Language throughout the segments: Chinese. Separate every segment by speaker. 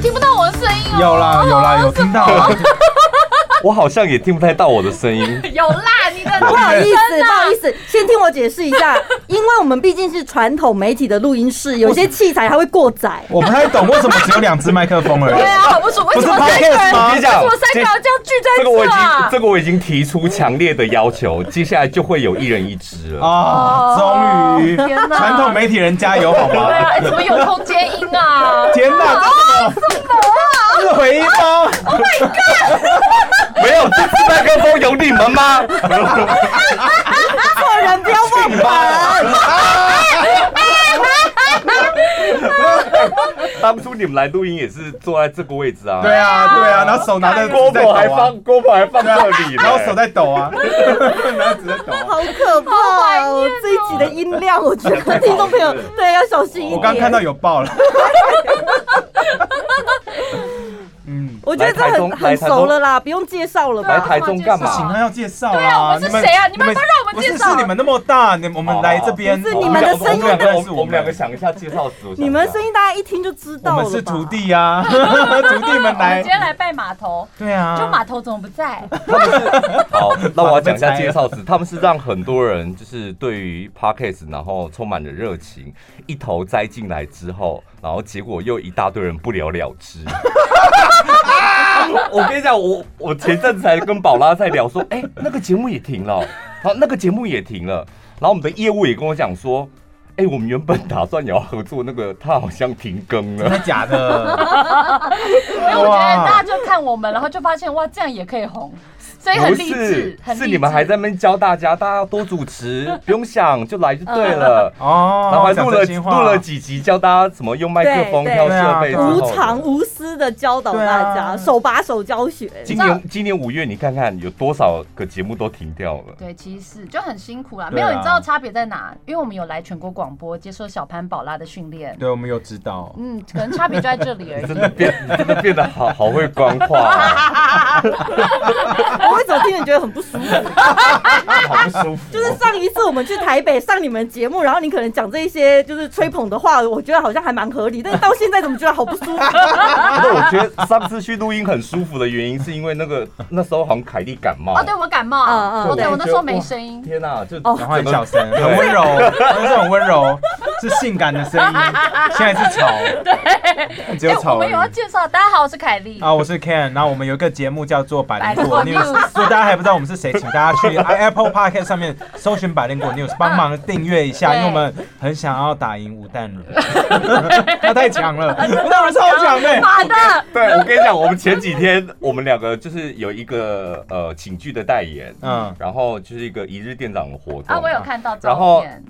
Speaker 1: 听不到哎我的声音哦。
Speaker 2: 有啦有啦，有听到啦。
Speaker 3: 我好像也听不太到我的声音。
Speaker 1: 有啦，你 的
Speaker 4: 不好意思，不好意思，先听我解释一 下，因为我们毕竟是传统媒体的录音室，有些器材它会过载。
Speaker 2: 我不太懂为什么只有两只麦克风而
Speaker 1: 对
Speaker 2: 已。
Speaker 1: 啊，好不舒服。为
Speaker 2: 不
Speaker 1: 什
Speaker 2: 是
Speaker 1: 么三个
Speaker 2: podcast
Speaker 1: 人？
Speaker 2: 吗
Speaker 3: 我跟你讲
Speaker 1: 为什么三个人这样聚在
Speaker 3: 啊
Speaker 1: 一
Speaker 3: 这个我已
Speaker 1: 起
Speaker 3: 经
Speaker 1: 啊？，
Speaker 3: 这个我已经提出强烈的要求，接下来就会有一人一支了。
Speaker 2: 啊，终于，
Speaker 1: 天哪
Speaker 2: 传统媒体人加油好吗
Speaker 1: 对？啊，怎么有空接音 啊？
Speaker 2: 天哪，这是什么？这是回音吗？
Speaker 3: 没有，这支麦克风有你们 吗？
Speaker 4: 做人不要忘
Speaker 3: 你妈！当初你们来录音也是坐在这个位置啊。
Speaker 2: 对，啊，对啊，然后手拿着
Speaker 3: 锅
Speaker 2: 纸在
Speaker 3: 宝还
Speaker 2: 抖啊，
Speaker 3: 放锅宝还放这里，
Speaker 2: 然后手。在抖啊， 然后纸在抖啊。
Speaker 4: 好可怕哦！这一集的音量，我觉得听众朋友对要小心一点。
Speaker 2: 我刚看到，有爆了。嗯，
Speaker 4: 我觉得这
Speaker 3: 来台中
Speaker 4: 很很熟了啦，不用介绍了
Speaker 3: 来
Speaker 4: 吧？
Speaker 3: 台中干
Speaker 1: 不行
Speaker 2: 请
Speaker 3: 嘛？
Speaker 2: 他要介绍
Speaker 1: 对啊我
Speaker 2: 啦。
Speaker 1: 们是谁啊你们不让我们
Speaker 2: 不是
Speaker 1: 介绍
Speaker 2: 是你们那么大，你我们来这边，哦
Speaker 4: 不是你们的声音
Speaker 2: 我们两个
Speaker 3: 我
Speaker 2: 认识
Speaker 3: 们我们
Speaker 1: 啊
Speaker 3: 两个想一下介绍词。我想一下
Speaker 4: 你们声音大家一听就知
Speaker 2: 我
Speaker 4: 道了吧。
Speaker 2: 们是徒 弟呀，徒弟们
Speaker 1: 我
Speaker 2: 来
Speaker 1: 们今，天来拜码头，
Speaker 2: 对啊，
Speaker 1: 就码头怎么不在？
Speaker 3: 好，那我要讲一下介绍词，他们是让很多人就是对于 podcast 然后充满了热情，一头栽进来之后，然后结果又一大堆人不了了之。 我跟你讲，我我前阵子才跟宝拉在聊说，哎、 那个节目也停了，好，那个节目也停了，然后我们的业务也跟我讲说，哎、我们原本打算也要合作，那个他好像停 更
Speaker 2: 真
Speaker 3: 了。
Speaker 2: 的假的？
Speaker 1: 因为我觉得大家就看我们，然后就发现哇，这样也可以红，所以很
Speaker 3: 不
Speaker 1: 励志
Speaker 3: 是，，
Speaker 1: 很励志。
Speaker 3: 是你们还在那边教大家，大家要多主持，不用想就来就对
Speaker 1: 嗯
Speaker 3: 了。
Speaker 2: 哦，
Speaker 3: 然后还录
Speaker 2: 讲
Speaker 3: 了
Speaker 2: 真心话
Speaker 3: 录了几集，教大家怎么用麦克风、
Speaker 4: 对
Speaker 3: 挑设备之后。
Speaker 4: 无偿无私的教导
Speaker 2: 对
Speaker 4: 大
Speaker 2: 啊
Speaker 4: 家，手把手教学。
Speaker 3: 今年今年五月，你看看有多少个节目都停掉了。
Speaker 1: 对，其实是就很辛苦啦。
Speaker 2: 对
Speaker 1: 没
Speaker 2: 啊
Speaker 1: 有，你知道差别在哪？因为我们有来全国广播接受小潘宝拉的训练，
Speaker 2: 对，我们有指 导。
Speaker 1: 嗯，可能差别就在这里而
Speaker 3: 你
Speaker 1: 已
Speaker 3: 真。的变，你真的变得好好会官话 啊，
Speaker 4: 我为什么听着觉得很不舒服？
Speaker 3: 好不舒服。啊
Speaker 4: 就是上一次我们去台北上你们节目，然后你可能讲这一些就是吹捧的话，我觉得好像还蛮合理，但是到现在怎么觉得好不 舒服？
Speaker 2: 啊
Speaker 3: 那我觉得上次去录音很舒服的原因，是因为那个那时候好像凯莉感冒。
Speaker 1: 哦，对我感冒，
Speaker 4: 嗯嗯
Speaker 1: 哦，对
Speaker 4: 对
Speaker 1: 我那时候没声音。
Speaker 3: 天哪、就
Speaker 4: 哦
Speaker 2: 讲话很小声，很温 柔，都是很温柔，是性感的声 音。现在是吵，只有
Speaker 1: 哎我
Speaker 2: 吵而
Speaker 1: 们有要
Speaker 2: 已。
Speaker 1: 介绍，大家好，我是凯莉。
Speaker 2: 啊，我是 Ken，然后我们有一个节目叫做《百灵果
Speaker 1: 百灵
Speaker 2: News
Speaker 1: 果》，News
Speaker 2: 如果大家还不知道我们是谁，请大家 去啊 Apple Podcast 上面搜寻《百灵果 News》，帮忙订阅一下，
Speaker 1: 嗯对
Speaker 2: 因为我们很想要打赢吴淡 如，他太强了，吴淡如超强的。
Speaker 1: 妈的，
Speaker 3: 对，我跟你讲，我们前几天我们两个就是有一个呃寝具的代言，
Speaker 2: 嗯
Speaker 3: 嗯，然后就是一个一日店长的活动
Speaker 1: 啊，我有看到
Speaker 3: 然
Speaker 1: 照
Speaker 3: 后
Speaker 1: 片。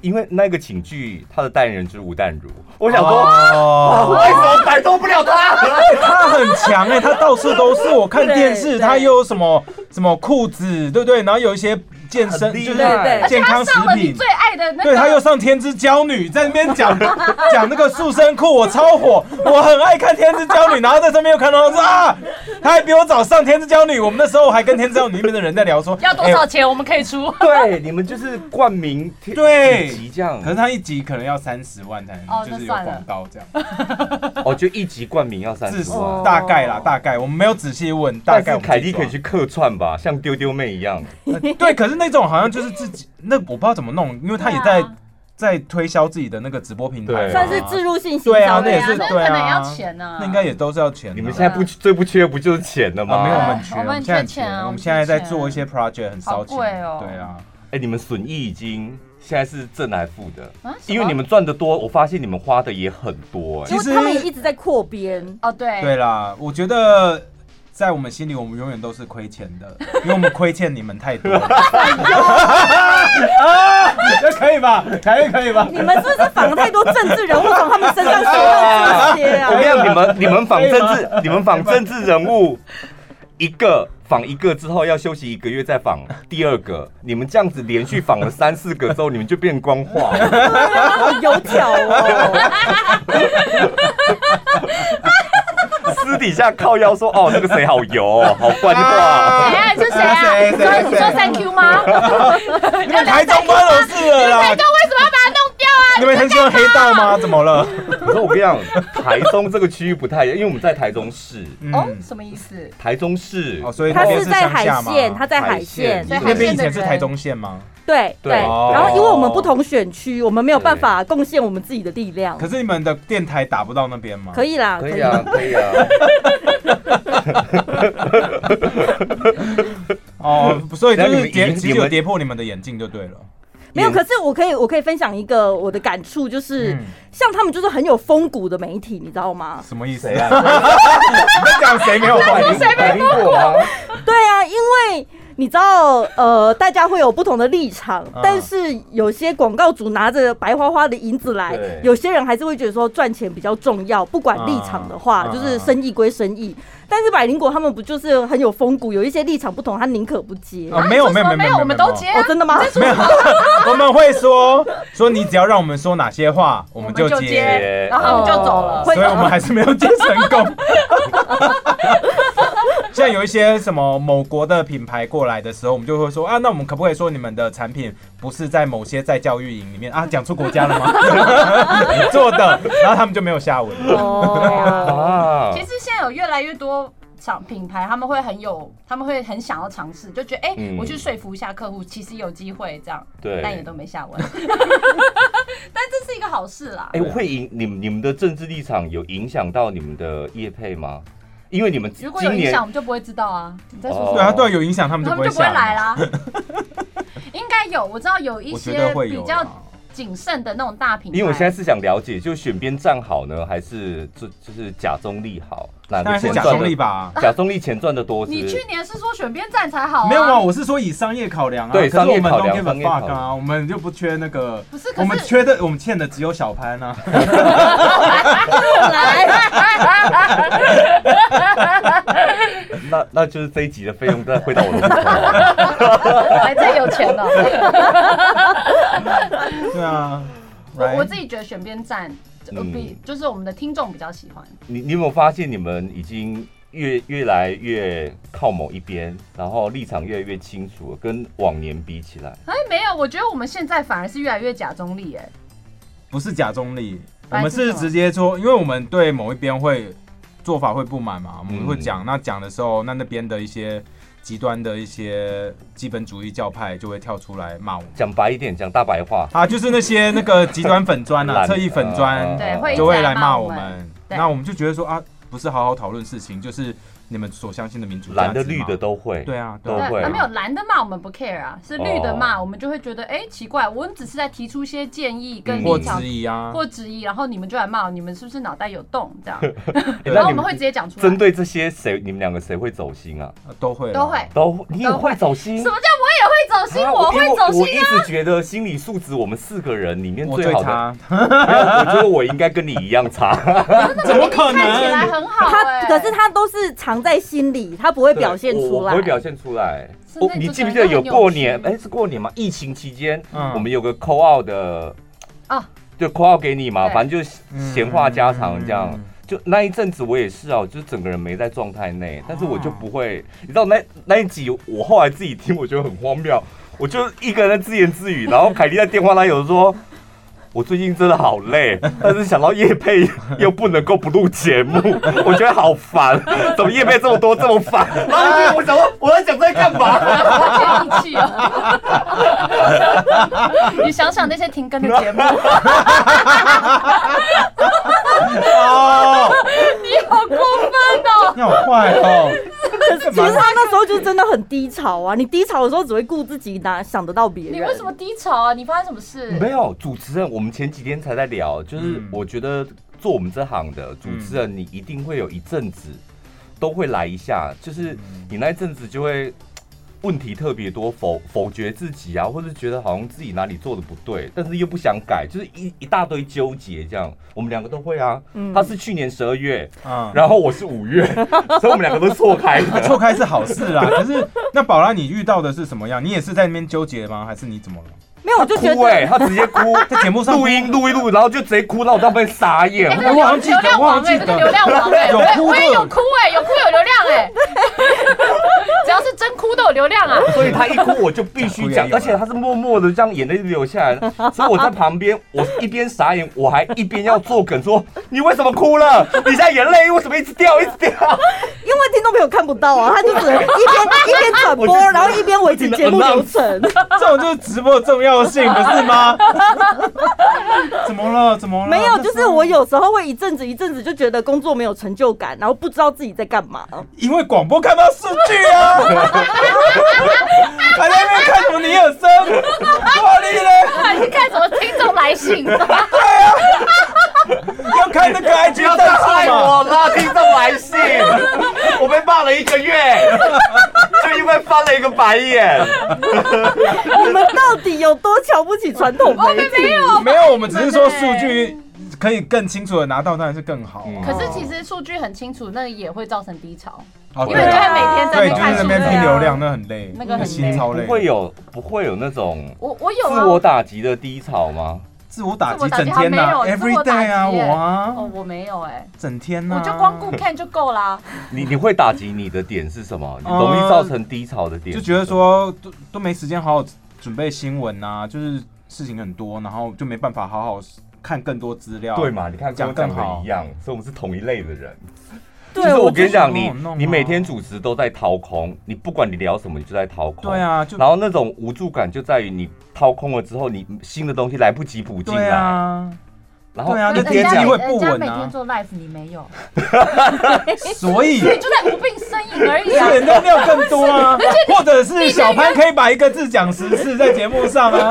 Speaker 3: 因为那个寝具它的代言人就是吴淡如，我想说，哇
Speaker 2: 哦
Speaker 3: 为什么摆脱不了他？
Speaker 2: 他很强哎、他到处都是。我看电
Speaker 4: 对
Speaker 2: 视，
Speaker 4: 对
Speaker 2: 他又有什么什么裤子，对不对？然后有一些健身，
Speaker 3: 很厉
Speaker 2: 就是
Speaker 4: 害
Speaker 2: 健康
Speaker 1: 他
Speaker 2: 食
Speaker 1: 上了你
Speaker 2: 品
Speaker 1: 最。爱的那
Speaker 2: 对他又
Speaker 1: 个，
Speaker 2: 上天之娇女，在那边讲 讲那个塑身裤，我超火，我很爱看天之娇女，然后在上面又看到说 啊，他还比我早上天之娇女。我们那时候还跟天之娇女那边的人在聊说
Speaker 1: 要多
Speaker 2: 哎
Speaker 1: 少钱我们可以出？
Speaker 3: 对，你们就是冠名贴
Speaker 2: 对
Speaker 3: 一集这样
Speaker 2: 可，是他一集可能要三十万才
Speaker 1: 哦那
Speaker 2: 能，就是有
Speaker 1: 算了
Speaker 2: 广告这样，
Speaker 3: 哦，就一集冠名要三
Speaker 2: 至
Speaker 3: 十
Speaker 2: 少
Speaker 3: 万。
Speaker 2: 大概啦，大概我们没有仔细问，大
Speaker 3: 但
Speaker 2: 概
Speaker 3: 是
Speaker 2: 我们
Speaker 3: 凯莉
Speaker 2: 自己
Speaker 3: 可以
Speaker 2: 抓
Speaker 3: 去客串吧，像丢丢妹一样。
Speaker 2: 对，可是那种好像就是自己，那我不知道怎么弄，因为他也
Speaker 1: 对
Speaker 2: 在、
Speaker 1: 啊
Speaker 2: 在推销自己的那个直播平台
Speaker 3: 对
Speaker 2: 嘛，
Speaker 4: 算是植入性行
Speaker 2: 对
Speaker 4: 销
Speaker 2: 啊，那也
Speaker 1: 啊
Speaker 2: 是
Speaker 1: 那
Speaker 2: 对
Speaker 1: 可能也
Speaker 2: 啊
Speaker 1: 要，钱啊
Speaker 2: 那应该也都是要钱的。
Speaker 3: 你们现在不最不缺不就是钱了吗？
Speaker 2: 啊，没有我们
Speaker 1: 哎
Speaker 2: 缺，
Speaker 1: 我们很
Speaker 2: 现在
Speaker 1: 缺钱啊
Speaker 2: 我
Speaker 1: 我
Speaker 2: 们
Speaker 1: 们
Speaker 2: 现在在
Speaker 1: 缺钱
Speaker 2: 做一些 project 很烧
Speaker 1: 好
Speaker 2: 钱，
Speaker 1: 贵哦
Speaker 2: 对啊，
Speaker 3: 哎，你们损益已经现在是正还负的
Speaker 1: 啊，什么
Speaker 3: 因为你们赚的多，我发现你们花的也很多。哎
Speaker 4: 因为他们也一直在扩编。
Speaker 1: 哦，对，
Speaker 2: 对啦，我觉得。在我们心里，我们永远都是亏钱的，因为我们亏欠你们太多了。啊，这可以吧？可以，可以吧？
Speaker 4: 你们是不是仿了太多政治人物从他们身上学到这些
Speaker 3: 我跟你
Speaker 4: 啊？
Speaker 3: 讲，你们你们仿
Speaker 2: 可以
Speaker 3: 政
Speaker 2: 吗
Speaker 3: 治，你们仿政治人物一个仿一个之后要休息一个月再仿第二个，你们这样子连续仿了三四个之后，你们就变光化了。
Speaker 4: 好油条哦！
Speaker 3: 私底下靠腰说哦，那个谁好油哦，好官话。
Speaker 1: 谁啊？是谁啊？
Speaker 2: 谁
Speaker 1: 你说
Speaker 2: 谁
Speaker 1: 你说
Speaker 2: 谁
Speaker 1: thank you 吗？你要聊
Speaker 2: 台中
Speaker 1: thank you
Speaker 2: 关
Speaker 1: 吗
Speaker 2: 我事了啦
Speaker 1: 台！中为什么要把它弄掉啊？
Speaker 2: 你们很喜欢黑道吗？怎么了？
Speaker 3: 可是我跟你讲，台中这个区域不太一样，因为我们在台中市，
Speaker 1: 哦，
Speaker 2: 嗯，
Speaker 1: 什么意思？
Speaker 3: 台中市
Speaker 2: 哦，所以
Speaker 4: 他
Speaker 2: 那边
Speaker 4: 是
Speaker 2: 是
Speaker 4: 在
Speaker 2: 乡
Speaker 4: 海
Speaker 2: 下吗
Speaker 4: 线，他在海
Speaker 3: 海线，
Speaker 4: 线
Speaker 1: 在海
Speaker 2: 那边
Speaker 1: 线
Speaker 2: 以
Speaker 1: 的
Speaker 2: 前是
Speaker 1: 人
Speaker 2: 台中县吗？
Speaker 4: 对对。
Speaker 3: 对
Speaker 2: 哦
Speaker 4: 然后因为我们不同选区，我们没有办法贡献我们自己的力量
Speaker 2: 可。是你们的电台打不到那边吗？
Speaker 4: 可以啦，
Speaker 3: 可以啊，可以啊，
Speaker 2: 哦，所以就
Speaker 3: 那你
Speaker 2: 是
Speaker 3: 们
Speaker 2: 跌，
Speaker 3: 你们
Speaker 2: 其实有跌破你们的眼镜就对了。
Speaker 4: 没有，
Speaker 3: 也
Speaker 4: 可是我可以，我可以分享一个我的感触，就是、
Speaker 2: 嗯
Speaker 4: 像他们就是很有风骨的媒体，你知道吗？
Speaker 2: 什么意思？
Speaker 3: 谁
Speaker 2: 你
Speaker 3: 啊？
Speaker 2: 在讲谁没有反应？
Speaker 3: 百灵果吗？
Speaker 4: 对啊，因为你知道，呃，大家会有不同的立场，
Speaker 3: 啊
Speaker 2: 嗯
Speaker 4: 但是有些广告主拿着白花花的银子来
Speaker 3: 对，
Speaker 4: 有些人还是会觉得说赚钱比较重要，不管立场的
Speaker 3: 啊
Speaker 4: 话，
Speaker 2: 嗯
Speaker 4: 就是生意归生意。但是百灵果他们不就是很有风骨，有一些立场不同，他宁可不接。
Speaker 2: 啊，没有没有
Speaker 1: 说什么
Speaker 2: 没有
Speaker 1: 没有，我们都接 啊
Speaker 4: 哦，。真的吗？
Speaker 2: 没有，我们会说说你只要让我们说哪些 话，
Speaker 1: 我
Speaker 2: 我们
Speaker 1: 们
Speaker 2: 就
Speaker 1: 就
Speaker 2: 接，哦
Speaker 1: 接，然后他们就走了。
Speaker 2: 所以我们还是没有接成 功。像有一些什么某国的品牌过来的时候，我们就会说啊，那我们可不可以说你们的产品不是在某些在教育营里面
Speaker 1: 嗯
Speaker 2: 啊？讲出国家了吗？ 做的，然后他们就没有下文。
Speaker 3: 啊
Speaker 4: 哦，
Speaker 1: 其，实现在有越来越多厂品牌，他们会很有，他们会很想要尝试，就觉得哎、
Speaker 3: 嗯
Speaker 1: 我去说服一下客户，其实有机会这样，
Speaker 3: 对
Speaker 1: 但也都没 下文。但这是一个好事啦。
Speaker 3: 哎，会影你们你们的政治立场有影响到你们的业配吗？因为你们
Speaker 1: 如果有
Speaker 3: 今
Speaker 1: 影
Speaker 3: 年哦
Speaker 1: 响，我们就不会知道啊。你在说什么？
Speaker 2: 对啊，对啊，有影响，他们就
Speaker 1: 他
Speaker 2: 不
Speaker 1: 们
Speaker 2: 会
Speaker 1: 就不会
Speaker 2: 下
Speaker 1: 来。啦。 应该有，我知道有一
Speaker 2: 我觉
Speaker 1: 些
Speaker 2: 得会有啊
Speaker 1: 比
Speaker 2: 啦
Speaker 1: 较谨慎的那种大品牌。
Speaker 3: 因为我现在是想了解，就选边站好呢，还是就就是假中立好？哪
Speaker 2: 当
Speaker 3: 个
Speaker 2: 然是
Speaker 3: 钱
Speaker 2: 假
Speaker 3: 赚
Speaker 2: 中立
Speaker 3: 的？
Speaker 2: 吧。
Speaker 3: 假中立钱赚的多是不
Speaker 1: 你去
Speaker 3: 是？
Speaker 1: 年是说选边站才好、啊，
Speaker 2: 没有 啊，我是说以商业考量啊，
Speaker 3: 对
Speaker 2: 可是我们
Speaker 3: 商业考
Speaker 2: don't
Speaker 3: 量
Speaker 2: give
Speaker 3: 商
Speaker 2: a
Speaker 3: 业考
Speaker 2: fuck
Speaker 3: 量
Speaker 2: 啊，我们就不缺那个，
Speaker 1: 不是可是
Speaker 2: 我们缺的，我们欠的只有小潘啊，
Speaker 3: 那那就是这一集的费用再汇到我的户头 啊。
Speaker 1: 还真有钱了。
Speaker 2: 对啊，
Speaker 1: 我
Speaker 2: right？
Speaker 1: 我自己觉得选边站呃比、就是我们的听众比较喜欢。
Speaker 3: 你你有没有发现你们已经越越来越靠某一边，然后立场越来越清楚了，跟往年比起来，
Speaker 1: 哎，没有，我觉得我们现在反而是越来越假中立哎。
Speaker 2: 不是假中立，我
Speaker 1: 反正
Speaker 2: 们
Speaker 1: 是
Speaker 2: 是
Speaker 1: 什么
Speaker 2: 直接说，因为我们对某一边会做法会不满嘛，我们会
Speaker 3: 嗯
Speaker 2: 讲，那讲的时候，那那边的一些极端的一些基本主义教派就会跳出来骂我们。
Speaker 3: 讲白一点，讲大白话，
Speaker 2: 啊，就是那些那个极端粉砖啊，
Speaker 3: 懒
Speaker 2: 侧翼粉砖，
Speaker 3: 呃
Speaker 1: 对会一直
Speaker 2: 就会来骂
Speaker 1: 骂
Speaker 2: 我
Speaker 1: 我们
Speaker 2: 们。
Speaker 1: 对
Speaker 2: 那我们就觉得说啊，不是好好讨论事情，就是你们所相信的民主价值嘛
Speaker 3: 蓝的绿的都会。
Speaker 2: 对啊，
Speaker 3: 都
Speaker 2: 啊
Speaker 3: 会
Speaker 1: 啊没有蓝的骂我们不 care 啊，是绿的
Speaker 3: 哦
Speaker 1: 骂我们就会觉得哎、奇怪，我们只是在提出一些建议跟
Speaker 3: 嗯
Speaker 2: 或
Speaker 1: 立场
Speaker 2: 质疑啊，
Speaker 1: 或质疑，然后你们就来骂我，你们是不是脑袋有洞这样？
Speaker 3: 诶
Speaker 1: 然后我们会直接讲出
Speaker 3: 针
Speaker 1: 来。
Speaker 3: 对这些谁，你们两个谁会走心啊？
Speaker 2: 呃都会啦
Speaker 1: 都会。
Speaker 3: 都你也
Speaker 1: 都会
Speaker 3: 会走心
Speaker 1: 什？么叫我也会走心？
Speaker 3: 嗯啊
Speaker 1: 我
Speaker 3: 因为
Speaker 1: 会走
Speaker 3: 我
Speaker 1: 心
Speaker 3: 一直觉得心理素质，我们四个人里面
Speaker 2: 我
Speaker 3: 最
Speaker 2: 最
Speaker 3: 好的，
Speaker 2: 差，
Speaker 3: 没有我觉得我应该跟你一样 差。
Speaker 2: 怎么可
Speaker 1: 看起来
Speaker 2: 能？
Speaker 1: 很好、哎
Speaker 4: 他可是他都是藏在心里，他不会表现
Speaker 3: 对我
Speaker 4: 出
Speaker 3: 我
Speaker 4: 来
Speaker 3: 不会。表现出来。
Speaker 1: 现
Speaker 3: 我
Speaker 1: 在
Speaker 3: 你
Speaker 1: 就
Speaker 3: 记不
Speaker 1: 觉
Speaker 3: 记得
Speaker 1: 得
Speaker 3: 有
Speaker 1: 很有
Speaker 3: 过
Speaker 1: 趣
Speaker 3: 年？哎，是过年吗？疫情期间，
Speaker 2: 嗯
Speaker 3: 我们有个扣二的
Speaker 1: 啊，
Speaker 3: 就扣二给你嘛，
Speaker 1: 对
Speaker 3: 反正就是闲话家常这样
Speaker 2: 嗯。
Speaker 3: 就那一阵子我也是哦，就是整个人没在状态内，但是我就不会，你知道那那一集我后来自己听，我觉得很荒谬，我就一个人在自言自语，然后凯莉在电话那有说。我最近真的好累，但是想到叶佩又不能够不录节目，我觉得好烦。怎么叶佩这么多这么 烦？然后我想说我在想在干嘛？
Speaker 1: 好接地气哦！ 你想想那些停更的节目，
Speaker 2: 哦，
Speaker 1: 你好过分哦！
Speaker 2: 你好坏哦，
Speaker 4: 可是其实他那时候就真的很低潮啊！你低潮的时候只会顾自己，哪想得到别人？
Speaker 1: 你为什么低潮啊？你发生什么
Speaker 3: 没
Speaker 1: 事？
Speaker 3: 有主持人，我们前几天才在聊，就是
Speaker 2: 嗯
Speaker 3: 我觉得做我们这行的主持人，你一定会有一阵子都会来一下，就是
Speaker 2: 嗯
Speaker 3: 你那一阵子就会嘖问题特别多，否否决自己啊，或者觉得好像自己哪里做的不对，但是又不想改，就是一一大堆纠结这样。我们两个都会啊，
Speaker 4: 嗯
Speaker 3: 他是去年十二月，
Speaker 2: 嗯，
Speaker 3: 然后我是五 月，所以我们两个都错开
Speaker 2: 那
Speaker 3: 的。
Speaker 2: 错开是好事啦。可是那宝拉，你遇到的是什么样？你也是在那边纠结吗？还是你怎么了？
Speaker 4: 没有，我 就觉
Speaker 3: 哭
Speaker 4: 得
Speaker 3: 哎、他直接哭，
Speaker 2: 在节目上
Speaker 3: 录音录一录，然后就直接哭，然后我当被傻眼
Speaker 1: 哎，。
Speaker 2: 我
Speaker 1: 这个
Speaker 2: 好像记得
Speaker 1: 流量
Speaker 2: 我
Speaker 1: 王
Speaker 2: 好像
Speaker 1: 哎，
Speaker 2: 记
Speaker 1: 这
Speaker 2: 得
Speaker 1: 个流量王哎，
Speaker 2: 有哭
Speaker 1: 我也
Speaker 2: 的
Speaker 1: 有哭哎，有哭有流量哎。只要是真哭都有流量啊。
Speaker 3: 所以他一哭我就必须讲，
Speaker 2: 啊
Speaker 3: 而且他是默默的这样眼泪流下来，所以我在旁边，我一边傻眼，我还一边要做梗说你为什么哭了？你现在眼泪为什么一直掉一直掉？
Speaker 4: 因为听众朋友看不到啊，他就只能一边一边转播
Speaker 3: 我就，
Speaker 4: 然后一边维持节目流程。
Speaker 2: 这种就是直播的重要性，不是吗？ 怎么了？怎么了？
Speaker 4: 没有，就是我有时候会一阵子一阵子就觉得工作没有成就感，然后不知道自己在干嘛。
Speaker 2: 因为广播看到数据 啊，还在那边看什么尼尔森，哇你嘞，
Speaker 1: 你看什么听众来 信？哦
Speaker 2: 要看那个
Speaker 3: 不
Speaker 2: IG
Speaker 3: 要再
Speaker 2: 赞
Speaker 3: 害
Speaker 2: 数嘛。
Speaker 3: 我了，听众来信，我被骂了一个月， 就因为翻了一个白眼。
Speaker 4: 你们到底有多瞧不起传统媒体？
Speaker 1: 没有。
Speaker 2: 没有，我们只是说数据可以更清楚的拿到，当然是更好啊。
Speaker 3: 嗯
Speaker 1: 可是其实数据很清楚，那也会造成低潮，
Speaker 2: 哦
Speaker 1: 因
Speaker 2: 对
Speaker 1: 为你就会每天在
Speaker 2: 对，
Speaker 1: 那
Speaker 2: 就
Speaker 1: 边看
Speaker 2: 是那
Speaker 1: 数
Speaker 2: 边
Speaker 1: 据
Speaker 2: 拼
Speaker 1: 啊。
Speaker 2: 流量，那很累，
Speaker 1: 那个很累
Speaker 2: 心超累。
Speaker 3: 不会有不会有那种
Speaker 1: 我我有
Speaker 3: 自
Speaker 1: 啊，
Speaker 3: 我打击的低潮吗？
Speaker 2: 自我打
Speaker 1: 自
Speaker 2: 击
Speaker 1: 我打
Speaker 2: 整
Speaker 1: 击
Speaker 2: 天呐
Speaker 1: 还没有自
Speaker 2: ，every
Speaker 1: 我打
Speaker 2: day 啊，
Speaker 1: 击耶
Speaker 2: 我啊，
Speaker 1: 哦，我没有哎，
Speaker 2: 整天啊呐，
Speaker 1: 我就光顾看就够啦。
Speaker 3: 你你会打击你的点是什么？你容易造成低潮的点
Speaker 2: 呃就是
Speaker 3: 什
Speaker 2: 觉
Speaker 3: 么？
Speaker 2: 得说都都没时间好好准备新闻啊，就是事情很多，然后就没办法好好看更多资料。啊
Speaker 3: 对？嘛？你看跟我
Speaker 2: 讲
Speaker 3: 讲
Speaker 2: 更好
Speaker 3: 的一样，所以我们是同一类的人。其
Speaker 4: 对，
Speaker 3: 实我
Speaker 4: 就
Speaker 3: 跟你讲，
Speaker 2: 就是
Speaker 3: 你
Speaker 2: 弄弄啊
Speaker 3: 你每天主持都在掏空，你不管你聊什么，你就在掏空。
Speaker 2: 对。啊，就
Speaker 3: 然后那种无助感就在于你掏空了之后，你新的东西来不及补进
Speaker 2: 对
Speaker 3: 来，
Speaker 2: 啊，
Speaker 3: 然后
Speaker 2: 对啊
Speaker 1: 人
Speaker 2: 就
Speaker 1: 家
Speaker 2: 贴近
Speaker 1: 人
Speaker 2: 会不稳啊
Speaker 1: 人家每天做 live，你没有，
Speaker 2: 所以
Speaker 1: 你就在无病呻吟而 已啊。
Speaker 2: 人家料更多啊， 或者是小潘可以把一个字讲十次在节目上啊，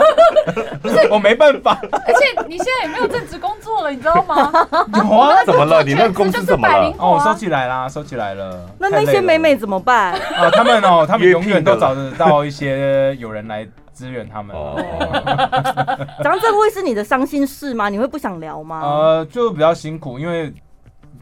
Speaker 2: 我没办法，
Speaker 1: 而且你现在也没有正职工作了，你知道吗？
Speaker 2: 有啊。
Speaker 3: 怎 么了？你那个公司怎么了？
Speaker 2: 哦，我收起来啦，收起来了。
Speaker 4: 那
Speaker 2: 太
Speaker 4: 那
Speaker 2: 累
Speaker 4: 些
Speaker 2: 了
Speaker 4: 美美怎么办？
Speaker 2: 啊，他们 哦，他们
Speaker 3: 约
Speaker 2: 永
Speaker 3: 聘
Speaker 2: 远都
Speaker 3: 的
Speaker 2: 找
Speaker 3: 啦
Speaker 2: 得到一些有人来支援他们啊。
Speaker 3: 哦，
Speaker 4: 讲这会是你的伤心事吗？你会不想聊吗？
Speaker 2: 呃，就比较辛苦，因为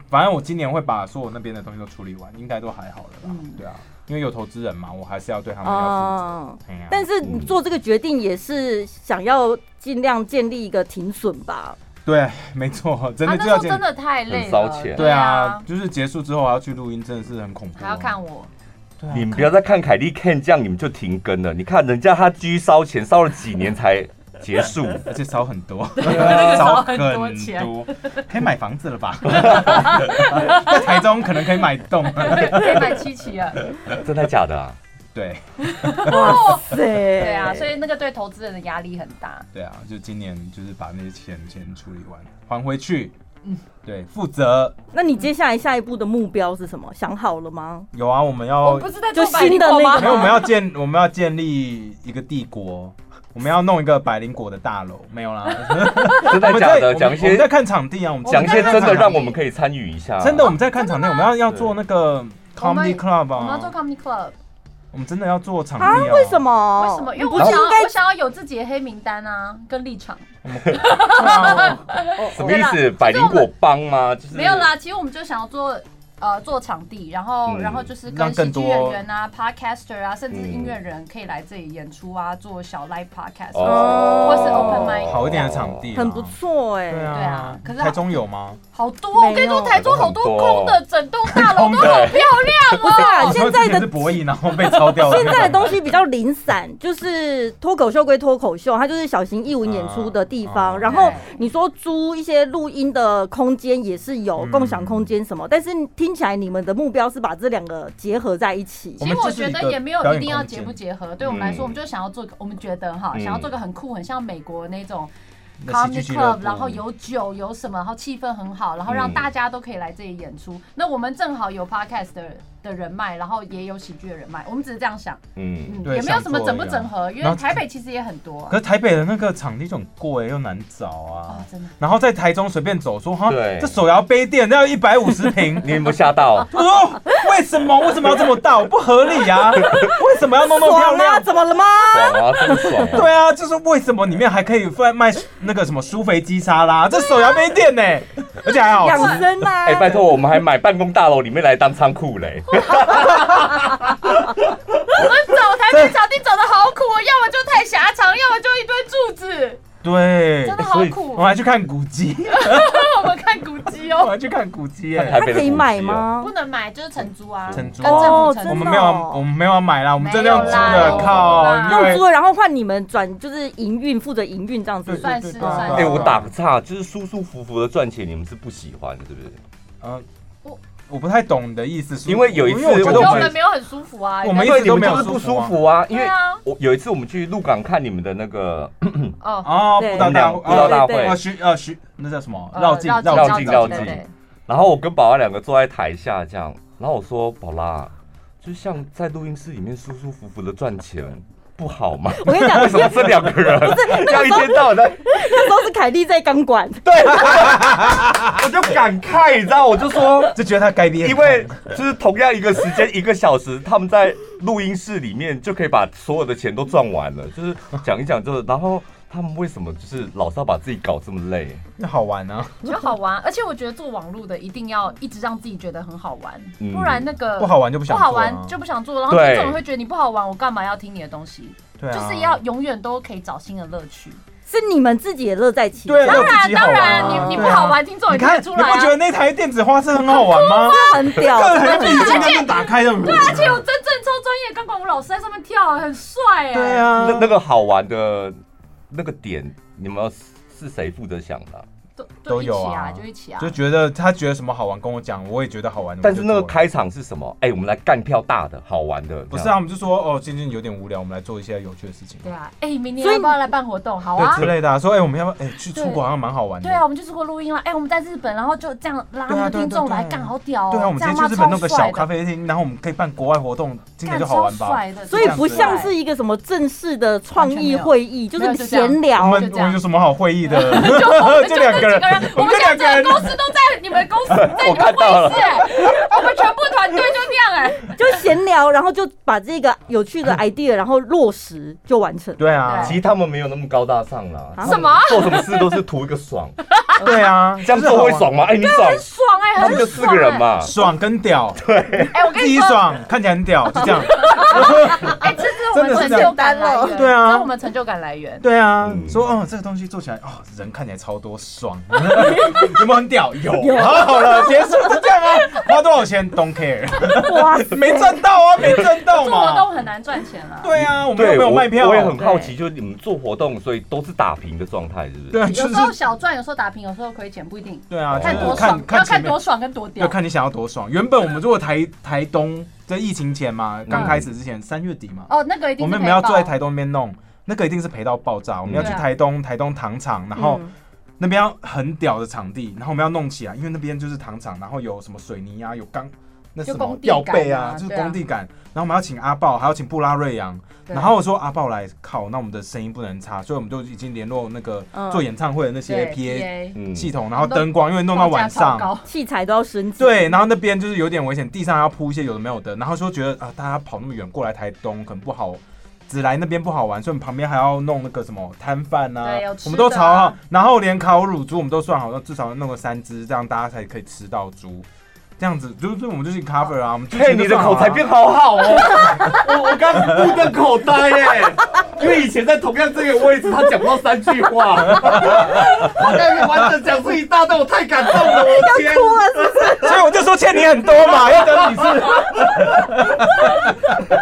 Speaker 2: 反正我今年会把所有那边的东西都处理完，应该都还好了啦。
Speaker 4: 嗯
Speaker 2: 对啊，因为有投资人嘛，我还是要对他们要负责。
Speaker 4: 啊，
Speaker 2: 哎呀
Speaker 4: 但是你做这个决定也是想要尽量建立一个停损吧。
Speaker 2: 对，没错，真
Speaker 1: 啊，那
Speaker 2: 的就
Speaker 1: 时
Speaker 2: 要
Speaker 1: 候
Speaker 2: 见。
Speaker 1: 真的太累了，
Speaker 3: 很烧钱
Speaker 2: 对啊，，就是结束之后还要去录音，真的是很恐怖。哦
Speaker 1: 还要看 我，
Speaker 2: 对啊，
Speaker 3: 你们不要再看凯莉 Ken 这样，你们就停更了。你看人家他继续烧钱，烧了几年才结 束。
Speaker 2: 而且少很 多，
Speaker 1: 少
Speaker 2: 很
Speaker 1: 很多钱
Speaker 2: 多，可以买房子 了吧？ 在台中可能可以买一栋。
Speaker 1: 可以买七期啊。
Speaker 3: 真的假的 啊？
Speaker 2: 对
Speaker 4: 哇塞！对
Speaker 1: 对啊，所以那个对投资人的压力很大。
Speaker 2: 对啊，就今年就是把那些钱先处理完，还回去。对，负责
Speaker 4: 那你接下来下一步的目标是什
Speaker 1: 哦
Speaker 4: 么？想好了吗？
Speaker 2: 有啊，我们
Speaker 1: 我
Speaker 2: 要
Speaker 1: 不是在
Speaker 4: 就
Speaker 1: 做百灵
Speaker 4: 新的
Speaker 1: 果
Speaker 4: 那
Speaker 1: 吗
Speaker 4: 个？
Speaker 2: 没有，我啊们要建，我们要建立一个帝国，我们要弄一个百灵果的大楼，没 有啦。
Speaker 3: 真
Speaker 2: 我
Speaker 3: 的
Speaker 2: 们
Speaker 3: 假
Speaker 2: 在
Speaker 3: 的？
Speaker 2: 我们
Speaker 3: 讲一
Speaker 2: 我们在
Speaker 3: 些
Speaker 2: 看场地啊，我们
Speaker 3: 讲一些
Speaker 2: 我们在
Speaker 3: 真
Speaker 2: 看
Speaker 3: 的，
Speaker 2: 场
Speaker 3: 让我们可以参与一下。啊
Speaker 2: 真的，我们在看场内，我们要要做那个 comedy
Speaker 1: 我们
Speaker 2: club
Speaker 1: 我们要做
Speaker 2: 啊，
Speaker 1: comedy club，
Speaker 2: 我们真的要做场地
Speaker 4: 啊？
Speaker 2: 啊。
Speaker 4: 为 什？么？
Speaker 1: 为什么？因为
Speaker 4: 你不
Speaker 1: 我
Speaker 2: 哦
Speaker 4: 是
Speaker 1: 想
Speaker 4: 应
Speaker 1: 要
Speaker 4: 该
Speaker 1: 我想要有自己的黑名单啊，跟立场。哦
Speaker 3: 什么意
Speaker 4: 哦
Speaker 1: 对
Speaker 3: 思？
Speaker 1: 啦
Speaker 3: 百灵果帮吗？就是
Speaker 1: 没有。啦，其实我们就想要做。呃，做场地，然后，
Speaker 3: 嗯
Speaker 1: 然后就是跟
Speaker 2: 让更
Speaker 1: 喜剧
Speaker 2: 多
Speaker 1: 演员啊、podcaster 啊，甚至音乐
Speaker 3: 嗯
Speaker 1: 人可以来这里演出啊，做小 live podcast，、啊
Speaker 3: 哦
Speaker 1: 或是 open mic
Speaker 2: 好一点的场地啊
Speaker 4: 很不错哎、
Speaker 2: 对
Speaker 1: 对啊可是
Speaker 2: 台中有吗？
Speaker 1: 好多哦。我跟你
Speaker 4: 没有
Speaker 1: 说，台中好多空的，整栋大 楼都
Speaker 3: 空的
Speaker 1: 好漂亮
Speaker 4: 不是
Speaker 1: 哦。
Speaker 4: 啊，
Speaker 2: 我
Speaker 4: 现
Speaker 2: 说
Speaker 4: 在
Speaker 2: 之前是
Speaker 4: 的
Speaker 2: 博 弈，然后被抄掉了。
Speaker 4: 现在的东西比较零散，就是脱口秀归脱口秀，它就是小型艺文演出的地
Speaker 2: 啊
Speaker 4: 方。然
Speaker 1: 哦
Speaker 4: 后你说租一些录音的空间也是有
Speaker 2: 嗯
Speaker 4: 共享空间什么，但是听起来你们的目标是把这两个结合在一起
Speaker 2: 我
Speaker 1: 其
Speaker 2: 们
Speaker 1: 实我
Speaker 2: 就是
Speaker 1: 觉
Speaker 2: 一
Speaker 1: 得
Speaker 2: 个
Speaker 1: 也没有
Speaker 2: 表
Speaker 1: 一
Speaker 2: 演
Speaker 1: 定要
Speaker 2: 空
Speaker 1: 结
Speaker 2: 间
Speaker 1: 不结合，对我们来说，
Speaker 3: 嗯
Speaker 1: 我们就想要做一个，我们觉得哈，想要
Speaker 3: 嗯
Speaker 1: 做一个很酷，很像美国那种
Speaker 2: 那喜
Speaker 1: comedy
Speaker 2: 剧俱乐
Speaker 1: club，
Speaker 2: 部
Speaker 1: 然后有酒有什么，然后气氛很好，然后让
Speaker 3: 嗯
Speaker 1: 大家都可以来这里演出。那我们正好有 podcast 的的人脉，然后也有喜剧的人脉，我们只是这样想，
Speaker 3: 嗯，
Speaker 1: 嗯，
Speaker 2: 对
Speaker 1: 也没有什么整不
Speaker 2: 想做而
Speaker 1: 整合，因
Speaker 2: 已啊
Speaker 1: 为
Speaker 2: 然后
Speaker 1: 台北其实也很多
Speaker 2: 可
Speaker 1: 啊。
Speaker 2: 是台北的那个场地就很贵，又难找
Speaker 1: 哦
Speaker 2: 啊。，
Speaker 1: 真的，
Speaker 2: 然后在台中随便走，说哈，
Speaker 3: 对
Speaker 2: 这手摇杯店要一百五十平，
Speaker 3: 你有没有吓到？
Speaker 2: 我说为什么为什么要这么大？我不合理呀、为什么要弄 那么漂
Speaker 4: 爽吗？
Speaker 2: 亮？
Speaker 4: 怎么了吗？
Speaker 3: 爽啊，真爽啊！
Speaker 2: 对啊，就是为什么里面还可以卖卖那个什么苏肥鸡沙拉？
Speaker 1: 啊
Speaker 2: 这手摇杯店呢、而且还好
Speaker 4: 养
Speaker 2: 吃。
Speaker 4: 生啊！
Speaker 3: 哎，拜托，我们还买办公大楼里面来当仓库嘞。
Speaker 2: 啊
Speaker 1: 我们找台北场地找的好苦，哦，要么就太狭长，要么就一堆柱子，
Speaker 2: 对
Speaker 1: 真，的好
Speaker 3: 所以
Speaker 1: 苦啊
Speaker 2: 我。还去看古迹，
Speaker 1: 我们看看古迹
Speaker 2: 我
Speaker 1: 哦，
Speaker 2: 要去看古迹
Speaker 3: 看
Speaker 2: 耶
Speaker 3: 台。
Speaker 4: 它
Speaker 3: 北的
Speaker 4: 可以
Speaker 3: 古迹
Speaker 4: 买
Speaker 3: 哦
Speaker 4: 吗
Speaker 1: 不？能买就是承租啊，
Speaker 2: 承租
Speaker 1: 跟政府
Speaker 4: 哦
Speaker 1: 承
Speaker 4: 真
Speaker 1: 租
Speaker 2: 我们
Speaker 4: 的
Speaker 2: 没有要，
Speaker 4: 哦
Speaker 2: 我们没有要买啦，我们真的用租
Speaker 1: 没有
Speaker 2: 的，
Speaker 1: 啦
Speaker 2: 靠，因
Speaker 4: 用
Speaker 2: 为
Speaker 4: 租了，然后换你们转，就是营运负责营运这样
Speaker 2: 对
Speaker 4: 子。
Speaker 2: 对对
Speaker 1: 算是
Speaker 2: 对
Speaker 1: 算是
Speaker 2: 对
Speaker 3: 哎、我
Speaker 2: 对
Speaker 3: 打个岔，就是舒舒服服的赚钱，你们是不喜欢的，是不是？
Speaker 2: 呃，我
Speaker 1: 我
Speaker 2: 我不太懂你的意思，是
Speaker 3: 因为有一次
Speaker 2: 因为哦
Speaker 1: 我
Speaker 2: 我
Speaker 1: 觉
Speaker 2: 觉得
Speaker 1: 得
Speaker 2: 我
Speaker 1: 我们
Speaker 2: 们
Speaker 1: 没有很舒服啊，
Speaker 2: 我们一
Speaker 3: 对，
Speaker 2: 直
Speaker 3: 你
Speaker 2: 都
Speaker 3: 们
Speaker 2: 没有
Speaker 3: 就是不
Speaker 2: 舒
Speaker 3: 舒
Speaker 2: 服
Speaker 3: 服啊，因为
Speaker 1: 对啊，
Speaker 3: 我有一次我们去鹿港看你们的那个
Speaker 1: 哦，
Speaker 2: 哦，
Speaker 4: 对
Speaker 2: 布道大会，
Speaker 3: 布嗯道大
Speaker 4: 对对
Speaker 2: 哦，
Speaker 3: 会，
Speaker 2: 徐呃徐，那叫什么？
Speaker 1: 呃
Speaker 2: 绕境
Speaker 1: 绕
Speaker 3: 绕
Speaker 2: 境
Speaker 3: 境
Speaker 2: 绕
Speaker 3: 绕
Speaker 1: 对
Speaker 3: 境
Speaker 1: 对对
Speaker 3: 然后我跟保安两个坐在台下这样，然后我说宝拉，就像在录音室里面舒舒服服的赚钱，不好吗？
Speaker 4: 我跟你讲，
Speaker 3: 为什么这两个人这样一天到晚在？
Speaker 4: 那时候是凯莉在钢管，
Speaker 3: 对，我就感慨，你知道，我就说。
Speaker 2: 就觉得他该憋，
Speaker 3: 因为就是同样一个时间一个小时，他们在录音室里面就可以把所有的钱都赚完了。就是讲一讲，就是然后他们为什么就是老是要把自己搞这么累？
Speaker 2: 那好玩啊，
Speaker 1: 我觉得好玩，而且我觉得做网络的一定要一直让自己觉得很好玩，
Speaker 3: 嗯
Speaker 1: 不然那个
Speaker 2: 不好玩就不
Speaker 1: 不
Speaker 2: 想做啊，
Speaker 1: 好玩就不想做，然后
Speaker 3: 对
Speaker 1: 听众会觉得你不好玩，我干嘛要听你的东西？
Speaker 2: 对啊，
Speaker 1: 就是要永远都可以找新的乐趣。
Speaker 4: 是你们自己也乐在其中，
Speaker 2: 对啊，
Speaker 1: 当
Speaker 2: 要自
Speaker 1: 然
Speaker 2: 己好
Speaker 1: 当
Speaker 2: 玩啊
Speaker 1: 然，你你
Speaker 2: 对
Speaker 1: 不
Speaker 2: 啊
Speaker 1: 好玩，听众也
Speaker 2: 你
Speaker 1: 看得
Speaker 2: 看，你
Speaker 1: 出来
Speaker 2: 不觉得
Speaker 1: 啊。
Speaker 2: 那台电子花车很好玩吗？
Speaker 4: 很屌。
Speaker 2: 个人眼 睛在那打开的，
Speaker 1: 而且我真正超专业的钢管舞老师在上面跳，很帅哎。
Speaker 2: 对，啊，
Speaker 3: 那那个好玩的那个点，你们要是是谁负责想的啊、
Speaker 1: 都
Speaker 2: 都
Speaker 1: 一
Speaker 2: 有
Speaker 1: 起
Speaker 2: 啊
Speaker 1: 啊，就一起啊。
Speaker 2: 就觉得他觉得什么好玩跟我讲，我也觉得好玩，
Speaker 3: 但是那
Speaker 2: 我就做
Speaker 3: 个
Speaker 2: 了
Speaker 3: 开场是什么？哎、我们来干票大的，好玩的。
Speaker 2: 不是
Speaker 3: 这
Speaker 2: 啊，
Speaker 3: 样
Speaker 2: 我，们就说哦，今天有点无聊，我们来做一些有趣的事情，
Speaker 1: 对啊，哎，明年
Speaker 4: 所以
Speaker 1: 要不要来办活动？好啊
Speaker 2: 对。之类的啊，说哎，我们要不要哎去
Speaker 1: 对
Speaker 2: 出国好像蛮好玩的，
Speaker 1: 对啊，我们就是过录音啦。哎，我们在日本，然后就这样拉
Speaker 2: 对啊
Speaker 1: 那个
Speaker 2: 对啊
Speaker 1: 听众
Speaker 2: 对啊
Speaker 1: 来
Speaker 2: 对啊
Speaker 1: 干，好屌哦。
Speaker 2: 对啊，我们今
Speaker 1: 这样
Speaker 2: 天
Speaker 1: 吗
Speaker 2: 去日本弄个
Speaker 1: 超帅的
Speaker 2: 小咖啡厅，然后我们可以办国外活动，听起来
Speaker 1: 干
Speaker 2: 就好
Speaker 1: 超
Speaker 2: 玩吧。
Speaker 1: 帅的，
Speaker 4: 所以不像是一个什么正式的创意会议，就
Speaker 1: 没有
Speaker 4: 是闲聊
Speaker 2: 我。们
Speaker 1: 就
Speaker 2: 我
Speaker 1: 这样
Speaker 2: 们有什么好会议的？
Speaker 1: 就
Speaker 2: 就两个人
Speaker 1: 那几，我
Speaker 2: 我
Speaker 1: 们
Speaker 2: 们
Speaker 1: 现
Speaker 2: 两个
Speaker 1: 在
Speaker 2: 人
Speaker 1: 整个公司都在你们公 司，在你
Speaker 3: 我
Speaker 1: 们
Speaker 3: 看
Speaker 1: 会
Speaker 3: 到了
Speaker 1: 议室、哎，我们全部团队就这样哎、
Speaker 4: 就闲聊，然后就把这个有趣的 idea，然后落实就完成。
Speaker 2: 对啊
Speaker 3: 其，实他们没有那么高大上啦。
Speaker 4: 啊
Speaker 1: 什么
Speaker 3: 做什么事都是图一个 爽，
Speaker 2: 对啊，
Speaker 3: 这样
Speaker 2: 就是好
Speaker 3: 做会
Speaker 2: 玩，
Speaker 3: 爽吗？哎、你爽，
Speaker 2: 啊
Speaker 1: 爽哎、
Speaker 3: 他
Speaker 1: 很
Speaker 3: 们
Speaker 1: 爽、哎
Speaker 3: 就四个人嘛。
Speaker 2: 爽跟屌，
Speaker 1: 哎、我跟
Speaker 2: 自
Speaker 1: 你
Speaker 2: 己
Speaker 1: 说，
Speaker 2: 爽，看起来很屌，就这样。
Speaker 1: 哎、这是我们
Speaker 2: 真的是
Speaker 1: 成
Speaker 2: 这样
Speaker 1: 就感来源，
Speaker 2: 对啊
Speaker 1: 这是我们成就感来源。
Speaker 2: 对啊，
Speaker 3: 嗯
Speaker 2: 说哦，这个东西做起来哦，人看起来超多，爽， 有没有很屌？有，好好了，结束就这样啊，花多少钱？Don't care，
Speaker 4: 哇塞，
Speaker 2: 没赚到啊，没赚到
Speaker 1: 做活
Speaker 2: 嘛。
Speaker 1: 动很难赚钱啊，
Speaker 2: 对啊，我们又
Speaker 3: 对，
Speaker 2: 没有
Speaker 3: 我
Speaker 2: 卖票
Speaker 3: 我，也很好奇，就是你们做活动，所以都是打平的状态，是不是？
Speaker 2: 对啊， 就
Speaker 1: 有
Speaker 2: 是
Speaker 1: 时候小赚，有时候打平，有时候亏钱，不一定。
Speaker 2: 对啊，
Speaker 1: 看
Speaker 2: 就
Speaker 1: 多
Speaker 2: 是
Speaker 1: 爽
Speaker 2: 看，
Speaker 1: 要
Speaker 2: 看前
Speaker 1: 看
Speaker 2: 面
Speaker 1: 多，爽跟多屌
Speaker 2: 要。看你想要多爽。原本我们如果台台东在疫情前嘛，刚
Speaker 1: 嗯
Speaker 2: 开始之前三月底嘛，
Speaker 1: 哦，那个一定
Speaker 2: 我
Speaker 1: 是
Speaker 2: 们
Speaker 1: 赔
Speaker 2: 没有要
Speaker 1: 爆
Speaker 2: 坐在台东那边弄，那个一定是赔到爆炸。我们要去
Speaker 1: 对啊
Speaker 2: 台东，台东糖厂，
Speaker 4: 嗯
Speaker 2: 然
Speaker 1: 嗯
Speaker 2: 后那边要很屌的场地，然后我们要弄起来，因为那边就是糖厂，然后有什么水泥啊，有钢。那什
Speaker 1: 就
Speaker 2: 么
Speaker 1: 工地
Speaker 2: 吊背啊，
Speaker 1: 感啊
Speaker 2: 就是
Speaker 1: 对啊
Speaker 2: 工地感。然后我们要请阿豹，还要请布拉瑞扬。
Speaker 1: 对
Speaker 2: 然后我说阿豹来，靠，那我们的声音不能差，所以我们就已经联络那个
Speaker 4: 嗯
Speaker 2: 做演唱会的那些
Speaker 1: 对
Speaker 2: PA
Speaker 3: 嗯
Speaker 2: 系统，然后灯光，因为弄到晚
Speaker 1: 报价超
Speaker 2: 上，
Speaker 1: 高
Speaker 4: 器材都要升级。
Speaker 2: 对，然后那边就是有点危险，地上还要铺一些有的没有的，然后说觉得啊，大家跑那么远过来台东可能不好，只来那边不好玩，所以我们旁边还要弄那个什么摊贩啊
Speaker 1: 对有，吃
Speaker 2: 我们都
Speaker 1: 的
Speaker 2: 炒好，然后连烤乳猪我们都算好，那至少弄个三只，这样大家才可以吃到猪。这样子就是我们就是 cover 啊，我们之前
Speaker 3: 嘿，
Speaker 2: 就
Speaker 3: 你的
Speaker 2: 算好
Speaker 3: 口
Speaker 2: 啊
Speaker 3: 才变好好 哦！我我刚目瞪口呆耶，因为以前在同样这个位置，他讲不到三句话，他刚才完整讲出一大段，我太感动了，我的天！
Speaker 4: 哭了是不是？
Speaker 2: 所以我就说欠你很多嘛，要等你是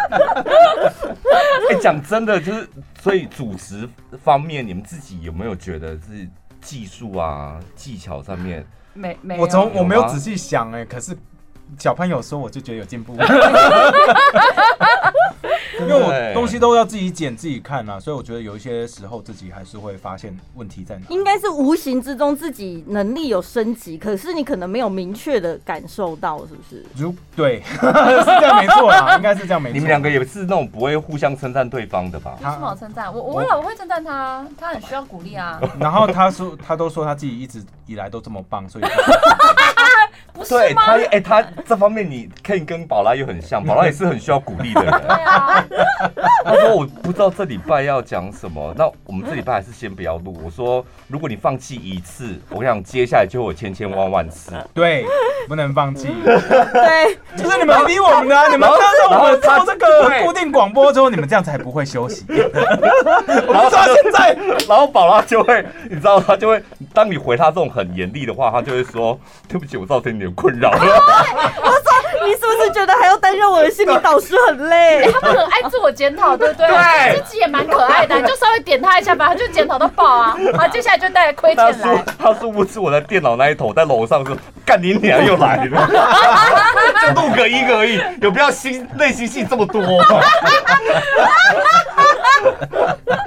Speaker 3: 哎，讲真的，就是所以主持方面，你们自己有没有觉得是技术啊、技巧上面？
Speaker 1: 没没有。
Speaker 2: 我
Speaker 4: 哦
Speaker 2: 从我没
Speaker 3: 有
Speaker 2: 有
Speaker 3: 吗
Speaker 2: 仔细想哎、可是小朋友说我就觉得有 进步，因为
Speaker 3: 欸
Speaker 2: 我东西都要自己剪自己看啊，所以我觉得有一些时候自己还是会发现问题在哪。
Speaker 4: 应该是无形之中自己能力有升级，可是你可能没有明确的感受到，是不是？
Speaker 2: 如对 是这样没错 啦，应该是这样没错。
Speaker 3: 你们两个也是那种不会互相称赞对方的吧？
Speaker 1: 有什么好称赞？我我我老婆会称赞他，他很需要鼓 励啊。
Speaker 2: 然后他说他都说他自己一直以来都这么棒，所以
Speaker 1: 不不是
Speaker 3: 对
Speaker 1: 吗？
Speaker 3: 他，哎，他这方面你 Ken 跟宝拉又很像，宝拉也是很需要鼓励的 人。
Speaker 1: 对啊，
Speaker 3: 他说我不知道这礼拜要讲什么，那我们这礼拜还是先不要录。我说如果你放弃一次，我想接下来就会有千千万万 次。
Speaker 2: 对，不能放弃。
Speaker 4: 对，
Speaker 2: 就是你们理我们的啊，你们
Speaker 3: 然后
Speaker 2: 知道我们
Speaker 3: 然
Speaker 2: 做
Speaker 3: 后
Speaker 2: 这个
Speaker 3: 对
Speaker 2: 固定广播之后，你们这样才不会休 息。我们说到现在，
Speaker 3: 然后宝拉就会，你知道，他就会，当你回他这种很严厉的话，他就会说：“对不起，我造成你的困扰了。
Speaker 4: 你是不是觉得还要担任我的心理导师很 累？
Speaker 1: 他们很爱自我检讨，对不对？
Speaker 3: 对
Speaker 1: 自己也蛮可爱的，你啊就稍微点他一下吧，他就检讨到爆 啊。好，接下来就带来”亏
Speaker 3: 他
Speaker 1: 欠
Speaker 3: 说
Speaker 1: 来。：“
Speaker 3: 他殊不知我在电脑那一头，在楼上说 干你娘又来了， 就录个一个而已，有必要心内心戏这么多吗？”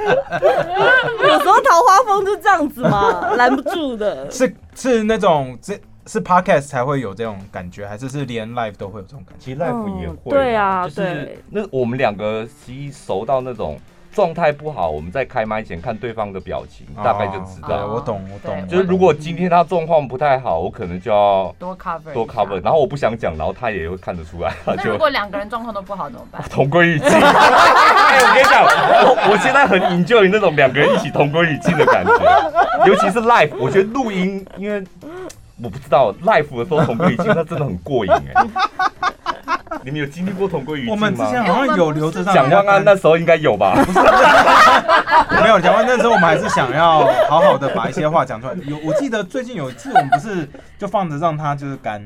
Speaker 4: 有时候桃花风就这样子嘛，拦不住的。
Speaker 2: 是是那种这是 podcast 才会有这种感觉，还是是连 live 都会有这种感觉？
Speaker 3: 其实 life 也会、
Speaker 4: 对啊
Speaker 3: 就是
Speaker 4: 对
Speaker 3: 那我们两个其实熟到那种状态不好，我们在开麦前看对方的表情，大概就知
Speaker 2: 对，
Speaker 3: 道。
Speaker 1: 哦
Speaker 2: 我懂，我懂。
Speaker 3: 就是如果今天他状况不太好，我可能就要
Speaker 1: 多 cover 一
Speaker 3: 多
Speaker 1: 下
Speaker 3: cover，然后我不想讲，然后他也会看得出来，他
Speaker 1: 那如
Speaker 3: 就
Speaker 1: 果两个人状况都不好怎么办？
Speaker 3: 同归于 尽。哎，我跟你讲，我我现在很 enjoy 那种两个人一起同归于尽的感觉，尤其是 live，我觉得录音，因为我不知道 live 的时候同归于尽，那真的很过瘾哎。你们有经历过同归于尽吗？
Speaker 2: 我们之前好像有留着让
Speaker 3: 蒋万安那时候应该有吧？
Speaker 2: 没有讲完，那时候我们还是想要好好的把一些话讲出来。有，我记得最近有一次，我们不是就放着让他就是干，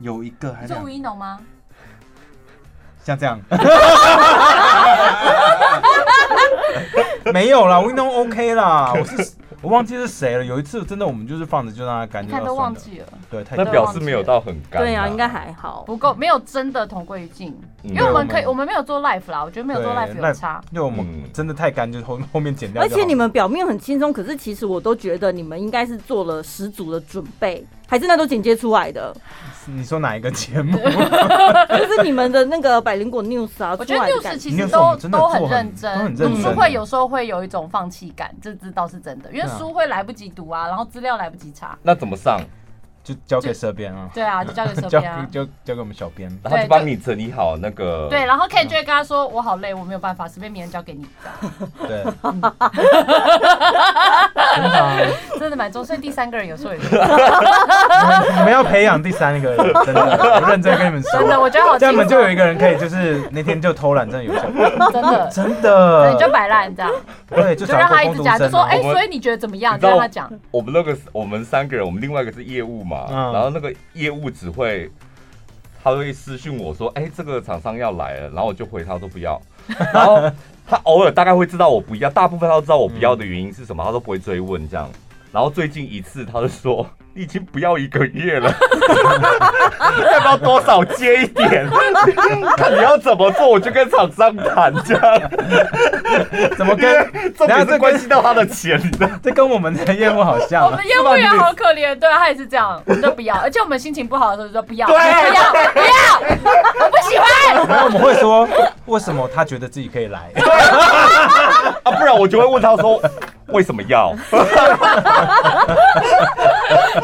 Speaker 2: 有一个还
Speaker 1: 你是
Speaker 2: 是两
Speaker 1: 吴
Speaker 2: 个
Speaker 1: 一农吗？
Speaker 2: 像这样，没有啦，Window OK 啦，我是我忘记是谁了。有一次真的我们就是放着就让他干，
Speaker 1: 你
Speaker 2: 就
Speaker 1: 看
Speaker 2: 让
Speaker 1: 都
Speaker 2: 他算
Speaker 1: 忘
Speaker 2: 了，
Speaker 1: 记了，
Speaker 2: 对，太
Speaker 3: 那
Speaker 2: 久了
Speaker 3: 表示没有到很干、
Speaker 4: 对啊，应该还好。
Speaker 1: 不够，没有真的同归于尽。
Speaker 3: 嗯
Speaker 1: 因为我们可以，
Speaker 2: 没有没有
Speaker 1: 我们没有做 live 啦，我觉得没有做
Speaker 2: 对
Speaker 1: live 有
Speaker 2: live
Speaker 1: 差。
Speaker 2: 因为我们
Speaker 3: 嗯
Speaker 2: 真的太干，就是后后面剪掉
Speaker 4: 而
Speaker 2: 就好了。
Speaker 4: 且你们表面很轻松，可是其实我都觉得你们应该是做了十足的准备，还是那都剪接出 来的，
Speaker 2: 你说哪一个节目？
Speaker 4: 就是你们的那个百灵果 news 啊，
Speaker 1: 我觉得
Speaker 4: 出来的感
Speaker 1: news
Speaker 4: 觉
Speaker 1: 其实
Speaker 2: News 我
Speaker 1: 都
Speaker 2: 们真的
Speaker 1: 都
Speaker 2: 做
Speaker 1: 很
Speaker 2: 很
Speaker 1: 认
Speaker 2: 都很
Speaker 1: 真，
Speaker 2: 认真
Speaker 1: 读书会有时候会有一种放弃感，这这倒是真的，因为
Speaker 2: 对啊
Speaker 1: 书会来不及读啊，然后资料来不及查。
Speaker 3: 那怎么上？
Speaker 2: 就交给社 编啊，
Speaker 1: 对啊，就交 给
Speaker 2: 交
Speaker 1: 身边啊。
Speaker 2: 就交给我们小编。
Speaker 3: 然后
Speaker 1: 对
Speaker 3: 就帮你整理好那个。
Speaker 1: 对，然后 Ken 就会跟他说：“我好累，我没有办法，随便明人交给你。
Speaker 2: 对， 真的啊，”
Speaker 1: 真的蛮重，所以第三个人有时候 也是
Speaker 2: 你们你们要培养第三个人，真的，我认真跟你们说。
Speaker 1: 真的，我觉得好
Speaker 2: 这
Speaker 1: 轻
Speaker 2: 样你们
Speaker 1: 松，
Speaker 2: 就有一个人可以，就是那天就偷懒，真的有 效，
Speaker 1: 真的。
Speaker 2: 真
Speaker 1: 对，
Speaker 2: 的。
Speaker 1: 你就摆烂这样，
Speaker 2: 对，呃就
Speaker 1: 就让
Speaker 2: 找
Speaker 1: 他
Speaker 2: 个
Speaker 1: 一
Speaker 2: 工
Speaker 1: 直
Speaker 2: 读
Speaker 1: 讲，就
Speaker 2: 生
Speaker 1: 说
Speaker 2: 啊。
Speaker 1: 哎，
Speaker 3: 我们
Speaker 1: 所以你觉得怎么样？
Speaker 3: 你
Speaker 1: 就
Speaker 3: 知道
Speaker 1: 让他讲。
Speaker 3: 我们那个我们三个人，我们另外一个是业务嘛，
Speaker 2: 嗯
Speaker 3: 然后那个业务只会。他会私讯我说：“哎、这个厂商要来了。”然后我就回他说：“不要。”然后他偶尔大概会知道我不要，大部分他都知道我不要的原因是什么，他都不会追问这样。然后最近一次，他就说：“你已经不要一个月了， 要不要多少接一点？看你要怎么做，我就跟厂商谈这样。
Speaker 2: 怎么跟
Speaker 3: 重
Speaker 2: 然后这
Speaker 3: 点
Speaker 2: 个
Speaker 3: 是关系到他的钱，你知道吗。
Speaker 2: 这跟我们的业务好像
Speaker 1: 我
Speaker 2: 啊
Speaker 1: 们？业务员好可怜，对他也是这样，我们都不要，而且我们心情不好的时候就说不要，不
Speaker 3: 对
Speaker 1: 要，不要，我不 喜欢。
Speaker 2: 然后我们会说，为什么他觉得自己可以来？
Speaker 3: 啊，不然我就会问他说为什么要？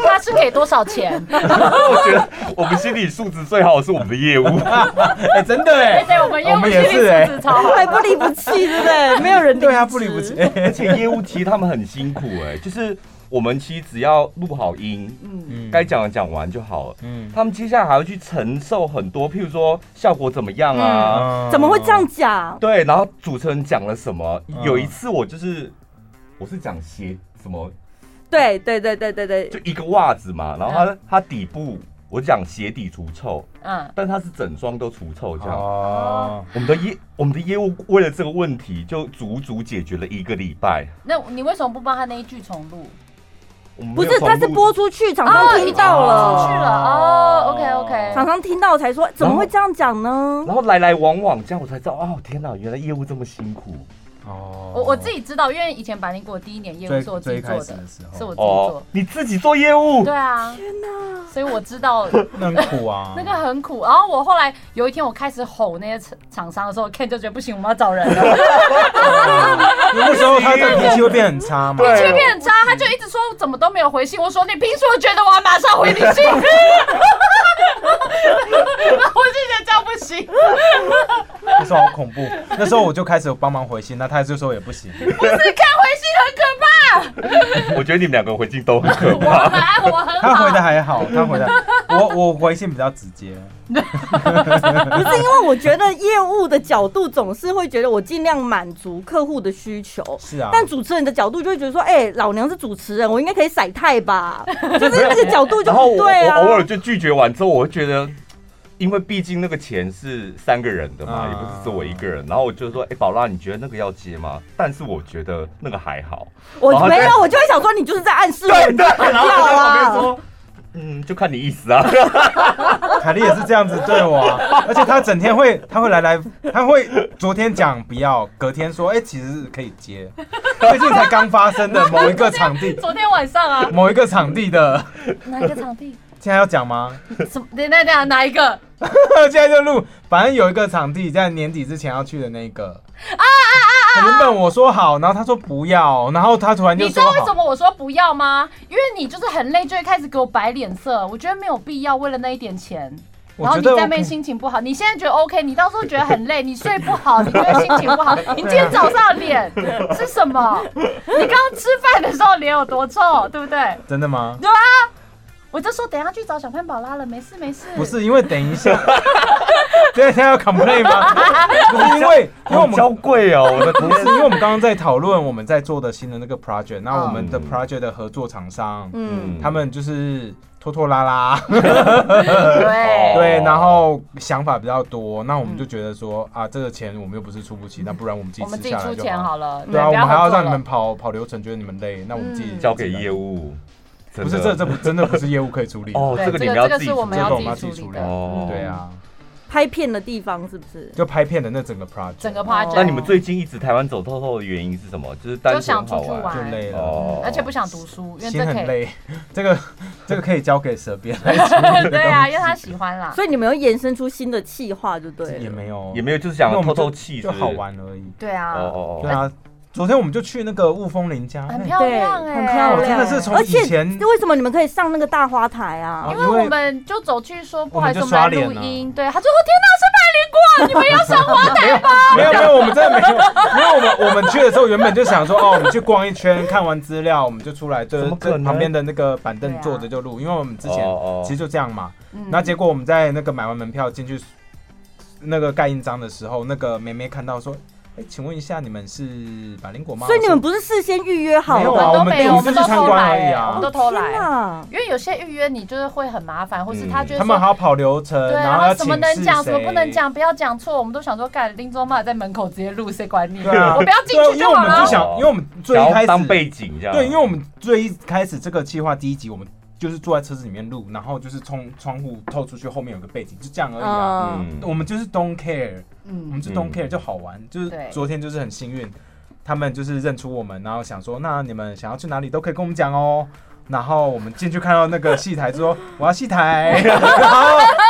Speaker 1: 他是给多少钱？
Speaker 3: 我觉得我们心理素质最好的是我们的业务，
Speaker 2: 哎，真的
Speaker 1: 对
Speaker 2: 哎，
Speaker 1: 对，我们业
Speaker 2: 我
Speaker 1: 务
Speaker 2: 们
Speaker 1: 心
Speaker 2: 也
Speaker 1: 理
Speaker 2: 是哎
Speaker 1: 素质超好，
Speaker 4: 还不离不弃，对不对？没有人
Speaker 2: 对啊，
Speaker 4: 知
Speaker 2: 不离不弃。。哎
Speaker 3: 而且业务其实他们很辛苦哎、就是我们其实只要录好音，
Speaker 2: 嗯
Speaker 3: 该讲的讲完就好了。
Speaker 2: 嗯
Speaker 3: 他们接下来还要去承受很多，譬如说效果怎么样啊？
Speaker 2: 嗯
Speaker 4: 怎么会这样？讲？
Speaker 3: 对，然后主持人讲了什么？
Speaker 2: 嗯
Speaker 3: 有一次我就是我是讲鞋什么，
Speaker 4: 对对对对对对
Speaker 3: 就，一个袜子嘛，然后
Speaker 2: 嗯
Speaker 3: 它它底部我讲鞋底除臭，
Speaker 1: 嗯，
Speaker 3: 但它是整双都除臭这样。
Speaker 2: 哦，
Speaker 3: 我们的业我们的业务为了这个问题，就足足解决了一个礼拜。
Speaker 1: 那你为什么不帮他那一句重 录？哦
Speaker 3: 我们
Speaker 4: 不
Speaker 3: 没有
Speaker 4: 是，
Speaker 3: 重录
Speaker 4: 他是播出去，厂
Speaker 2: 啊
Speaker 4: 商听到
Speaker 1: 去
Speaker 4: 了，
Speaker 1: 了哦，OK OK，
Speaker 4: 厂商听到才说怎么会这样讲呢？
Speaker 3: 然后来来往往，这样我才知道哦，天哪，原来业务这么辛苦。
Speaker 2: 哦
Speaker 1: 我我自己知道，因为以前百灵果第一年业务
Speaker 2: 最
Speaker 1: 是我自己
Speaker 2: 最开
Speaker 1: 做
Speaker 2: 始
Speaker 1: 的
Speaker 2: 的时，候
Speaker 1: 是我自己做
Speaker 3: 哦，。你自己做业务
Speaker 1: 对，啊，
Speaker 4: 天哪！
Speaker 1: 所以我知道。
Speaker 2: 那很苦 啊
Speaker 1: 那个很苦。然后我后来有一天我开始吼那些厂厂商的时候，Ken 就觉得不行，我们要找人了。
Speaker 2: 那时候他的脾气会变很差嘛。
Speaker 3: 对
Speaker 1: 这边很差，他就一直说怎么都没有回信。我说你凭什么觉得我要马上回你信？ 然后我就觉得这样不行，
Speaker 2: 那时候好恐怖。那时候我就开始帮忙回信，那他就说也不行。
Speaker 1: 不是看回信很可
Speaker 3: 我觉得你们两个回信都很 可
Speaker 1: 怕。我
Speaker 3: 怕。
Speaker 1: 很爱我很
Speaker 2: 他
Speaker 1: 好啊
Speaker 2: 回，的还好，他回的我我回信比较直接。
Speaker 4: 不是因为我觉得业务的角度总是会觉得我尽量满足客户的需求，
Speaker 2: 是啊，
Speaker 4: 但主持人的角度就会觉得说，哎、老娘是主持人，我应该可以甩太吧，就是那个角度 就
Speaker 3: 然后
Speaker 4: 不
Speaker 3: 我
Speaker 4: 对
Speaker 3: 我
Speaker 4: 啊。
Speaker 3: 偶尔就拒绝完之后，我会觉得，因为毕竟那个钱是三个人的嘛，
Speaker 2: 啊
Speaker 3: 也不是只有我一个人。然后我就说，哎，宝拉，你觉得那个要接吗？但是我觉得那个还好。
Speaker 4: 我
Speaker 3: 然后
Speaker 4: 没
Speaker 3: 就
Speaker 4: 有，我就会想说，你就是在暗示我，
Speaker 3: 对
Speaker 4: 你
Speaker 3: 对，然后他在旁边
Speaker 4: 要
Speaker 3: 说，嗯，就看你意思啊。
Speaker 2: 凯莉也是这样子对我、啊，而且他整天会，他会来来，他会昨天讲不要，隔天说，哎、其实可以 接。最近才刚发生的某一个场地，
Speaker 1: 昨天晚上啊，
Speaker 2: 某一个场地的，
Speaker 1: 哪一个场地？
Speaker 2: 现在要讲吗？
Speaker 1: 什么？等一下等一下，哪一个？
Speaker 2: 现在就录，反正有一个场地在年底之前要去的那个。啊啊啊！原本我说好，然后他说不要，然后他突然就
Speaker 1: 你知
Speaker 2: 说
Speaker 1: 道为什
Speaker 2: 好。
Speaker 1: 么我说不要吗？因为你就是很累，就会开始给我摆脸色。我觉得没有必要为了那一点钱。
Speaker 2: 我
Speaker 1: 然后
Speaker 2: 觉
Speaker 1: 你
Speaker 2: 得
Speaker 1: 在那
Speaker 2: 我
Speaker 1: 边心情不好，你现在觉得 OK，你到时候觉得很累，你睡不好，你觉得心情不 好，
Speaker 2: 啊
Speaker 1: 你今天早上的脸是什么？你刚刚吃饭的时候脸有多臭，对不对？
Speaker 2: 真的吗？
Speaker 1: 我就说等一下去找小潘宝拉了，没事没事。
Speaker 2: 不，是因为等 一下，对，现在要 complain 吗？不是因为，因为我
Speaker 3: 好
Speaker 2: 们
Speaker 3: 娇贵哦，我的
Speaker 2: 不是， 因为我们刚刚在讨论我们在做的新的那个 project，那我们的
Speaker 3: 嗯
Speaker 2: project 的合作厂商，
Speaker 4: 嗯，
Speaker 2: 他们就是拖拖拉拉，
Speaker 1: 嗯对
Speaker 2: 啊
Speaker 3: 哦
Speaker 2: 对，然后想法比较多，那我们就觉得说啊，这个钱我们又不是出不起，那不然我们自己
Speaker 1: 嗯我们
Speaker 2: 吃
Speaker 1: 自己
Speaker 2: 下来
Speaker 1: 出
Speaker 2: 就
Speaker 1: 钱
Speaker 2: 好。
Speaker 1: 好了，
Speaker 2: 对啊，
Speaker 1: 嗯不
Speaker 2: 我们还要
Speaker 1: 合作
Speaker 2: 让你们
Speaker 1: 了
Speaker 2: 跑跑流程，觉得你们累，那我们自己
Speaker 1: 嗯
Speaker 3: 交给业
Speaker 2: 务，
Speaker 3: 务，真
Speaker 2: 不
Speaker 3: 的
Speaker 2: 是这这 不真的不是业务可以处理的。
Speaker 3: 哦，
Speaker 1: 对
Speaker 3: 这个你们要自己
Speaker 1: 这个是我们
Speaker 2: 这个我
Speaker 1: 要
Speaker 2: 们要
Speaker 1: 自
Speaker 2: 自
Speaker 1: 己
Speaker 2: 己
Speaker 1: 处
Speaker 2: 处
Speaker 1: 理
Speaker 2: 理
Speaker 1: 的。
Speaker 3: 哦，
Speaker 2: 对，啊，
Speaker 4: 拍片的地方是不是？
Speaker 2: 就拍片的那整个 project，
Speaker 1: 整个
Speaker 2: 就
Speaker 1: project，
Speaker 4: 哦
Speaker 3: 那你们最近一直台湾走透透的原因是什么？就是单
Speaker 1: 就想
Speaker 3: 纯
Speaker 1: 出
Speaker 3: 好
Speaker 1: 去
Speaker 3: 玩
Speaker 1: 玩
Speaker 2: 累了，
Speaker 3: 哦
Speaker 1: 而且不想读书，因为
Speaker 2: 心
Speaker 1: 这可
Speaker 2: 很
Speaker 1: 以。
Speaker 2: 累。 这个这个可以交给蛇编来
Speaker 1: 对啊，因为他喜欢 啦。
Speaker 4: 所以你们有延伸出新的企划，就对了。
Speaker 2: 也没有
Speaker 3: 也没有，就是想
Speaker 2: 因为我们
Speaker 3: 透透
Speaker 2: 就
Speaker 3: 气，
Speaker 2: 就好。玩而已。
Speaker 1: 对
Speaker 3: 哦
Speaker 1: 啊，
Speaker 3: 哦
Speaker 2: 对
Speaker 3: 哦，
Speaker 2: 啊，昨天我们就去那个雾峰林家，
Speaker 1: 很
Speaker 2: 那
Speaker 1: 漂亮哎，
Speaker 4: 很漂亮
Speaker 2: 哦我真的是从
Speaker 4: 而
Speaker 2: 以
Speaker 4: 且
Speaker 2: 前
Speaker 4: 为什么你们可以上那个大花台啊
Speaker 2: 啊？
Speaker 1: 因为我们就走去说不好意思，
Speaker 2: 我
Speaker 1: 我们
Speaker 2: 们就
Speaker 1: 来
Speaker 2: 刷脸
Speaker 1: 录
Speaker 2: 啊
Speaker 1: 音。对，他说 我天哪，是百灵果，你们要上花台吗？
Speaker 2: 没有没有，我们真的没有， 因为我们我们去的时候原本就想说，哦，我们去逛一圈，看完资料，我们就出来，就
Speaker 3: 怎
Speaker 2: 是
Speaker 3: 么可能
Speaker 2: 旁边的那个板凳
Speaker 1: 对啊
Speaker 2: 坐着就录，因为我们之前
Speaker 3: 哦哦
Speaker 2: 其实就这样嘛。
Speaker 1: 嗯
Speaker 2: 那结果我们在那个买完门票进去那个盖印章的时候，那个梅梅看到说，哎，请问一下，你们是百灵果吗？
Speaker 4: 所以你们
Speaker 2: 我说
Speaker 4: 不是事先预约好
Speaker 2: 没有
Speaker 4: 的
Speaker 2: 啊
Speaker 4: 吗？
Speaker 1: 我们都没有，
Speaker 2: 我
Speaker 1: 我
Speaker 2: 们
Speaker 1: 们
Speaker 2: 就
Speaker 1: 都
Speaker 2: 去参
Speaker 1: 偷
Speaker 2: 观
Speaker 1: 来
Speaker 2: 而已
Speaker 1: 欸，
Speaker 2: 啊
Speaker 1: 我们都偷
Speaker 4: 天
Speaker 1: 来。
Speaker 4: 哪！
Speaker 1: 因为有些预约你就是会很麻烦，或是
Speaker 3: 嗯
Speaker 1: 他觉得
Speaker 2: 他们
Speaker 1: 说
Speaker 2: 还要跑流程，
Speaker 1: 对，
Speaker 2: 然后
Speaker 1: 然后
Speaker 2: 要
Speaker 1: 什么
Speaker 2: 请
Speaker 1: 能
Speaker 2: 示
Speaker 1: 讲，什么
Speaker 2: 谁
Speaker 1: 不能。讲，不要讲错，我们都想说，干林州骂在门口直接录，谁管你？
Speaker 2: 对啊，
Speaker 1: 我不要进
Speaker 2: 对啊
Speaker 1: 去
Speaker 2: 因为
Speaker 1: 就
Speaker 2: 我
Speaker 1: 好
Speaker 2: 们就
Speaker 1: 了。
Speaker 2: 想，因为我们啊最一
Speaker 3: 然
Speaker 2: 开始
Speaker 3: 后当背景啊这样。
Speaker 2: 对，因为我们最一开始这个计划第一集，我们就是坐在车子里面录，然后就是从窗户透出去，后面有个背景，就这样
Speaker 3: 哎
Speaker 2: 而已
Speaker 1: 哦
Speaker 2: 啊。
Speaker 4: 嗯，
Speaker 2: 我们就是 don't care，我
Speaker 1: 嗯
Speaker 2: 们就 don't
Speaker 3: 嗯
Speaker 2: care 就好玩。就是
Speaker 1: 对
Speaker 2: 昨天就是很幸运，他们就是认出我们，然后想说，那你们想要去哪里都可以跟我们讲哦。然后我们进去看到那个戏台，就 说我要戏台，然后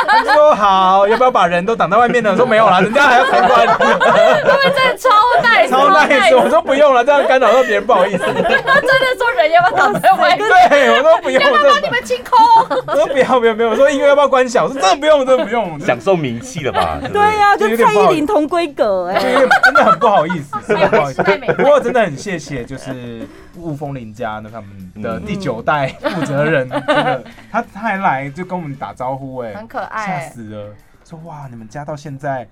Speaker 2: 他们说好，要不要把人都挡在外面呢？我说没有啦，人家还要参 观，
Speaker 1: 他们真的超 nice，
Speaker 2: 超 nice。我
Speaker 1: nice
Speaker 2: 说不用了，这样干扰到别人，不好意思。
Speaker 1: 他真的说人要不要挡在外 面，
Speaker 2: 对，我说不用，
Speaker 1: 要不
Speaker 2: 我
Speaker 1: 要
Speaker 2: 真
Speaker 1: 把
Speaker 2: 的
Speaker 1: 你们清空？
Speaker 2: 我说不要不要不要，我说音乐要不要关小？我说真的不用，真的不用，
Speaker 3: 享受名气了吧？对不
Speaker 4: 对
Speaker 3: 对
Speaker 1: 啊
Speaker 4: 呀，
Speaker 2: 这有
Speaker 4: 跟
Speaker 2: 点
Speaker 4: 蔡
Speaker 2: 不好
Speaker 4: 依林同规格 哎。
Speaker 2: 就因为真的很不好意思，真的不 好意思
Speaker 1: 太美。太美
Speaker 2: 不过真的很谢谢，就是雾峰林家那他们的
Speaker 3: 嗯
Speaker 2: 第九代负责人，真的他他还来就跟我们打招呼，哎
Speaker 1: 嗯很，可
Speaker 2: 吓
Speaker 1: 爱，
Speaker 2: 死了，说哇你们家到现在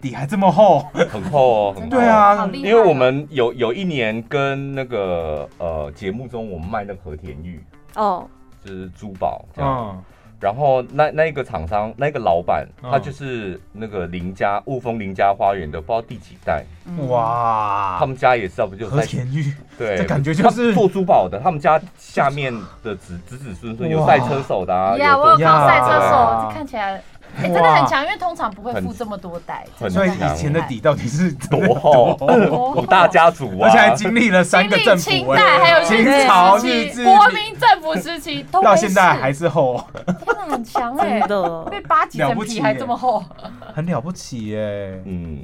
Speaker 2: 底还这么厚，
Speaker 3: 很厚哦，很厚。
Speaker 2: 对啊
Speaker 1: 好厉害
Speaker 3: 因为我们有有一年跟那个呃节目中我们卖那个和田玉，
Speaker 4: 哦，
Speaker 3: 就是珠宝这样。
Speaker 2: 嗯，
Speaker 3: 然后那那一个厂商那个老板，
Speaker 2: 嗯
Speaker 3: 他就是那个林家雾峰林家花园的，不知道第几代，
Speaker 1: 嗯，
Speaker 2: 哇
Speaker 3: 他，们家也是啊，不就
Speaker 2: 和
Speaker 3: 在
Speaker 2: 田玉，
Speaker 3: 对，
Speaker 2: 这感觉就是
Speaker 3: 他做珠宝的，他们家下面的子子子孙孙有
Speaker 2: 哇
Speaker 3: 赛车手的啊，
Speaker 1: 呀，
Speaker 3: 有
Speaker 1: 我有
Speaker 3: 做
Speaker 1: 看
Speaker 2: 啊
Speaker 1: 到赛车
Speaker 2: 呀
Speaker 1: 手，这看起来哎真的很强，因为通常不会
Speaker 3: 很
Speaker 1: 付这么多代，
Speaker 3: 很
Speaker 2: 所以
Speaker 3: 强啊
Speaker 2: 以前的底到底 是
Speaker 3: 多厚？
Speaker 1: 哦
Speaker 3: 五大家族啊，
Speaker 2: 而且还经历了三个政
Speaker 1: 清
Speaker 2: 府、哎欸
Speaker 1: 代还有日
Speaker 2: 清
Speaker 1: 治
Speaker 2: 朝、
Speaker 1: 时
Speaker 2: 日
Speaker 1: 期、
Speaker 2: 治，
Speaker 1: 国民政府时期，都没
Speaker 2: 到现在
Speaker 1: 事
Speaker 2: 还是厚，
Speaker 1: 真的很强哎
Speaker 5: 真，的
Speaker 1: 被扒几
Speaker 2: 了
Speaker 1: 层
Speaker 2: 不起
Speaker 1: 皮
Speaker 2: 耶
Speaker 1: 还这么厚。
Speaker 2: 很了不起欸耶。
Speaker 3: 嗯，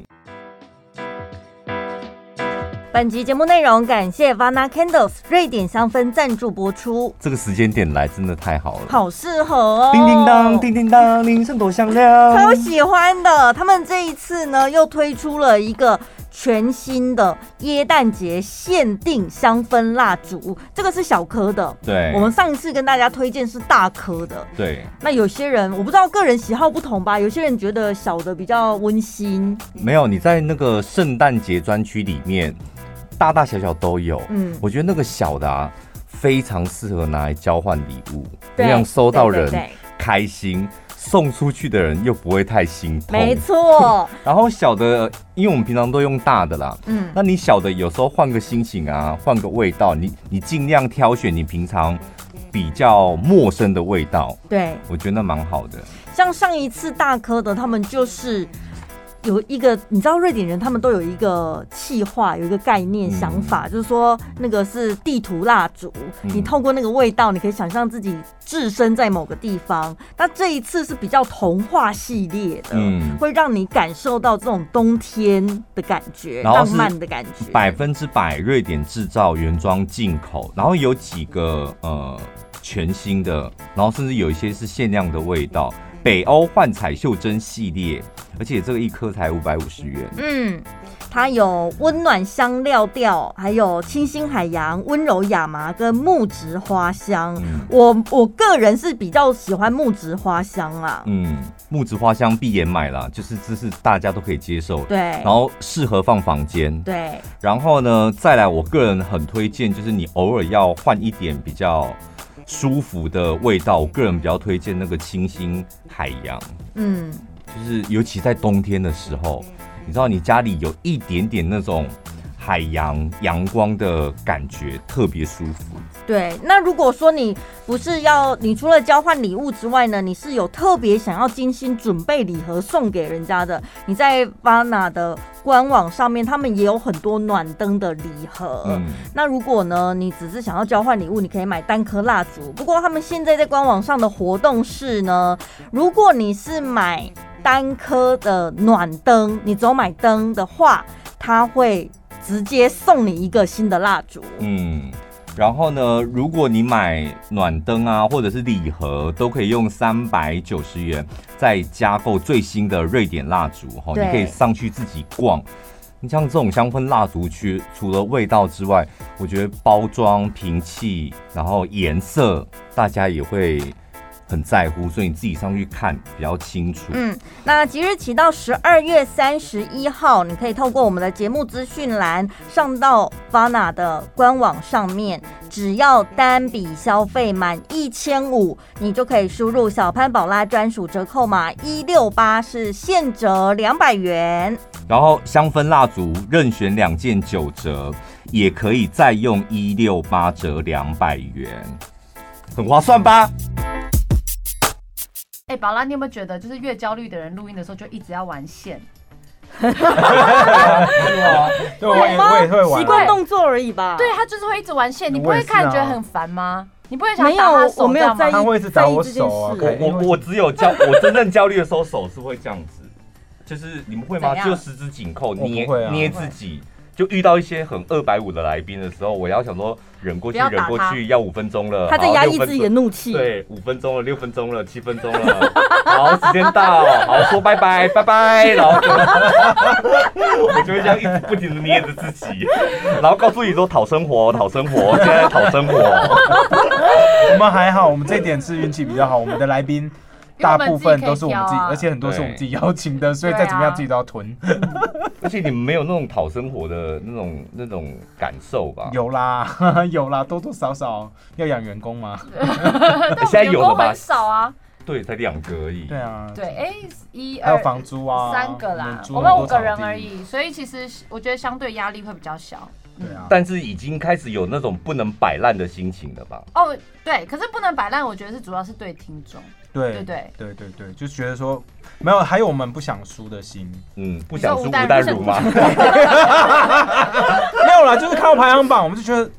Speaker 4: 本集节目内容感谢 Vana Candles 瑞典香氛赞助播出，
Speaker 3: 这个时间点来真的太好了。
Speaker 4: 好适合哦。
Speaker 3: 叮叮当，叮叮当，铃声多响亮。
Speaker 4: 超喜欢的。他们这一次呢，又推出了一个全新的耶诞节限定香氛蜡烛，这个是小颗的。
Speaker 3: 对，
Speaker 4: 我们上一次跟大家推荐是大颗的，
Speaker 3: 对，
Speaker 4: 那有些人我不知道个人喜好不同吧，有些人觉得小的比较温馨，
Speaker 3: 没有你在那个圣诞节专区里面，大大小小都有。
Speaker 4: 嗯
Speaker 3: 我觉得那个小的啊，非常适合拿来交换礼物，
Speaker 4: 对
Speaker 3: 让收到人
Speaker 4: 对对对
Speaker 3: 开心，送出去的人又不会太心痛。
Speaker 4: 没错，
Speaker 3: 然后小的，因为我们平常都用大的啦，
Speaker 4: 嗯，
Speaker 3: 那你小的有时候换个心情啊，换个味道，你你尽量挑选你平常比较陌生的味道，
Speaker 4: 对。
Speaker 3: 我觉得那蛮好的。
Speaker 4: 像上一次大科的，他们就是有一个，你知道瑞典人他们都有一个气化，有一个概念
Speaker 3: 嗯
Speaker 4: 想法，就是说那个是地图蜡烛，
Speaker 3: 嗯
Speaker 4: 你透过那个味道，你可以想象自己置身在某个地方。那这一次是比较童话系列的，
Speaker 3: 嗯
Speaker 4: 会让你感受到这种冬天的感觉，
Speaker 3: 然后
Speaker 4: 浪
Speaker 3: 是
Speaker 4: 漫的感觉。
Speaker 3: 百分之百瑞典制造，原装进口，然后有几个呃全新的，然后甚至有一些是限量的味道。北欧幻彩袖珍系列，而且这个一颗才五百五十元。
Speaker 4: 嗯，它有温暖香料调，还有清新海洋、温柔亚麻跟木质花香。
Speaker 3: 嗯
Speaker 4: 我我个人是比较喜欢木质花香啦，
Speaker 3: 嗯，木质花香闭眼买啦，就是这是大家都可以接受的，
Speaker 4: 对，
Speaker 3: 然后适合放房间。
Speaker 4: 对，
Speaker 3: 然后呢，再来，我个人很推荐，就是你偶尔要换一点比较舒服的味道。我个人比较推荐那个清新海洋，
Speaker 4: 嗯，
Speaker 3: 就是尤其在冬天的时候，你知道你家里有一点点那种海洋阳光的感觉，特别舒服。
Speaker 4: 对。那如果说你不是要，你除了交换礼物之外呢，你是有特别想要精心准备礼盒送给人家的，你在 Vana 的官网上面，他们也有很多暖灯的礼盒。
Speaker 3: 嗯，
Speaker 4: 那如果呢，你只是想要交换礼物，你可以买单颗蜡烛。不过他们现在在官网上的活动是呢，如果你是买单颗的暖灯，你只有买灯的话，它会直接送你一个新的蜡烛。
Speaker 3: 嗯，然后呢，如果你买暖灯啊，或者是礼盒，都可以用三百九十元再加购最新的瑞典蜡烛哈、哦，
Speaker 4: 对
Speaker 3: 你可以上去自己逛。你像这种香氛蜡烛区，除了味道之外，我觉得包装、瓶器，然后颜色，大家也会很在乎，所以你自己上去看比较清楚。
Speaker 4: 嗯，那即日起到十二月三十一号，你可以透过我们的节目资讯栏上到 Vana 的官网上面，只要单笔消费满一千五，你就可以输入小潘宝拉专属折扣码一六八，是现折两百元。
Speaker 3: 然后香氛蜡烛任选两件九折，也可以再用一六八折两百元，很划算吧？
Speaker 1: 哎，宝拉，你有没有觉得，就是越焦虑的人，录音的时候就一直要玩线？啊
Speaker 2: 对，我也哎我也会玩啊
Speaker 5: 习惯动作而已吧。
Speaker 1: 对，他啊就是会一直玩线，你不
Speaker 2: 我
Speaker 1: 会
Speaker 2: 也是啊
Speaker 1: 看觉得很烦吗？你不会想
Speaker 5: 没有
Speaker 1: 打他手
Speaker 5: 我没有
Speaker 1: 这样吗
Speaker 5: 在意
Speaker 2: 他会一直打我手啊！
Speaker 5: 在
Speaker 3: 我
Speaker 5: 意
Speaker 3: 我我只有焦， 我真正焦虑的时候手是会这样子，就是你们会吗？
Speaker 1: 怎样
Speaker 3: 就十指紧扣
Speaker 2: 不
Speaker 3: 捏、
Speaker 2: 会啊
Speaker 3: 捏自己。就遇到一些很二百五的来宾的时候，我要想说忍过去，
Speaker 1: 不要打
Speaker 3: 忍过
Speaker 1: 他
Speaker 3: 去，要五分钟了。
Speaker 5: 他在
Speaker 3: 好
Speaker 5: 压抑
Speaker 3: 六分
Speaker 5: 自己的
Speaker 3: 钟
Speaker 5: 怒气。
Speaker 3: 对，五分钟了，六分钟了，七分钟了， 好，时间到，好，说拜拜，拜拜，然后就我就会这样一直不停的捏着自己，然后告诉你说讨生活，讨生活， 现在讨生活，
Speaker 2: 我们还好，我们这一点是运气比较好，我们的来宾。大部分都是我们自己，
Speaker 1: 因为我们自己可以挑啊
Speaker 2: 而且很多是我们自己邀请的，所以
Speaker 1: 对啊
Speaker 2: 再怎么样自己都要囤。
Speaker 3: 而且你们没有那种讨生活的那种那种感受吧？
Speaker 2: 有啦，有啦，多多少少要养员工嘛。
Speaker 1: 但
Speaker 3: 现在有
Speaker 1: 员工
Speaker 3: 了吧
Speaker 1: 很少啊。
Speaker 3: 对，才两个而已。
Speaker 2: 对啊，
Speaker 1: 对，哎，一
Speaker 2: 还有
Speaker 1: 二
Speaker 2: 房租啊，
Speaker 1: 三个啦
Speaker 2: 租
Speaker 1: 我们
Speaker 2: 了
Speaker 1: 五
Speaker 2: 多少
Speaker 1: 个人
Speaker 2: 地
Speaker 1: 而已，所以其实我觉得相对压力会比较小。
Speaker 2: 对啊，
Speaker 3: 但是已经开始有那种不能摆烂的心情了吧？
Speaker 1: 哦，对，可是不能摆烂，我觉得是主要是对听众，对
Speaker 2: 对
Speaker 1: 对
Speaker 2: 对对对，就觉得说没有，还有我们不想输的心，
Speaker 3: 嗯，不想输
Speaker 1: 你说吴
Speaker 3: 吴淡
Speaker 1: 淡
Speaker 3: 如
Speaker 1: 如
Speaker 3: 吗？
Speaker 2: 没有啦，就是看到排行榜，我们就觉得。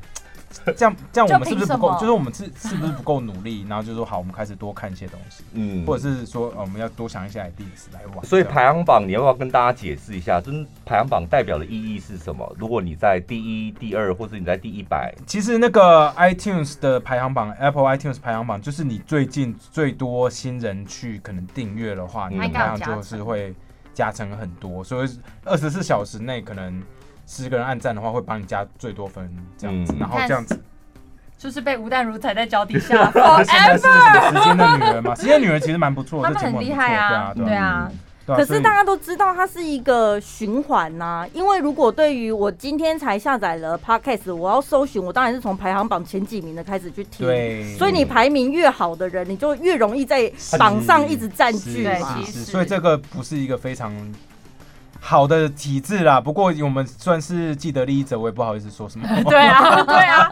Speaker 2: 这样这样我们是不
Speaker 1: 就凭
Speaker 2: 是不
Speaker 1: 什
Speaker 2: 够？
Speaker 1: 么
Speaker 2: 就是我们是是不是不够努力？然后就说好，我们开始多看一些东西，
Speaker 3: 嗯，
Speaker 2: 或者是说、呃我们要多想一些 ideas 来玩。
Speaker 3: 所以
Speaker 2: 这样
Speaker 3: 排行榜你要不要跟大家解释一下？就是排行榜代表的意义是什么？如果你在第一、第二，或者你在第一百，
Speaker 2: 其实那个 iTunes 的排行榜，Apple iTunes 排行榜，就是你最近最多新人去可能订阅的话，
Speaker 3: 嗯
Speaker 2: 你的
Speaker 3: 它应该
Speaker 2: 排
Speaker 1: 有
Speaker 2: 行
Speaker 1: 加成
Speaker 2: 就是会加成很多，所以二十四小时内可能十个人按赞的话，会帮你加最多分这样子，
Speaker 3: 嗯
Speaker 2: 然后这样子。
Speaker 1: 就是被吴淡如踩在脚底 下哦
Speaker 2: 现在是
Speaker 1: ，forever。
Speaker 2: 什么时间的女儿嘛，时间女儿其实蛮不错，
Speaker 1: 他
Speaker 2: 这
Speaker 1: 们
Speaker 2: 节目
Speaker 1: 很厉
Speaker 2: 不错
Speaker 1: 害啊
Speaker 2: 对啊，
Speaker 1: 对
Speaker 2: 对啊，
Speaker 1: 啊
Speaker 2: 对啊
Speaker 4: 可
Speaker 2: 所
Speaker 4: 是
Speaker 2: 以
Speaker 4: 大家都知道，它是一个循环呐、因为如果对于我今天才下载了 podcast，我要搜寻，我当然是从排行榜前几名的开始去听。
Speaker 2: 对，
Speaker 4: 所以你排名越好的人，你就越容易在榜上一直占据
Speaker 1: 是
Speaker 4: 嘛
Speaker 1: 其。
Speaker 2: 是
Speaker 1: 实
Speaker 2: 所以这个不是一个非常好的体制啦。不过我们算是既得利益者，我也不好意思说什么。
Speaker 1: 对
Speaker 2: 嗯
Speaker 1: 啊， 对啊，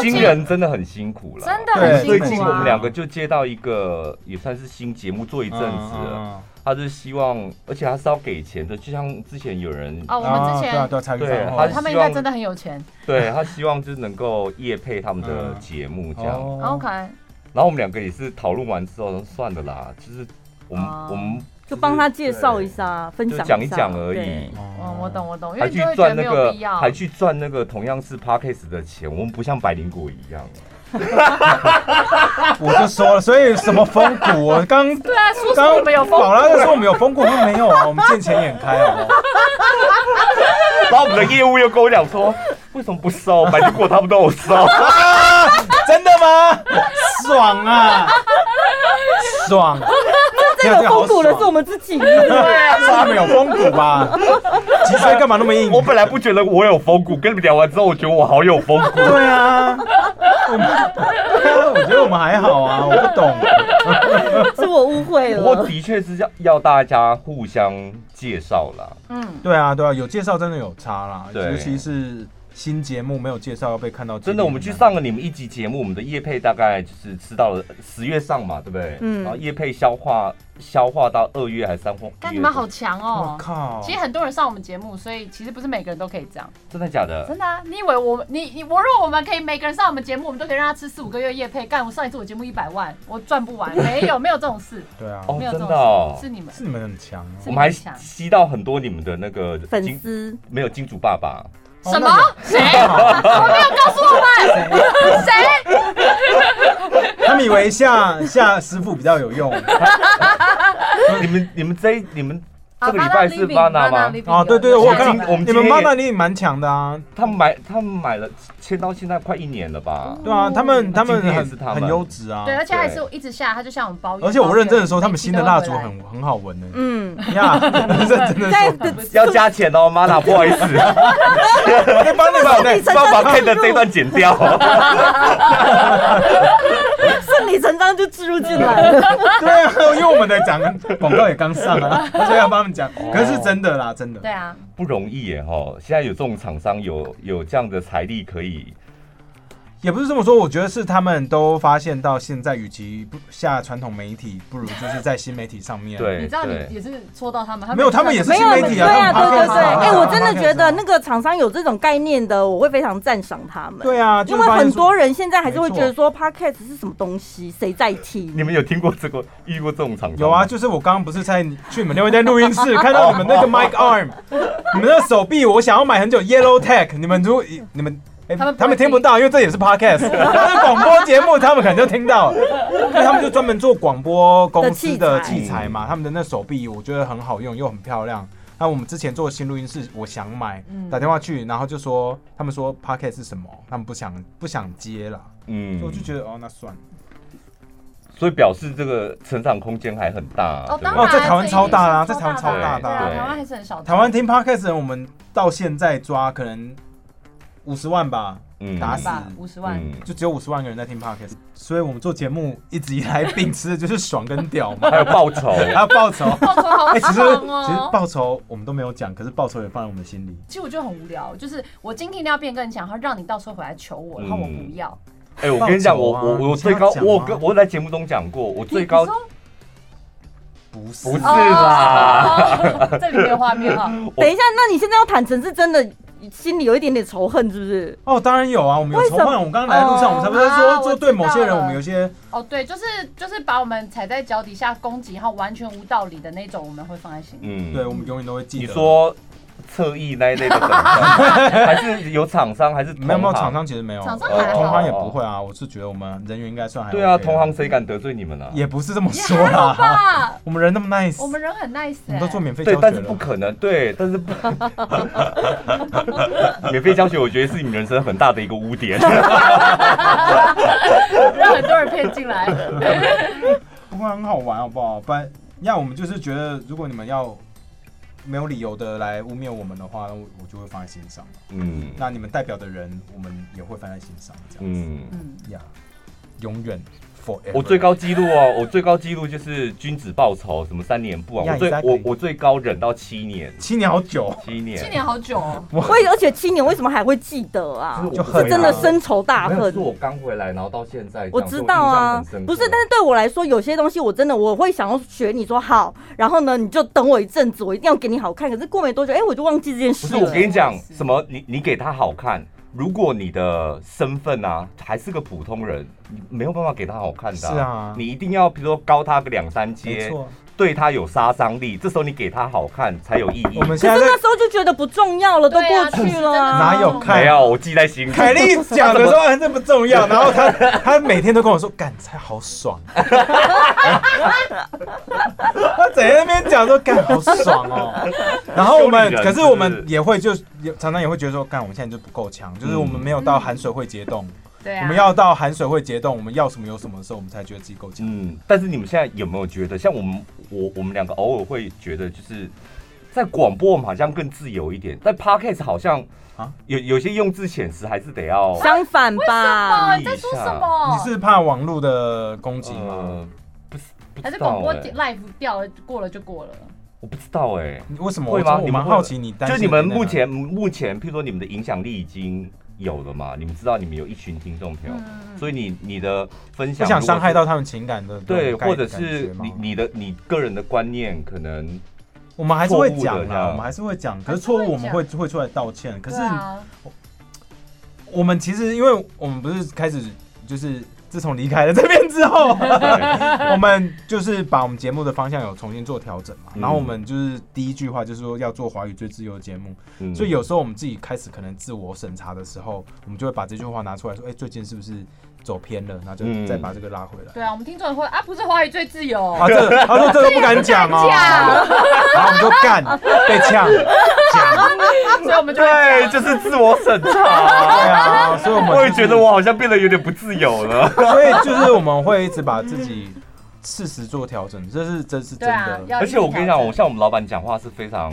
Speaker 3: 新人真的很辛苦了，
Speaker 1: 真的很
Speaker 3: 最
Speaker 1: 辛
Speaker 3: 近
Speaker 1: 苦
Speaker 3: 我们
Speaker 1: 啊。
Speaker 3: 两个就接到一个也算是新节目做一阵子了，
Speaker 2: 嗯。嗯嗯
Speaker 3: 他是希望，而且他是要给钱的，就像之前有人，
Speaker 1: 哦，我们之
Speaker 2: 啊对啊
Speaker 1: 前哦
Speaker 2: 对啊，茶余
Speaker 3: 对
Speaker 2: 饭后
Speaker 3: 他
Speaker 1: 他们应该真的很有钱。
Speaker 3: 对他希望就是能够业配他们的节目这样，
Speaker 2: 哦
Speaker 1: OK，
Speaker 3: 然后我们两个也是讨论完之后，算了啦，就是我们、
Speaker 1: 哦
Speaker 3: 我们
Speaker 4: 就帮他介绍一下，分
Speaker 3: 就
Speaker 4: 享
Speaker 3: 讲一
Speaker 4: 下
Speaker 3: 讲而
Speaker 4: 对
Speaker 3: 已。
Speaker 1: 哦，我懂，我懂，因
Speaker 3: 还
Speaker 1: 为你
Speaker 3: 去
Speaker 1: 就会觉
Speaker 3: 赚
Speaker 1: 得
Speaker 3: 那
Speaker 1: 没有
Speaker 3: 个
Speaker 1: 必要，。
Speaker 3: 还去赚那个同样是 podcast 的钱，我们不像百灵果一样。
Speaker 2: 啊我就说了，所以什么风骨，我刚
Speaker 1: 对啊，叔叔
Speaker 2: 刚
Speaker 1: 我们有风
Speaker 2: 宝拉就说我们有风骨，说没有啊，我们见钱眼开好不好？
Speaker 3: 然后我们的业务又跟我讲说，为什么不收？百灵果他们都有收。
Speaker 2: 啊真的吗？爽啊，爽！
Speaker 4: 这
Speaker 2: 样
Speaker 4: 个风骨的是我
Speaker 2: 们，
Speaker 4: 们自己，
Speaker 2: 对啊，是你们有风骨吧？脊椎干嘛那么硬？
Speaker 3: 我本来不觉得我有风骨，跟你们聊完之后，我觉得我好有风 骨。
Speaker 2: 对啊，我们 我觉得我们还好啊，我不懂。
Speaker 4: 是我误会
Speaker 3: 不过
Speaker 4: 了。
Speaker 3: 的确是要要大家互相介绍啦。
Speaker 1: 嗯，
Speaker 2: 对啊，对啊，有介绍真的有差啦，
Speaker 3: 对
Speaker 2: 尤其是新节目没有介绍要被看到。
Speaker 3: 真的，我们去上了你们一集节目，我们的叶配大概就是吃到了十月上嘛，对不对？
Speaker 4: 嗯
Speaker 3: 然后叶配消化消化到二月还是三月？
Speaker 1: 但你们好强
Speaker 2: 我
Speaker 1: 哦。
Speaker 2: 靠！
Speaker 1: 其实很多人上我们节目，所以其实不是每个人都可以这样，
Speaker 3: 真的假的？
Speaker 1: 真的啊！你以为我们你你我如果我们可以每个人上我们节目，我们都可以让他吃四五个月夜配。干，我上一次我节目一百万，我赚不完，没 有没有这种事，
Speaker 2: 对啊，
Speaker 3: 哦
Speaker 1: 没有这种
Speaker 3: 真的哦
Speaker 1: 事，是你们
Speaker 2: 是你们很强
Speaker 1: 是
Speaker 2: 哦。
Speaker 3: 我们还
Speaker 1: 真的假的
Speaker 3: 吸到很多你们的那个
Speaker 4: 粉
Speaker 3: 金，
Speaker 4: 丝
Speaker 3: 没有金主 爸爸，
Speaker 1: 什么 谁？我没有告诉我们谁？
Speaker 2: 他们以为下下师傅比较有 用
Speaker 3: 你们你们这一你们
Speaker 1: 啊
Speaker 3: 这个礼拜是 Vana 吗？
Speaker 2: 哦，对对对，我
Speaker 3: 有
Speaker 2: 看
Speaker 3: 今我
Speaker 2: 到
Speaker 3: 们
Speaker 2: 你
Speaker 3: 今
Speaker 2: 们
Speaker 3: 天
Speaker 2: 妈
Speaker 3: 也
Speaker 2: 那里蛮强的啊，
Speaker 3: 他们买他们买了，签到现在快一年了吧？
Speaker 1: 嗯
Speaker 2: 对啊，他们他们
Speaker 3: 今天也
Speaker 2: 很
Speaker 3: 是他们
Speaker 2: 很优质啊
Speaker 1: 哦对，，而且还是一直下，他就像我们包月。
Speaker 2: 而且我认真的
Speaker 1: 时
Speaker 2: 说，
Speaker 1: 候，
Speaker 2: 他们新的蜡烛很很好闻呢。
Speaker 4: 嗯，
Speaker 2: 呀， 认真的
Speaker 4: 在
Speaker 2: 说，
Speaker 3: 要加钱哦，妈啦，不好意思，
Speaker 2: 哎帮你
Speaker 3: 帮
Speaker 2: 们呢，
Speaker 3: 帮把 K 的这段剪掉。
Speaker 4: 顺理成章就置入进来了。
Speaker 2: 对啊，因为我们的讲 广告也刚上 啊，所以要帮他们讲，可是是真的啦，真的
Speaker 1: 对。啊，
Speaker 3: 不容易耶哈！现在有这种厂商有有这样的财力可以，
Speaker 2: 也不是这么说，我觉得是他们都发现到现在，与其不下传统媒体，不如就是在新媒体上面。
Speaker 3: 对
Speaker 1: 你知道你
Speaker 3: 对
Speaker 1: 也是戳到他们，
Speaker 2: 没有他们也是
Speaker 4: 没
Speaker 2: 新
Speaker 4: 有，
Speaker 2: 媒
Speaker 4: 对
Speaker 2: 体
Speaker 4: 啊，
Speaker 2: 啊，他
Speaker 4: 对
Speaker 2: 们
Speaker 4: 对
Speaker 2: podcast
Speaker 4: 对，
Speaker 2: 啊
Speaker 4: 哎，我真的
Speaker 2: podcast 啊
Speaker 4: 觉得那个厂商有这种概念的，我会非常赞赏他们。
Speaker 2: 对啊，就
Speaker 4: 因
Speaker 2: 是
Speaker 4: 为
Speaker 2: 发现
Speaker 4: 很
Speaker 2: 说
Speaker 4: 多人现在还是会觉得说，podcast 是什么东西，谁在听？
Speaker 3: 你们有听过这个遇过这种厂商吗？
Speaker 2: 有啊，就是我刚刚不是在去你们另外一间录音室看到你们那个 mic arm，你们那个手臂，我想要买很久 yellow tech，你们如果你们。哎
Speaker 1: 他们不会
Speaker 2: 他们听不到，因为这也是 podcast，但是广播节目他们可能就听到了，因为他们就专门做广播公司的
Speaker 4: 的器材
Speaker 2: 器材嘛，他们的那手臂我觉得很好用又很漂亮。那我们之前做新录音室，我想买，打电话去，然后就说他们说 podcast 是什么，他们不想不想接了，
Speaker 3: 嗯
Speaker 2: 所以我就觉得哦那算了，
Speaker 3: 所以表示这个成长空间还很大。
Speaker 1: 哦，
Speaker 3: 对
Speaker 1: 当
Speaker 3: 不
Speaker 1: 然
Speaker 3: 对
Speaker 2: 哦在台
Speaker 1: 这
Speaker 2: 湾
Speaker 1: 一定是
Speaker 2: 超大啊
Speaker 1: 超
Speaker 2: 在台湾
Speaker 1: 的
Speaker 2: 超
Speaker 3: 大的
Speaker 1: 对
Speaker 3: 啊
Speaker 1: 啊，
Speaker 3: 对
Speaker 1: 台湾还是很少。
Speaker 2: 台湾听 podcast 的人，我们到现在抓可能五十万吧，
Speaker 3: 嗯
Speaker 2: 打死
Speaker 1: 吧，五十万。
Speaker 3: 嗯
Speaker 2: 就只有五十万个人在听 podcast，所以我们做节目一直以来秉持的就是爽跟屌 嘛，
Speaker 3: 还有报酬，
Speaker 2: 还有报酬。
Speaker 1: 报酬好
Speaker 2: 哎、其实
Speaker 1: 爽
Speaker 2: 其实
Speaker 1: 哦！
Speaker 2: 报酬我们都没有讲，可是报酬也放在我们心里。
Speaker 1: 其实我就很无聊，就是我今天一定要变更强，然后让你到时候回来求我，然后我不要。
Speaker 3: 哎、我跟你讲，
Speaker 2: 报酬
Speaker 3: 我
Speaker 2: 啊
Speaker 3: 我我
Speaker 2: 你先
Speaker 3: 最
Speaker 2: 要
Speaker 3: 高，
Speaker 2: 讲啊
Speaker 3: 我
Speaker 2: 吗
Speaker 3: 跟我在节目中讲过，我最
Speaker 1: 你
Speaker 3: 高
Speaker 1: 你说
Speaker 2: 不是
Speaker 3: 不是啦，
Speaker 1: 哦这里没有画面哈。
Speaker 3: 我
Speaker 4: 等一下，那你现在要坦诚，是真的心里有一点点仇恨，是不是？
Speaker 2: 哦，当然有啊，我们有仇
Speaker 4: 为什
Speaker 2: 恨。我们刚刚来路上，我们才不是
Speaker 1: 哦啊
Speaker 2: 说，
Speaker 1: 我
Speaker 2: 说
Speaker 1: 知
Speaker 2: 对某些人，
Speaker 1: 道了
Speaker 2: 我们有些
Speaker 1: 哦，对，就是就是把我们踩在脚底下攻击，然后完全无道理的那种，我们会放在心里。
Speaker 3: 嗯
Speaker 2: 对，我们永远都会记得。
Speaker 3: 你说侧翼那一类的等级，还是有厂商，还是
Speaker 2: 没有没有，
Speaker 3: 同行
Speaker 2: 厂？商其实没有，
Speaker 1: 厂商
Speaker 2: 呃
Speaker 1: 还好
Speaker 2: 同行也不会啊。我是觉得我们人员应该算还 OK
Speaker 3: 对啊，同行谁敢得罪你们呢、啊？
Speaker 2: 也不是这么
Speaker 1: 也
Speaker 2: 说
Speaker 1: 还好
Speaker 2: 啦。
Speaker 1: 吧，
Speaker 2: 我们人那么 nice，
Speaker 1: 我们人很 nice，
Speaker 2: 我
Speaker 1: 哎
Speaker 2: 们都做免费教
Speaker 3: 对
Speaker 2: 学，
Speaker 3: 但是不
Speaker 2: 了
Speaker 3: 可能，对，但是不 免费教学，我觉得是你们人生很大的一个污 点。
Speaker 1: 让很多人骗进来。
Speaker 2: 不过很好玩，好不好？不然，要我们就是觉得，如果你们要没有理由的来污蔑我们的话，那我我就会放在心上。
Speaker 3: 嗯
Speaker 2: 那你们代表的人，我们也会放在心上，这样
Speaker 3: 嗯，
Speaker 1: 嗯，
Speaker 2: 子呀，永远 forever。
Speaker 3: 我最高纪录哦，我最高纪录就是君子报仇，什么三年不晚。
Speaker 2: Yeah,
Speaker 3: 我最
Speaker 2: exactly
Speaker 3: 我我最高忍到七年，
Speaker 2: 七年好久，
Speaker 3: 七年，
Speaker 1: 七年好久哦，
Speaker 4: 为而且七年为什么还会记得啊？
Speaker 2: 就是
Speaker 4: 真的深仇大
Speaker 3: 没有
Speaker 4: 恨
Speaker 3: 是。我刚回来，然后到现在，
Speaker 4: 我知道啊，不是，但是对我来说，有些东西我真的我会想要学你说好，然后呢，你就等我一阵子，我一定要给你好看。可是过没多久，哎、我就忘记这件
Speaker 3: 不
Speaker 4: 事
Speaker 3: 是我
Speaker 4: 了。
Speaker 3: 跟你讲
Speaker 1: 我也是
Speaker 3: 什么，你你给他好看，如果你的身份啊还是个普通人，你没有办法给他好看的、
Speaker 2: 是啊
Speaker 3: 你一定要比如说高他个两三
Speaker 2: 没
Speaker 3: 阶，
Speaker 2: 错。
Speaker 3: 对他有杀伤力，这时候你给他好看才有意义
Speaker 2: 我。们
Speaker 4: 可
Speaker 2: 现
Speaker 4: 是
Speaker 2: 在
Speaker 4: 那
Speaker 2: 在
Speaker 4: 时候就觉得不重要了，都
Speaker 1: 对啊
Speaker 4: 过去了、啊。
Speaker 2: 哪有看
Speaker 3: 没有，我记在心 里。
Speaker 2: 凯莉讲的时候很这么重 要，然后她她每天都跟我说，干菜好爽。 她整天在那边讲说干好爽 哦，然后我
Speaker 3: 修啊
Speaker 2: 们
Speaker 3: 理人
Speaker 2: 可是我们
Speaker 3: 是嗯
Speaker 2: 也会就是也常常也会觉得说干我们现在就不够强，就是我们没有到含水会结冻，
Speaker 1: 对啊，
Speaker 2: 我们要到含水会结冻，我们要什么有什么的时候，我们才觉得自己够
Speaker 1: 哦
Speaker 2: 强。
Speaker 3: 嗯，但是你们现在有没有觉得，像我们我我们两个偶尔会觉得，就是在广播我们好像更自由一点，在 podcast 好像
Speaker 2: 啊
Speaker 3: 有有些用字遣词还是得要。
Speaker 4: 相反吧，
Speaker 1: 哇，你在说什么？
Speaker 2: 你是怕网络的攻击吗？
Speaker 3: 呃，不是，不知
Speaker 1: 还
Speaker 3: 道
Speaker 1: 是广播
Speaker 3: 欸
Speaker 1: live 掉了，过了就过了。
Speaker 3: 我不知道哎、
Speaker 2: 你为什么？
Speaker 3: 会吗
Speaker 2: 我
Speaker 3: 你们
Speaker 2: 蛮
Speaker 3: 会
Speaker 2: 好奇你担
Speaker 3: 就
Speaker 2: 心
Speaker 3: 你
Speaker 2: 的
Speaker 3: 们
Speaker 2: 点在
Speaker 3: 目
Speaker 2: 哪
Speaker 3: 前目前，譬如说你们的影响力已经有了嘛？你们知道你们有一群听众朋友，
Speaker 1: 嗯，
Speaker 3: 所以你你的分
Speaker 2: 不
Speaker 3: 享，
Speaker 2: 想伤害到他们情感的
Speaker 3: 对，
Speaker 2: 那种感
Speaker 3: 或者
Speaker 2: 感
Speaker 3: 是
Speaker 2: 觉吗
Speaker 3: 你你的你个人的观念可 能
Speaker 2: 我们还是会讲
Speaker 3: 错误的这
Speaker 2: 啊，
Speaker 3: 样
Speaker 2: 我们还是会讲，可是错误我们会会出来道歉。可是
Speaker 1: 对啊
Speaker 2: 我们其实，因为我们不是开始就是自从离开了这边之 后，我们就是把我们节目的方向有重新做调整嘛。
Speaker 3: 嗯
Speaker 2: 然后我们就是第一句话就是说要做华语最自由的节目，
Speaker 3: 嗯
Speaker 2: 所以有时候我们自己开始可能自我审查的时候，我们就会把这句话拿出来说，哎，最近是不是走偏了？然后就
Speaker 3: 嗯
Speaker 2: 再把这个拉回来。
Speaker 1: 对啊，我们听众也会啊，不是华语最自由，
Speaker 2: 啊，这个他说 这个不敢讲哦，
Speaker 1: 讲
Speaker 2: 然后我们就干被呛 讲，
Speaker 1: 所以我们就
Speaker 3: 对，就是自我审 查。
Speaker 2: 对啊，所以我们
Speaker 3: 我也
Speaker 2: 就是
Speaker 3: 觉得我好像变得有点不自 由了。
Speaker 2: 所以就是我们会一直把自己事实做调整，这是这是真
Speaker 1: 对啊
Speaker 2: 的。，
Speaker 1: 要
Speaker 3: 而且我跟你讲，我
Speaker 1: 一直
Speaker 3: 像我们老板讲话是非常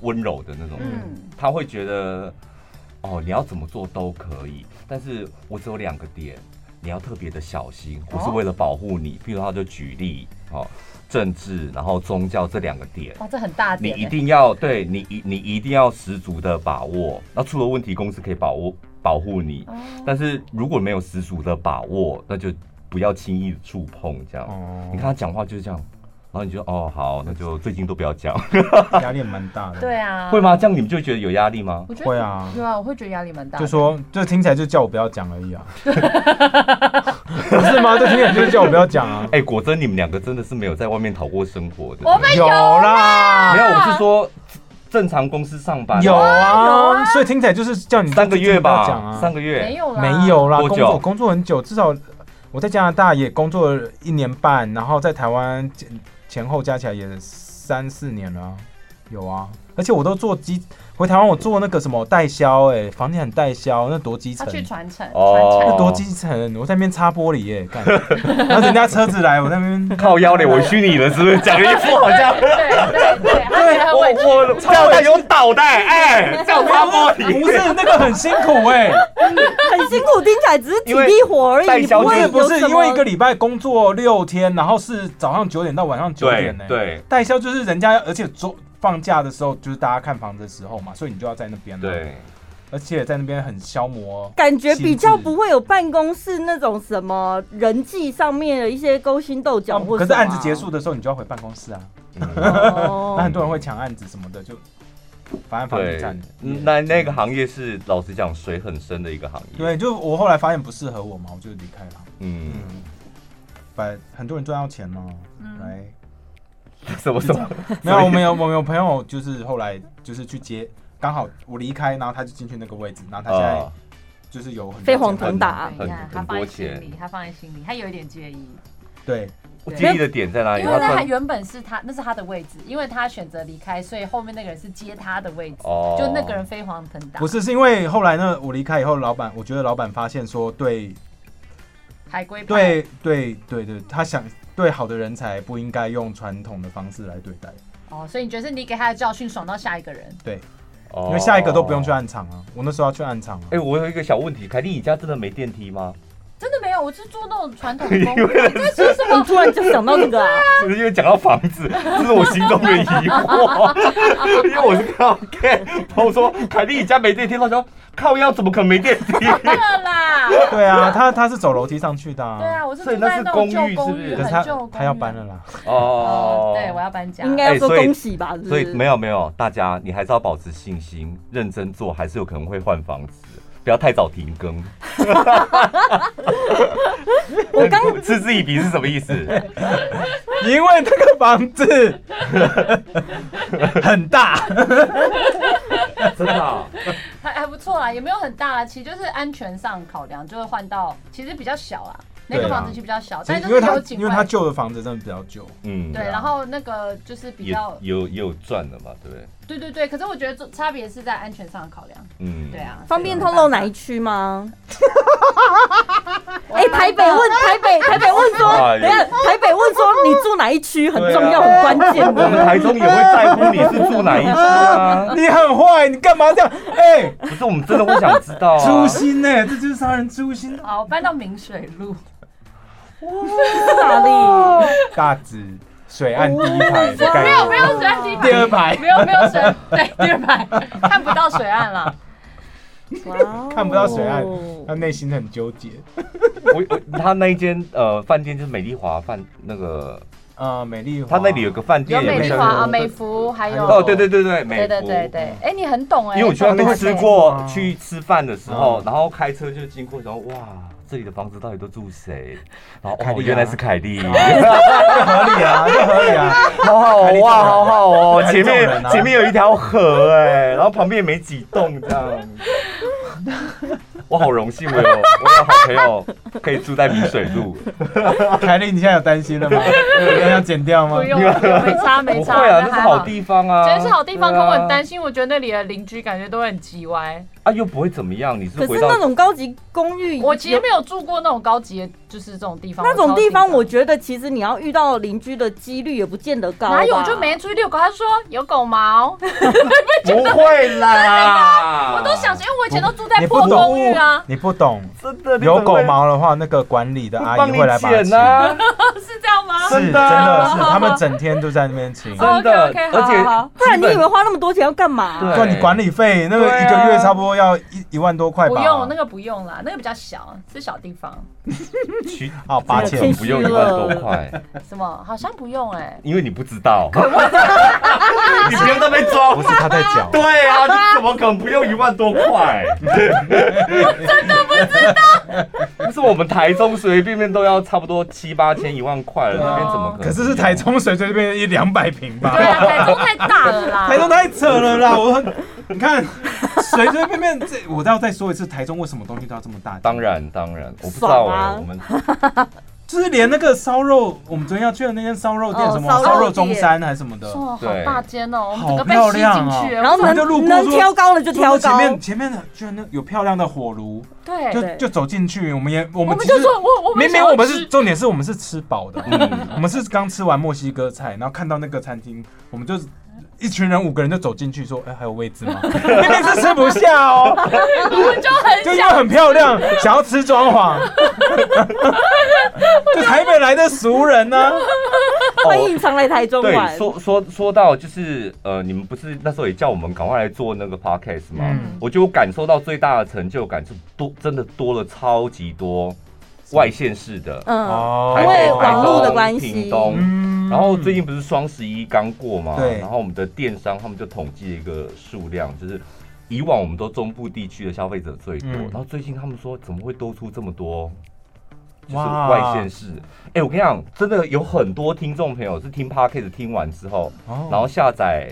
Speaker 3: 温柔的那种
Speaker 1: 调整
Speaker 3: 人，
Speaker 1: 嗯，
Speaker 3: 他会觉得哦，你要怎么做都可以，但是我只有两个点，你要特别的小心，我是为了保护你。譬如他就举例哦，政治然后宗教这两个点。
Speaker 1: 哇，这很大
Speaker 3: 你
Speaker 1: 点欸，
Speaker 3: 一定要对你一你一定要十足的把握，那出了问题公司可以保护保护你，
Speaker 1: 哦
Speaker 3: 但是如果没有十足的把握，那就不要轻易触碰这样。
Speaker 2: 哦
Speaker 3: 你看他讲话就是这样，然后你就哦好，那就最近都不要讲，
Speaker 2: 压力蛮大的。
Speaker 1: 对，啊，
Speaker 3: 会？吗？这样你们就觉得有压力吗？
Speaker 1: 我觉得
Speaker 2: 会啊
Speaker 1: 对啊，我会觉得压力蛮大的，
Speaker 2: 就说就听起来就叫我不要讲而 已啊，不是吗？就听起来就是叫我不要讲啊。
Speaker 3: 哎、果真你们两个真的是没有在外面讨过生活的，对不对
Speaker 1: 我们 有
Speaker 2: 啦，
Speaker 3: 没有，我是说正常公司上班
Speaker 2: 有
Speaker 1: 有
Speaker 2: 啊，
Speaker 1: 啊
Speaker 2: 所以听起来就是叫你
Speaker 3: 三个月
Speaker 2: 就
Speaker 3: 吧，
Speaker 2: 不要讲啊，
Speaker 3: 三个月
Speaker 1: 没有啦，
Speaker 2: 没有啦，
Speaker 3: 多
Speaker 2: 工
Speaker 3: 久
Speaker 2: 作工作很久，至少我在加拿大也工作了一年半，然后在台湾前前后加起来也三四年了啊，有啊，而且我都做基，回台湾我做那个什么代销，哎，房地产代销，那多基
Speaker 1: 他
Speaker 2: 层，
Speaker 1: 去传承，
Speaker 3: 哦
Speaker 1: 传
Speaker 2: 那
Speaker 1: 承。
Speaker 2: 多基层，我在那边擦玻璃耶，干，然后人家车子来，我在那边
Speaker 3: 靠腰嘞，我虚拟了，是不是？讲一副好像
Speaker 1: 对对 对，他觉得很
Speaker 3: 我
Speaker 1: 委屈。
Speaker 3: 我这样他有脑袋，哎，这样擦玻璃，
Speaker 2: 不是那个很辛苦哎、
Speaker 4: 很辛苦，听起来只是体力活而
Speaker 3: 因为代
Speaker 4: 已，你
Speaker 3: 销
Speaker 4: 不
Speaker 2: 不
Speaker 4: 会
Speaker 2: 是
Speaker 4: 有
Speaker 2: 不是
Speaker 4: 什
Speaker 2: 因为一个
Speaker 4: 么。
Speaker 2: 礼拜工作六天，然后是早上九点到晚上九
Speaker 3: 对
Speaker 2: 点欸呢、
Speaker 3: 对
Speaker 2: 代销就是人家，而且周放假的时候就是大家看房子的时候嘛，所以你就要在那边了。，
Speaker 3: 对，
Speaker 2: 而且在那边很消磨。啊
Speaker 4: 感觉比较不会有办公室那种什么人际上面的一些勾心斗角或、
Speaker 2: 哦可是案子结束，的时候，你就要回办公室啊。
Speaker 3: 嗯
Speaker 2: 那
Speaker 4: 哦、
Speaker 2: 很多人会抢案子什么的，就反正房地
Speaker 3: 对
Speaker 2: 产。，
Speaker 3: 那那个行业是老实讲水很深的一个行业，
Speaker 2: 对，，就我后来发现不适合我嘛，我就离开了。
Speaker 3: 嗯，
Speaker 2: 嗯，反正很多人赚到钱嘛，
Speaker 1: 嗯
Speaker 2: 来。
Speaker 3: 什么什么，
Speaker 2: 没有，我们有我们有朋友，就是后来就是去接，刚好我离开，然后他就进去那个位置，然后他现在
Speaker 3: 啊，
Speaker 2: 就是有很多
Speaker 4: 飞黄
Speaker 2: 钱
Speaker 4: 腾达
Speaker 1: 你看，他放
Speaker 3: 很多
Speaker 1: 在心里
Speaker 3: 钱，
Speaker 1: 他放在心里，他有一点介意，
Speaker 2: 对，
Speaker 3: 我介意的点在哪里？
Speaker 1: 因为那他
Speaker 3: 算
Speaker 1: 原本是他，那是他的位置，因为他选择离开，所以后面那个人是接他的位置，
Speaker 3: 哦
Speaker 1: 就那个人飞黄腾达
Speaker 2: 不，是是因为后来呢，我离开以后，老板我觉得老板发现说，对
Speaker 1: 海归派，
Speaker 2: 对对对对，他想对好的人才不应该用传统的方式来对待，
Speaker 1: 哦，所以你觉得是你给他的教训爽到下一个人？
Speaker 2: 对，
Speaker 3: 哦
Speaker 2: 因为下一个都不用去。暗场啊，我那时候要去暗场啊
Speaker 3: 哎、，我有一个小问题，凯蒂，你家真的没电梯吗？
Speaker 1: 真的没有，我是做那种传统 工，你在说什
Speaker 4: 你
Speaker 1: 么？
Speaker 4: 突然就想到这个啊，
Speaker 3: 不是因为讲到房子，这是我心中的疑惑，因为我是看到 K，然后我说凯蒂你家没电梯，他说靠腰怎么可能没电梯？
Speaker 1: 真的啦，
Speaker 2: 对啊，他他是走楼梯上去的、
Speaker 1: 对啊，，我是住
Speaker 3: 所以那
Speaker 1: 在
Speaker 3: 是
Speaker 1: 那种旧
Speaker 3: 公寓
Speaker 1: 公
Speaker 3: 是不
Speaker 1: 寓，
Speaker 3: 是
Speaker 2: 可是
Speaker 1: 很
Speaker 2: 他
Speaker 1: 旧公寓。
Speaker 2: 他要搬了啦，
Speaker 1: 哦
Speaker 3: 哦，，
Speaker 1: 对，我要搬家。
Speaker 4: 应该要说
Speaker 3: 哎所以
Speaker 4: 恭喜吧，是不
Speaker 3: 所
Speaker 4: 是？
Speaker 3: 以没有没有，大家你还是要保持信心，认真做，还是有可能会换房子，不要太早停 更。
Speaker 4: 我刚
Speaker 3: 嗤之以鼻是什么意 思？
Speaker 2: 因为那个房子很大。
Speaker 3: 真的啊、
Speaker 1: 还还不错啊啦，也没有很大啦，其实就是安全上考量，就会换到其实比较小啦，那
Speaker 2: 对
Speaker 1: 个
Speaker 2: 啊
Speaker 1: 房子就比较小，
Speaker 2: 其
Speaker 1: 但就
Speaker 2: 实因为
Speaker 1: 是
Speaker 2: 他
Speaker 1: 有景
Speaker 2: 因为他
Speaker 1: 观。
Speaker 2: 旧的啊房子真的比较旧，
Speaker 3: 嗯，
Speaker 1: 对，然后那个就是比
Speaker 3: 也
Speaker 1: 较，
Speaker 3: 也有也有赚的嘛，对不对？
Speaker 1: 对对对，可是我觉得这差别是在安全上的考量，
Speaker 3: 嗯，
Speaker 1: 对。啊，
Speaker 4: 方便透露哪一区吗？哎、
Speaker 1: 哎
Speaker 4: 台北问台北台北问说，
Speaker 3: 哎呦
Speaker 4: 等一下台北问说你住哪一区很重要、
Speaker 2: 哦对啊
Speaker 4: 很关 键
Speaker 3: 我们
Speaker 4: 的。
Speaker 3: 台中也会在乎你是住哪一区啊，
Speaker 2: 你很坏，你干嘛这样？哎、
Speaker 3: 可是我们真的会想知道 啊。
Speaker 2: 诛心呢、这就是杀人诛心。
Speaker 1: 好，我搬到明水路，
Speaker 4: 哪里？
Speaker 2: 大直水岸第一排的概
Speaker 1: 没有没
Speaker 2: 念，
Speaker 1: 有水岸第一
Speaker 2: 第
Speaker 1: 排，
Speaker 2: 二排
Speaker 1: 没有没有水，对第二排看不到水岸了，
Speaker 2: 看不到水岸，
Speaker 1: 哦
Speaker 2: 他内心很纠结。
Speaker 3: 我我他那一间呃饭店就是美丽华饭那个，
Speaker 2: 呃，美丽华，
Speaker 3: 他那里有个饭
Speaker 1: 有
Speaker 3: 店，
Speaker 1: 美丽华
Speaker 2: 有
Speaker 1: 啊，
Speaker 2: 美
Speaker 1: 美孚，还有
Speaker 3: 哦，对对对对，美
Speaker 1: 对对
Speaker 3: 孚
Speaker 1: 对对，哦哎，你很懂哎，
Speaker 3: 因为我去那边吃过啊
Speaker 2: 嗯，
Speaker 3: 去吃饭的时
Speaker 2: 嗯，
Speaker 3: 候然后开车就经过，然后哇，这里的房子到底都住谁？然后
Speaker 2: 凯
Speaker 3: 哦
Speaker 2: 莉，啊
Speaker 3: 原来是凯莉，
Speaker 2: 这合理啊，这合理啊。
Speaker 3: 好好
Speaker 2: 凯
Speaker 3: 哦
Speaker 2: 莉
Speaker 3: 哇，
Speaker 2: 这种
Speaker 3: 好好哦，
Speaker 2: 凯莉
Speaker 3: 前
Speaker 2: 这种
Speaker 3: 面
Speaker 2: 人啊
Speaker 3: 前面有一条河哎，然后旁边也没几栋这样。我好荣幸，我有我有好朋友可以住在明水路，
Speaker 2: 凯莉，你现在有担心 了吗？有人要剪掉吗
Speaker 1: 不？用，没差没
Speaker 3: 不
Speaker 1: 差，
Speaker 3: 会啊，
Speaker 1: 那
Speaker 3: 那是
Speaker 1: 还
Speaker 3: 好地方啊，
Speaker 1: 真的是好地方，可
Speaker 3: 对啊
Speaker 1: 我很担心，我觉得那里的邻居感觉都很叽歪。
Speaker 3: 啊，又不会怎么样，你是
Speaker 4: 可
Speaker 3: 回
Speaker 4: 是
Speaker 3: 到
Speaker 4: 那种高级公寓，
Speaker 1: 我其实没有住过那种高级的，就是这种地方。
Speaker 4: 那种地方，我
Speaker 1: 超紧
Speaker 4: 觉得其实你要遇到邻居的几率也不见得高
Speaker 1: 张
Speaker 4: 吧。
Speaker 1: 哪有就没出去遛狗，他说有狗毛，
Speaker 3: 啊不会啦，
Speaker 1: 我都想说，因为我以前都住在
Speaker 2: 你
Speaker 1: 破
Speaker 2: 不
Speaker 1: 公寓啊
Speaker 2: 懂，，你不懂。
Speaker 3: 真的你
Speaker 2: 有
Speaker 3: 怎么
Speaker 2: 狗
Speaker 3: 会
Speaker 2: 毛的话，那个管理的
Speaker 3: 会
Speaker 2: 阿
Speaker 3: 帮
Speaker 2: 姨
Speaker 3: 你
Speaker 2: 会来把它
Speaker 3: 剪
Speaker 2: 清。
Speaker 3: 啊。
Speaker 1: 是这样吗？
Speaker 2: 是真
Speaker 3: 真的啊
Speaker 2: 的是，他们整天都在那边清。
Speaker 1: 哦
Speaker 3: 真的啊
Speaker 1: OK，OK，好
Speaker 3: 而且
Speaker 1: 好好
Speaker 4: 不然你以为
Speaker 3: 基
Speaker 4: 花那么多钱要干嘛？
Speaker 3: 对
Speaker 2: 算你管理费，那个
Speaker 3: 对啊
Speaker 2: 一个月差不多要一一万多块吧。
Speaker 1: 不用那个不用啦，那个比较小，是小地 方。
Speaker 3: 本取
Speaker 2: 哦，八千
Speaker 4: 这个
Speaker 3: 不用一万多块，
Speaker 1: 什么？好像不用 哎。
Speaker 3: 因为你不知道， 你不用在那边装
Speaker 2: 不。是他在讲。
Speaker 3: 对 啊，你怎么可能不用一万多块？真的 不知道。不是我们台中随随便便都要差不多七八千、一万块了，
Speaker 2: 对啊
Speaker 3: 那边怎么可能？
Speaker 2: 可是是台，中水随便一两百平吧
Speaker 1: 对？啊，台中太大了啦。
Speaker 2: 台中太扯了啦！我你看，随随便便这，我都要再说一次，台中为什么东西都要这么大？
Speaker 3: 当然当然，我不知道
Speaker 4: 爽啊
Speaker 3: 哎，我们
Speaker 2: 就是连那个烧肉，我们昨天要去的那间烧肉店，
Speaker 6: 哦
Speaker 2: 什么
Speaker 6: 烧肉
Speaker 2: 烧肉中
Speaker 6: 店
Speaker 2: 山还是什么的，
Speaker 1: 说好
Speaker 3: 对
Speaker 1: 大间哦，我们整
Speaker 2: 好
Speaker 1: 个被
Speaker 2: 漂
Speaker 1: 吸
Speaker 2: 亮
Speaker 1: 进
Speaker 2: 哦
Speaker 1: 去，
Speaker 6: 然后
Speaker 1: 我
Speaker 6: 能
Speaker 2: 就路过
Speaker 6: 能
Speaker 2: 说
Speaker 6: 挑高了就挑
Speaker 2: 前
Speaker 6: 高，
Speaker 2: 面前面的居然那有漂亮的火炉，
Speaker 1: 对，
Speaker 2: 就就走进去，我们也我
Speaker 1: 我
Speaker 2: 们
Speaker 1: 们
Speaker 2: 其实
Speaker 1: 就说我我们
Speaker 2: 明
Speaker 1: 想
Speaker 2: 明
Speaker 1: 要
Speaker 2: 我们是
Speaker 1: 吃
Speaker 2: 重点是我们是吃饱的，
Speaker 3: 嗯
Speaker 2: 我们是刚吃完墨西哥菜，然后看到那个餐厅，我们就一群人五个人就走进去说，哎、还有位置吗？ 明明是吃不下哦，
Speaker 1: 我就很
Speaker 2: 就因为
Speaker 1: 想
Speaker 2: 很漂亮，想要吃装潢，就台北来的熟人呢、
Speaker 4: 欢迎常来台中玩
Speaker 3: 对，。说说说到就是呃，你们不是那时候也叫我们赶快来做那个 podcast 吗？
Speaker 2: 嗯
Speaker 3: 我觉得我感受到最大的成就感是多真的多了超级多外县市的，
Speaker 4: 嗯，
Speaker 2: 哦
Speaker 3: 台
Speaker 4: 因
Speaker 3: 北
Speaker 4: 为网络
Speaker 3: 台
Speaker 4: 的
Speaker 3: 中
Speaker 4: 关系
Speaker 3: 屏东
Speaker 2: 嗯
Speaker 3: 然后最近不是双十一刚过嘛，
Speaker 2: 对
Speaker 3: 然后我们的电商他们就统计了一个数量，就是以往我们都中部地区的消费者最多，
Speaker 2: 嗯
Speaker 3: 然后最近他们说怎么会多出这么多？就是
Speaker 2: 哇
Speaker 3: 外县市，哎、我跟你讲，真的有很多听众朋友是听 podcast 听完之后，
Speaker 2: 哦
Speaker 3: 然后下载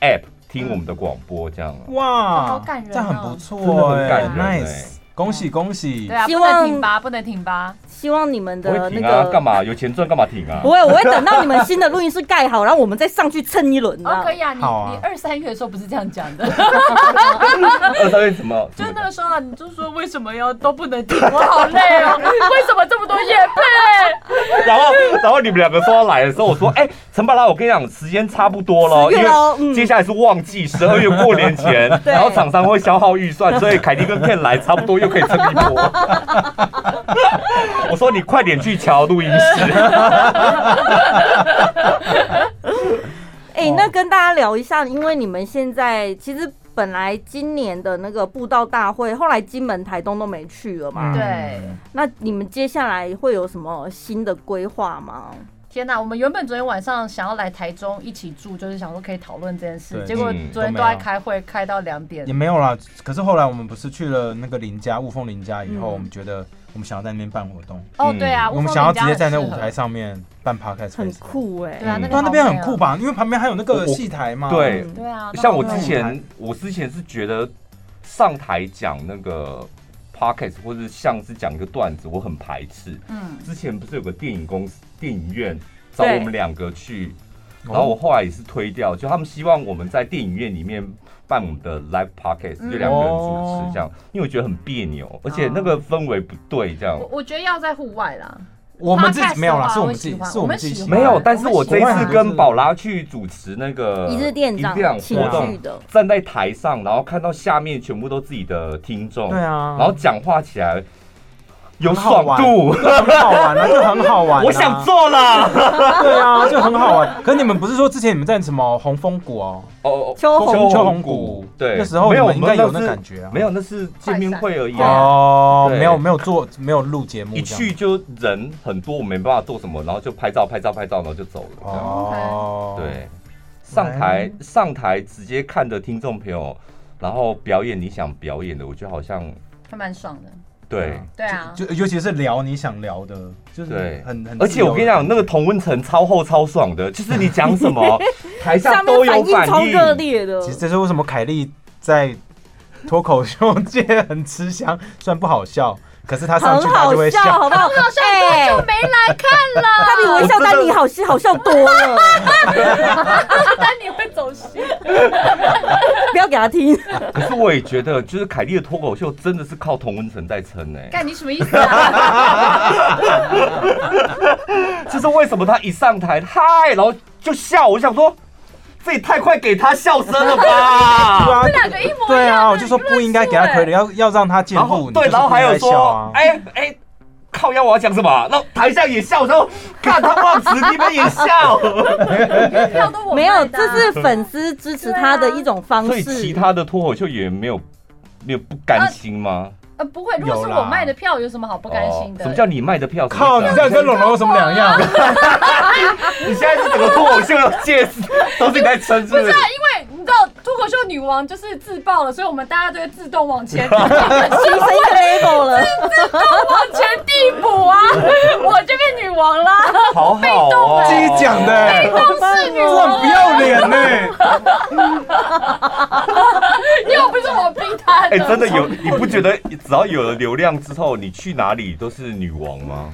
Speaker 3: app 听我们的广播，这样
Speaker 4: 嗯
Speaker 3: 啊。
Speaker 2: 哇，
Speaker 1: 好感人哦
Speaker 2: 这样很不错、哎，
Speaker 3: 真的很感人
Speaker 2: n i
Speaker 3: 哎
Speaker 2: c e 恭喜恭喜，
Speaker 1: 对啊，
Speaker 4: 希
Speaker 1: 不能
Speaker 4: 望
Speaker 1: 停吧，不能停吧，
Speaker 4: 希望你们
Speaker 3: 不会
Speaker 4: 的
Speaker 3: 停
Speaker 4: 那
Speaker 3: 啊，干
Speaker 4: 个
Speaker 3: 嘛？有钱赚干嘛停啊
Speaker 4: 不？会，我会等到你们新的录音室盖好，然后我们再上去蹭一轮
Speaker 1: 哦，
Speaker 4: 的
Speaker 1: 可。以啊，你
Speaker 2: 好啊
Speaker 1: 你二三月的时候不是这样讲 的，
Speaker 3: 二三月什么？
Speaker 1: 就
Speaker 3: 什
Speaker 1: 是
Speaker 3: 么
Speaker 1: 那个时候啊，你就说为什么要都不能停，我好累哦， 为什么这么多夜 配？
Speaker 3: 然后，然后你们两个说要来的时候，我说：“哎、陈巴拉，我跟你讲，时间差不多了，嗯
Speaker 4: 十
Speaker 3: 因
Speaker 4: 月咯
Speaker 3: 为接下来是旺季，十二月过年 前，
Speaker 4: 对
Speaker 3: 然后厂商会消耗预 算，所以凯蒂跟 Ken 来差不多又可以蹭一波。” 我说：“你快点去瞧录音室。
Speaker 4: 哎、
Speaker 2: 哦
Speaker 4: 那跟大家聊一下，因为你们现在其实本来今年的那个布道大会，后来金门、台东都没去了嘛。
Speaker 2: 嗯
Speaker 1: 对。
Speaker 4: 那你们接下来会有什么新的规划吗？
Speaker 1: 天呐，我们原本昨天晚上想要来台中一起住，就是想说可以讨论这件事，
Speaker 2: 对
Speaker 1: 结果
Speaker 3: 嗯
Speaker 1: 昨天
Speaker 2: 都没
Speaker 1: 都在
Speaker 2: 有
Speaker 1: 开会，开到两点
Speaker 2: 也。没有啦，可是后来我们不是去了那个林家雾峰林家以后，
Speaker 1: 嗯
Speaker 2: 我们觉得我们想要在那边办活动，
Speaker 1: 哦，对啊，
Speaker 2: 嗯我们
Speaker 1: 乌凤
Speaker 2: 想要
Speaker 1: 林
Speaker 2: 直
Speaker 1: 家
Speaker 2: 接在那
Speaker 1: 很
Speaker 2: 舞
Speaker 1: 适合
Speaker 2: 台，上面办 podcast，
Speaker 4: 很
Speaker 2: fest
Speaker 4: 酷哎、
Speaker 1: 对啊，那
Speaker 3: 嗯
Speaker 1: 个
Speaker 2: 哇，那边很酷
Speaker 1: 吧？
Speaker 2: 吧？因为旁边还有那个
Speaker 3: 我
Speaker 2: 戏台嘛。”
Speaker 3: 对，
Speaker 1: 对啊，那
Speaker 3: 像我
Speaker 1: 个
Speaker 3: 之
Speaker 1: 很
Speaker 3: 前，我之前是觉得上台讲那个 podcast 或者像是讲一个段子，我很排斥。
Speaker 1: 嗯，
Speaker 3: 之前不是有个电影公司、电影院找我们两个去。
Speaker 2: 哦
Speaker 3: 然后我后来也是推掉，就他们希望我们在电影院里面办我们的 live podcast，、
Speaker 1: 嗯
Speaker 3: 就两个人主持这
Speaker 2: 哦
Speaker 3: 样，因为我觉得很别扭，而且那个氛围不对这样
Speaker 2: 哦
Speaker 1: 我。我觉得要在户外啦，
Speaker 2: 我们自
Speaker 1: podcast
Speaker 2: 己没有啦，
Speaker 1: 的话
Speaker 2: 是我
Speaker 1: 我
Speaker 2: 们
Speaker 1: 喜
Speaker 2: 自己，
Speaker 1: 欢
Speaker 2: 是我们自己
Speaker 1: 我们喜
Speaker 2: 喜
Speaker 1: 欢
Speaker 2: 欢
Speaker 3: 没有，
Speaker 1: 嗯
Speaker 3: 但是我这一
Speaker 2: 我们
Speaker 3: 次
Speaker 2: 喜欢
Speaker 3: 跟宝拉去主持那个
Speaker 4: 一日店长
Speaker 3: 一日店
Speaker 4: 请
Speaker 3: 活
Speaker 4: 去
Speaker 3: 动，
Speaker 4: 的，
Speaker 3: 站在台上，然后看到下面全部都自己的听众，
Speaker 2: 对啊，
Speaker 3: 然后讲话起来有
Speaker 2: 很好
Speaker 3: 爽
Speaker 2: 玩
Speaker 3: 度，
Speaker 2: 很好玩啊，就很好玩啊。
Speaker 3: 我想做了。
Speaker 2: 对啊，就很好玩。可你们不是说之前你们在什么红枫谷哦？
Speaker 3: 哦，
Speaker 4: 秋红
Speaker 2: 秋红谷
Speaker 3: 对，
Speaker 2: 那时候
Speaker 3: 没有，
Speaker 2: 你们应该有
Speaker 3: 我
Speaker 2: 那
Speaker 3: 们是
Speaker 2: 感觉啊
Speaker 3: 没有，那是见面会而已啊。
Speaker 2: 哦，
Speaker 3: 对
Speaker 2: 没有没有做，没有录节目这
Speaker 3: 一
Speaker 2: 样，
Speaker 3: 去就人很多，我没办法做什么，然后就拍照拍照拍照，然后就走了。这样
Speaker 2: 哦，
Speaker 3: 对，上台上台直接看着听众朋友，然后表演你想表演的，我觉得好像
Speaker 1: 还蛮爽的。
Speaker 3: 对。
Speaker 1: 对啊，
Speaker 2: 就尤其是聊你想聊的，就是
Speaker 3: 对
Speaker 2: 很很自由的感觉。
Speaker 3: 而且我跟你讲，那个同温层超厚超爽的，就是你讲 什么，台下都有
Speaker 4: 反应
Speaker 3: 反
Speaker 4: 超热
Speaker 3: 应。
Speaker 4: 烈的
Speaker 2: 其。实这是为什么凯莉在脱口秀界很吃香，虽然不好笑，可是她上
Speaker 4: 很
Speaker 2: 去她
Speaker 4: 好
Speaker 2: 就会
Speaker 4: 笑，好不好？
Speaker 1: 好像
Speaker 4: 哎
Speaker 1: 多久没来看了？
Speaker 4: 他比微笑丹尼好笑好笑多了，
Speaker 1: 但你会走心。
Speaker 4: 不要给他听。
Speaker 3: 可是我也觉得，就是凯莉的脱口秀真的是靠同温层在撑欸呢、
Speaker 1: 干你什么意思啊？
Speaker 3: 就是为什么他一上台，嗨，然后就笑，我想说，这也太快给他笑声了
Speaker 2: 对
Speaker 3: 吧。
Speaker 2: 啊，
Speaker 1: 两个一模一样。
Speaker 2: 对啊，我
Speaker 1: 那
Speaker 2: 就
Speaker 1: 你
Speaker 2: 说不应该给她
Speaker 1: 认
Speaker 2: credit，
Speaker 1: 输欸
Speaker 2: 要要让她进
Speaker 3: 然
Speaker 2: 步。
Speaker 3: 后
Speaker 2: 你
Speaker 3: 对，
Speaker 2: 就是
Speaker 3: 然后还有
Speaker 2: 不应该笑啊
Speaker 3: 说，哎哎，靠腰我要讲什么？然后台下也笑，然后看他忘词，你们也 笑。
Speaker 1: 票都我
Speaker 4: 没有，
Speaker 1: 卖的
Speaker 4: 这
Speaker 1: 啊
Speaker 4: 是粉丝支持他的一种方
Speaker 3: 所以其
Speaker 4: 式。
Speaker 3: 他的脱口秀演员没有没有不甘心吗？
Speaker 1: 呃不会，如果是
Speaker 2: 有啦
Speaker 1: 我卖的票，有什么好不甘心的？
Speaker 3: 哦什么叫你卖的票？
Speaker 2: 靠，你这样跟龙龙有什么两样？
Speaker 3: 你现在是整个脱口秀界都是你在撑，是不
Speaker 1: 不
Speaker 3: 是
Speaker 1: 是啊，？因为你知道脱口秀女王就是自爆了，所以我们大家都会自动往前往
Speaker 4: 提升一个 level 了，
Speaker 1: 前递补啊！我就变女王啦，
Speaker 3: 好好哦，
Speaker 2: 自
Speaker 1: 哎
Speaker 2: 己讲的、欸，
Speaker 1: 都是女
Speaker 2: 这很
Speaker 1: 王
Speaker 2: 不
Speaker 1: 啊，
Speaker 2: 要脸呢、
Speaker 1: 又不是我逼她
Speaker 3: 哎、
Speaker 1: 的。
Speaker 3: 真的有，你不觉得只要有了流量之后，你去哪里都是女王吗？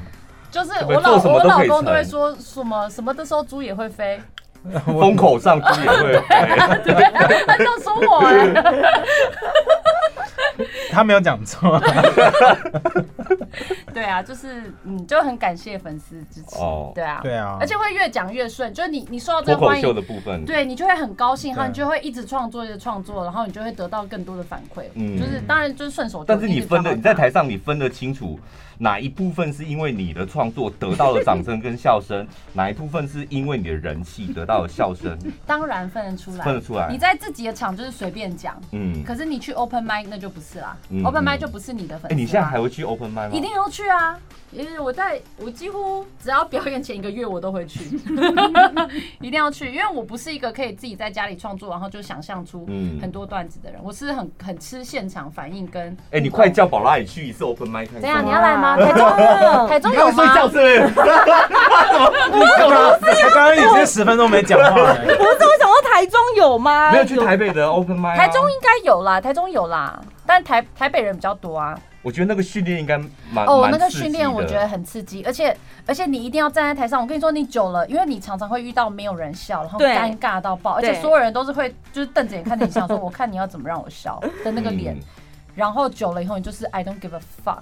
Speaker 1: 就是
Speaker 3: 你
Speaker 1: 我
Speaker 3: 们
Speaker 1: 老
Speaker 3: 做什么
Speaker 1: 我
Speaker 3: 都
Speaker 1: 老
Speaker 3: 可以
Speaker 1: 公都会
Speaker 3: 成
Speaker 1: 说什么什么的时候猪也会飞，
Speaker 3: 风口上猪也会飞，
Speaker 1: 对，他就说我哎，
Speaker 2: 他没有讲错，
Speaker 1: 对啊，就是嗯，就很感谢粉丝支持
Speaker 3: 哦，
Speaker 1: 对啊，
Speaker 2: 对啊
Speaker 1: 而且会越讲越顺，就是你你受到这
Speaker 3: 脱
Speaker 1: 个
Speaker 3: 口
Speaker 1: 欢
Speaker 3: 秀
Speaker 1: 迎，
Speaker 3: 的部分，
Speaker 1: 对你就会很高兴，然后你
Speaker 2: 对
Speaker 1: 就会一直创作，一直创作，然后你就会得到更多的反馈，
Speaker 3: 嗯
Speaker 1: 就是当然就是顺手就
Speaker 3: 但是
Speaker 1: 一
Speaker 3: 你
Speaker 1: 直
Speaker 3: 分
Speaker 1: 发
Speaker 3: 的
Speaker 1: 发
Speaker 3: 你在
Speaker 1: 发
Speaker 3: 台上你分得清楚哪一部分是因为你的创作得到了掌声跟笑声，哪一部分是因为你的人气得到了笑声，
Speaker 1: 当然分得出来，
Speaker 3: 分得出来
Speaker 1: 你在自己的场就是随便讲，
Speaker 3: 嗯，
Speaker 1: 可是你去 open mic 那就不是啦、
Speaker 3: 嗯
Speaker 1: o p e
Speaker 3: 嗯
Speaker 1: n mic 就不是你的粉丝
Speaker 3: 哎，
Speaker 1: 啦、
Speaker 3: 你现在还会去 open m i 吗？
Speaker 1: 一定要去啊！因为我在我几乎只要表演前一个月我都会 去，一定要去，因为我不是一个可以自己在家里创作，然后就想象出
Speaker 3: 嗯
Speaker 1: 很多段子的人，我是很很吃现场反应跟。
Speaker 3: 哎，你快叫宝拉也去一次 open m i 看
Speaker 1: 怎样？
Speaker 3: 看。
Speaker 1: 你要来
Speaker 4: 啊
Speaker 1: 吗？
Speaker 6: 哇
Speaker 1: 台中台中有
Speaker 3: 睡觉
Speaker 1: 吗？
Speaker 3: 是不是？
Speaker 2: 他刚刚也是十分钟没讲话了。
Speaker 6: 不是，我想说台中有吗？
Speaker 3: 没有去台北的 open 啊 m i
Speaker 1: 台中应该有啦，台中有啦，但台台北人比较多啊。
Speaker 3: 我觉得那个训练应该蛮
Speaker 1: 哦，
Speaker 3: 蛮
Speaker 1: 那个
Speaker 3: 刺激
Speaker 1: 训练我
Speaker 3: 的
Speaker 1: 觉得很刺激，而且而且你一定要站在台上。我跟你说，你久了，因为你常常会遇到没有人笑，然后
Speaker 6: 对
Speaker 1: 尴尬到爆，而且
Speaker 6: 对
Speaker 1: 所有人都是会就是瞪着眼看着你笑，说我看你要怎么让我笑的那个脸。
Speaker 3: 嗯
Speaker 1: 然后久了以后，你就是 I don't give a fuck。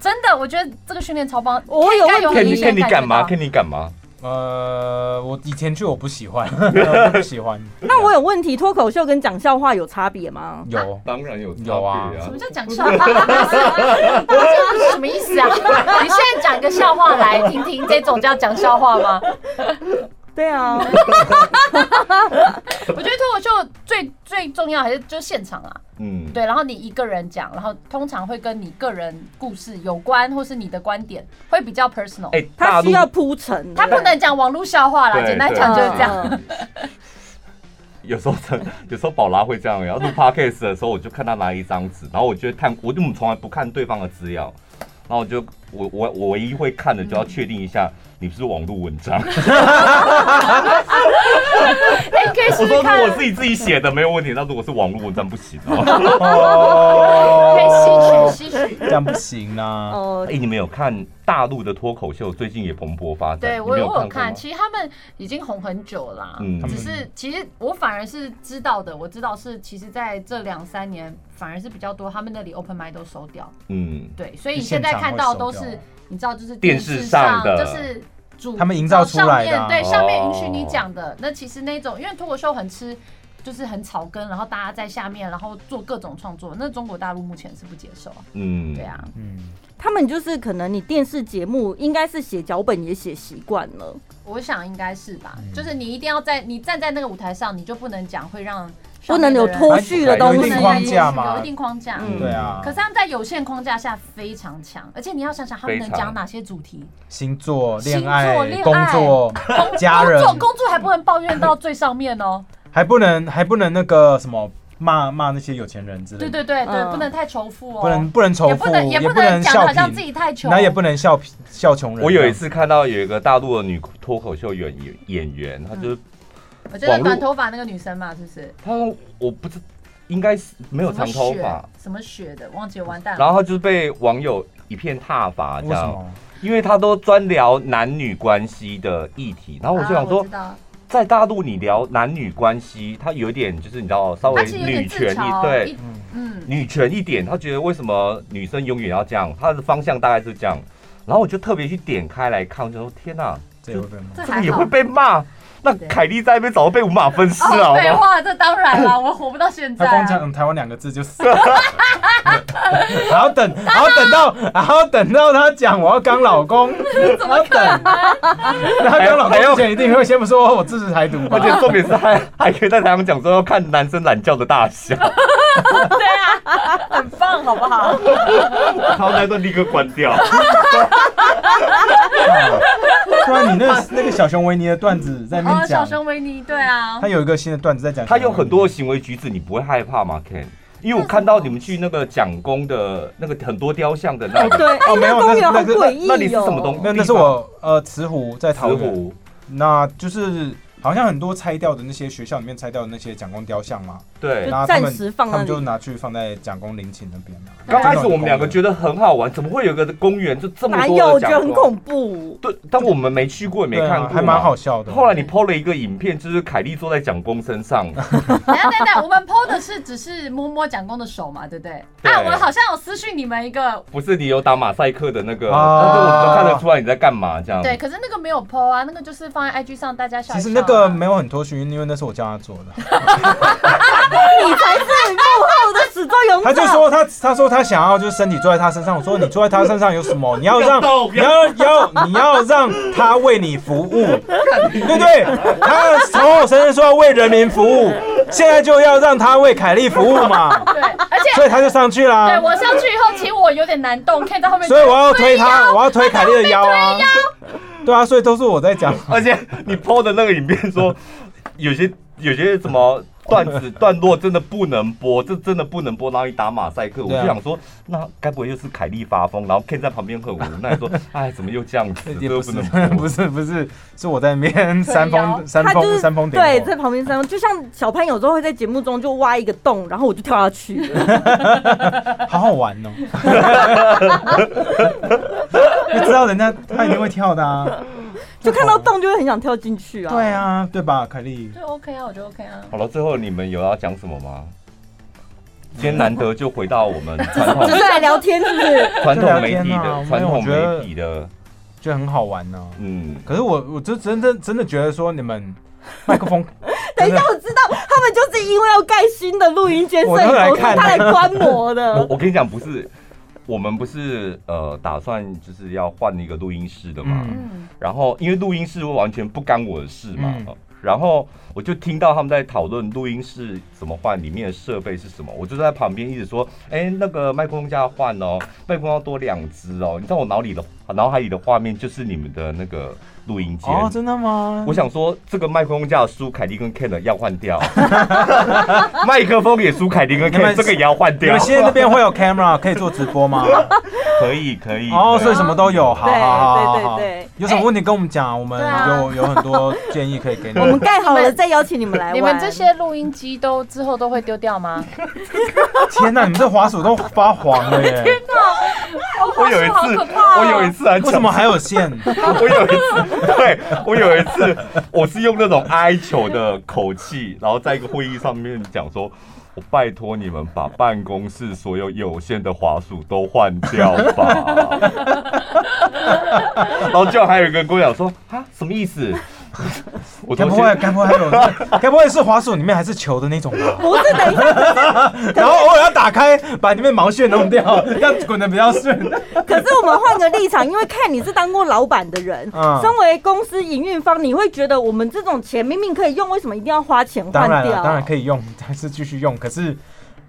Speaker 1: 真 的，我觉得这个训练超棒，
Speaker 6: 我有
Speaker 1: 应该有
Speaker 3: 看
Speaker 1: 哦明
Speaker 3: 你
Speaker 1: 显
Speaker 3: 看你
Speaker 1: 感觉
Speaker 3: 干嘛？
Speaker 1: 到
Speaker 3: 看你干嘛？
Speaker 2: 呃，我以前去我不喜欢，我不喜欢。
Speaker 6: 那我有问题，脱口秀跟讲笑话有差别吗？
Speaker 2: 有
Speaker 3: 当然有差
Speaker 2: 有啊
Speaker 3: 别
Speaker 1: 什么叫讲笑话？这是什么意思啊？你现在讲一个笑话来听听，这种叫讲笑话 吗？
Speaker 6: 对啊，
Speaker 1: 我觉得脱口秀最最重要还是就是现场啊，
Speaker 3: 嗯，
Speaker 1: 对，然后你一个人讲，然后通常会跟你个人故事有关，或是你的观点会比较 personal。
Speaker 3: 哎，大
Speaker 6: 他
Speaker 3: 陆
Speaker 6: 需要铺陈。
Speaker 1: 他不能讲网络笑话啦，
Speaker 3: 对
Speaker 1: 简单
Speaker 3: 对嗯
Speaker 1: 讲就是这样。
Speaker 4: 嗯
Speaker 6: 样。
Speaker 3: 有时候真， 有时候宝拉会这样。然 后录 podcast 的时候，我就看他拿一张纸，然后我就会看，我就从来不看对方的资料，然后我就我我我唯一会看的，就要确定一下
Speaker 1: 嗯
Speaker 3: 你是不是网络文 章。
Speaker 1: 哎，你可以试
Speaker 3: 我说
Speaker 1: 试
Speaker 3: 如
Speaker 1: 看
Speaker 3: 果
Speaker 1: 啊，
Speaker 3: 自己自己写的没有问题，那如果是网络文章不行 哦。
Speaker 1: 可
Speaker 2: 哦
Speaker 1: 以，吸取吸取。
Speaker 2: 这样不行
Speaker 4: 嗯
Speaker 2: 啊。
Speaker 6: 哦
Speaker 3: 哎、，你们有看大陆的脱口秀最近也蓬勃发展？
Speaker 1: 对
Speaker 3: 你
Speaker 1: 我
Speaker 3: 们有
Speaker 1: 我有
Speaker 3: 过吗
Speaker 1: 看，其实他们已经红很久了啦，
Speaker 3: 嗯
Speaker 1: 只是其实我反而是知道的，我知道是其实在这两三年反而是比较多，他们那里 open mic 都收掉，
Speaker 3: 嗯，
Speaker 1: 对，所以
Speaker 2: 就
Speaker 1: 现在
Speaker 2: 现场
Speaker 1: 看
Speaker 2: 会
Speaker 1: 到
Speaker 2: 收
Speaker 1: 都
Speaker 2: 掉
Speaker 1: 是你知道就是
Speaker 3: 电视
Speaker 1: 视
Speaker 3: 上的
Speaker 1: 就是主哦
Speaker 2: 他们营造出来
Speaker 1: 上
Speaker 2: 的
Speaker 1: 面
Speaker 2: 啊
Speaker 1: 对，上面允许
Speaker 3: 哦
Speaker 1: 你讲的。那其实那种因为脱口秀很吃。就是很草根，然后大家在下面，然后做各种创作。那中国大陆目前是不接受啊，
Speaker 3: 嗯，
Speaker 1: 对啊，
Speaker 2: 嗯，
Speaker 6: 他们就是可能你电视节目应该是写脚本也写习惯了，
Speaker 1: 我想应该是吧。
Speaker 2: 嗯
Speaker 1: 就是你一定要在你站在那个舞台上，你就不能讲会让
Speaker 6: 不能有脱序的东
Speaker 2: 啊有
Speaker 1: 不
Speaker 2: 一
Speaker 1: 能
Speaker 6: 西
Speaker 1: 有
Speaker 2: 定。框架嘛
Speaker 1: 有一定框架。
Speaker 6: 嗯
Speaker 2: 对啊。
Speaker 1: 可是他们在有限框架下非常强，而且你要想想他们能
Speaker 3: 非常
Speaker 1: 讲哪些主 题，
Speaker 2: 星座、
Speaker 1: 星
Speaker 2: 恋
Speaker 1: 座
Speaker 2: 爱、
Speaker 1: 恋
Speaker 2: 工
Speaker 1: 爱
Speaker 2: 作、家人
Speaker 1: 工，作工作还不能抱怨到最上面哦。
Speaker 2: 还不能还不能那个什么骂骂那些有钱人之类
Speaker 1: 对
Speaker 2: 的，
Speaker 1: 对对对，
Speaker 6: 嗯
Speaker 1: 不能太仇富哦，
Speaker 2: 不能不能仇
Speaker 1: 也
Speaker 2: 富
Speaker 1: 不，能也不能
Speaker 2: 能
Speaker 1: 讲的
Speaker 2: 笑
Speaker 1: 好像自
Speaker 2: 贫，
Speaker 1: 己太穷，
Speaker 2: 然后也不能笑贫笑穷人。
Speaker 3: 我有一次看到有一个大陆的女脱口秀演员演员，她就是、
Speaker 1: 我觉得
Speaker 3: 网络
Speaker 1: 短头发那个女生嘛，是不是？
Speaker 3: 她说我不知应该是没有
Speaker 1: 什么
Speaker 3: 长头发
Speaker 1: 雪，什么雪的，忘记了完蛋
Speaker 3: 然
Speaker 1: 了。
Speaker 3: 后她就是被网友一片挞伐，
Speaker 2: 为
Speaker 3: 这
Speaker 2: 什
Speaker 3: 样，
Speaker 2: 么？
Speaker 3: 因为她都专聊男女关系的议题，然后我就想
Speaker 1: 啊
Speaker 3: 说
Speaker 1: 知，道
Speaker 3: 在大陆你聊男女关系，她有一点就是你知道稍微
Speaker 1: 她其实有点
Speaker 3: 女权
Speaker 1: 自
Speaker 3: 一
Speaker 1: 嘲，
Speaker 3: 对
Speaker 1: 一，嗯，
Speaker 3: 女权一点，她觉得为什么女生永远要这样，她的方向大概是这样。然后我就特别去点开来看，我就说天哪、
Speaker 2: 这也会被骂。
Speaker 1: 这
Speaker 3: 这个
Speaker 1: 还
Speaker 3: 也
Speaker 1: 好
Speaker 3: 会。被骂。那
Speaker 1: 对
Speaker 3: 凯莉在那边早就被五马分尸了，好
Speaker 1: 哦，废
Speaker 3: 不好？
Speaker 1: 话，这当然 了，我活不到现在
Speaker 2: 他
Speaker 1: 啊。
Speaker 2: 光讲台湾两个字就死了， 还要等，还要等到，还要等到他讲我要当老公，还要等，那他当老公之前一定会先不说哦我支持台独吧
Speaker 3: 而？且重点是还还可以在台上讲说要看男生懒觉的大小，
Speaker 6: 很棒，好不好？
Speaker 3: 然后那都立刻关掉。
Speaker 2: 不然你
Speaker 4: 哎
Speaker 2: 那那个小熊维尼的段子在那
Speaker 1: 哦，
Speaker 2: 边
Speaker 1: 小
Speaker 2: 讲，
Speaker 1: 熊维尼，对啊
Speaker 2: 他，有一个新的段子在讲，
Speaker 3: 他有很多行为举止，你不会害怕吗？Ken，因为我看到你们去那个蒋公的那个很多雕像的那
Speaker 6: 哦，
Speaker 3: 个，
Speaker 6: 对，哎，
Speaker 2: 哦没有
Speaker 6: 那公园好
Speaker 2: 那是
Speaker 6: 诡异哦。
Speaker 3: 那你是什么东西
Speaker 2: 那那是我呃慈湖在桃
Speaker 3: 石
Speaker 2: 园，
Speaker 3: 虎，
Speaker 2: 那就是好像很多拆掉的那些学校里面拆掉的那些蒋公雕像嘛，
Speaker 3: 对
Speaker 4: 就，
Speaker 2: 然后他
Speaker 4: 暂
Speaker 2: 们
Speaker 4: 时放
Speaker 2: 他
Speaker 4: 那
Speaker 2: 们就
Speaker 4: 里。
Speaker 2: 拿去放在蒋公陵寝那边嘛。
Speaker 3: 刚开始我们两个
Speaker 2: 得
Speaker 3: 觉得很好玩，怎么会有个公园就这么
Speaker 4: 哪
Speaker 3: 多
Speaker 4: 哎有？
Speaker 3: 的
Speaker 4: 我觉得很
Speaker 3: 讲
Speaker 4: 恐怖。
Speaker 3: 对，但我们没去过，也没看过嘛，
Speaker 2: 啊
Speaker 3: 啊
Speaker 2: 还蛮好笑的。
Speaker 3: 后来你 PO 了一个影片，就是凯莉坐在蒋公身上，
Speaker 1: 等一下等一下，我们 PO 的是只是摸摸蒋公的手嘛，对不对？
Speaker 3: 对
Speaker 1: 啊，我好像有私讯你们一
Speaker 2: 嗯
Speaker 1: 个，
Speaker 3: 不是你有打马赛克的那个，
Speaker 2: 啊
Speaker 3: 但是我们看得出来你在干嘛这样。
Speaker 1: 对，可是那个没有 PO 啊，那个就是放在 IG 上大家笑一笑啊。
Speaker 2: 其实那个没有很多讯，因为那是我叫他做的。
Speaker 4: 你才是幕后的始作俑者。
Speaker 2: 他就说他他说他想要就是身体坐在他身上，我说你坐在他身上有什么？你要让你要要你要让他为你服务，对不对？他从我身上说要为人民服务，现在就要让他为凯莉服务嘛，
Speaker 1: 对，而 且
Speaker 2: 所以他就上去啦
Speaker 1: 对。我上去以后，其实我有点难动，可以到后面。
Speaker 2: 所以我要推他，我要推凯莉的腰啊。对啊，所以都是我在讲。
Speaker 3: 而且你 PO 的那个影片说， 有些有些什么段子段落真的不能播，这真的不能播，然后你打马赛克，我
Speaker 2: 对啊
Speaker 3: 就想说，那该不会又是凯莉发疯？然后 Ken 在旁边 很无奈说，哎，怎么又这样子？这
Speaker 2: 也
Speaker 3: 又
Speaker 2: 不
Speaker 3: 不
Speaker 2: 是
Speaker 3: 能播。
Speaker 2: 哎不是不是，是我在那边煽风煽
Speaker 4: 他就是
Speaker 2: 风煽风点
Speaker 4: 对，
Speaker 2: 火
Speaker 4: 在。旁边三，就像小潘有时候会在节目中就挖一个洞，然后我就跳下去了。
Speaker 2: 好好玩 哦！你知道人家他一定会跳的啊，
Speaker 4: 就看到洞就会很想跳进去啊。
Speaker 2: 对啊，对吧，凯莉？
Speaker 1: 就 OK 啊，我就 OK 啊。
Speaker 3: 好了，最后你们有要讲什么吗？
Speaker 2: 嗯
Speaker 3: 今天难得就回到我们传统
Speaker 4: 只是来聊天是不是？
Speaker 3: 传
Speaker 2: 就聊
Speaker 3: 统媒
Speaker 2: 天
Speaker 3: 体
Speaker 2: 啊
Speaker 3: 的
Speaker 2: 没
Speaker 3: 传统
Speaker 2: 有我觉得
Speaker 3: 媒体的，
Speaker 2: 觉得很好玩呢、
Speaker 3: 嗯，
Speaker 2: 可是我我就真的真的觉得说你们麦克风
Speaker 4: 等
Speaker 2: 真
Speaker 4: 一
Speaker 2: 的
Speaker 4: 下，我知道他们就是因为要盖新的录音间，
Speaker 2: 我
Speaker 4: 所以
Speaker 2: 都来
Speaker 4: 头是
Speaker 2: 看
Speaker 4: 他来观摩
Speaker 3: 我
Speaker 4: 的。
Speaker 3: 我跟你讲，不是，我们不是呃，打算就是要换一个录音室的嘛。
Speaker 2: 嗯
Speaker 1: 嗯，
Speaker 3: 然后因为录音室完全不干我的事嘛，
Speaker 2: 嗯
Speaker 3: 呃然后我就听到他们在讨论录音室怎么换，里面的设备是什么，我就在旁边一直说，哎，那个麦克风架要换哦，麦克风要多两只哦。你知道我脑里的脑海里的画面就是你们的那个录音间。
Speaker 2: 哦，真的吗？
Speaker 3: 我想说，这个麦克风架的苏凯蒂跟 Ken 的要换掉， 麦克风也苏凯蒂跟
Speaker 2: 你们
Speaker 3: Ken，这个也要换
Speaker 2: 你
Speaker 3: 掉
Speaker 2: 们。现在那边会有 camera 可以做直播 吗？
Speaker 3: 可以可以。
Speaker 2: 哦，
Speaker 3: 可
Speaker 2: 所以什么都有，好
Speaker 4: 对
Speaker 2: 好好好好
Speaker 4: 对对对
Speaker 2: 有什么问题跟我们讲，我们
Speaker 1: 对啊
Speaker 2: 有有很多建议可以给你
Speaker 4: 我们
Speaker 2: 们。
Speaker 4: 盖好了再邀请你们来玩。
Speaker 1: 你们这些录音机都之后都会丢掉 吗？
Speaker 2: 天哪，你们这滑鼠都发黄了 耶！
Speaker 3: 我有一
Speaker 1: 好
Speaker 3: 次
Speaker 1: 可怕，哦
Speaker 3: 我有一次还
Speaker 2: 为什么还有线？
Speaker 3: 讲？ 我有一次，对我有一次，我是用那种哀求的口气，然后在一个会议上面讲说。我拜托你们把办公室所有有线的滑鼠都换掉吧。然后居然还有一个人跟我讲说：“啊，什么意思？” 我
Speaker 2: 该
Speaker 3: 昨
Speaker 2: 不
Speaker 3: 天
Speaker 2: 会该不会还有？该不会是滑鼠里面还是球的那种 吧？
Speaker 4: 不是等一下，
Speaker 2: 然后偶尔要打开，把里面毛屑弄掉， 这样滚的比 较顺。
Speaker 4: 可是我们换个立场，因为看你是当过老板的人，
Speaker 2: 嗯
Speaker 4: 身为公司营运方，你会觉得我们这种钱明明可以用，为什么一定要花钱换
Speaker 2: 当然
Speaker 4: 掉？
Speaker 2: 了，当然可以用， 还是继续用。可是，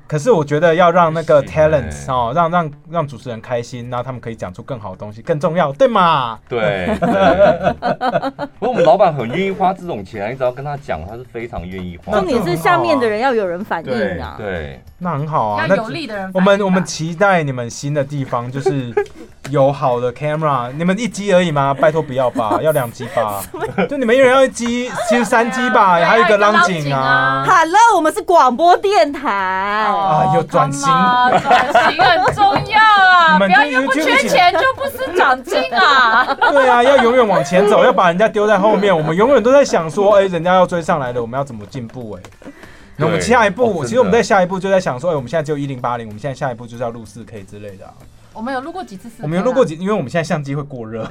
Speaker 2: 可是我觉得要让那个
Speaker 3: 不行欸
Speaker 2: talents 哦，让让让主持人开心，然后他们可以讲出更好的东西，更重要，对嘛？
Speaker 3: 对，对不过我们老板很愿意花这种钱，你只要跟他讲，他是非常愿意花
Speaker 4: 重
Speaker 3: 的。
Speaker 4: 点是下面的人要有人反应啊。
Speaker 3: 对，
Speaker 2: 那很好啊
Speaker 1: 要，
Speaker 2: 那
Speaker 1: 有力的人反应吧。
Speaker 2: 我们我们期待你们新的地方就是有好的 camera，你们一机而已吗？拜托不要吧，要两机 吧，就你们一人要一机，其实三机吧，
Speaker 1: 对啊
Speaker 2: 还有一个
Speaker 1: 还有一个
Speaker 2: long
Speaker 1: 景
Speaker 2: 景
Speaker 1: 啊
Speaker 2: 啊。
Speaker 4: Hello，我们是广播电
Speaker 1: 哦
Speaker 4: 台。
Speaker 2: 啊有转型
Speaker 1: come on，转型很重要啊！
Speaker 2: 你
Speaker 1: 不
Speaker 2: 们
Speaker 1: 要因为不缺钱就不思长进啊！
Speaker 2: 对啊，要永远往前走，要把人家丢在后面。我们永远都在想 说，哎、人家要追上来了，我们要怎么进步、哎，那我们
Speaker 3: 对
Speaker 2: 下一
Speaker 3: 哦
Speaker 2: 步，
Speaker 3: 真的
Speaker 2: 其实我们在下一步就在想说，哎、我们现在只有一零八零，我们现在下一步就是要录四 K 之类的啊、
Speaker 1: 我们有录过几次四 K 啊？
Speaker 2: 我们有录过几，因为我们现在相机会过 热，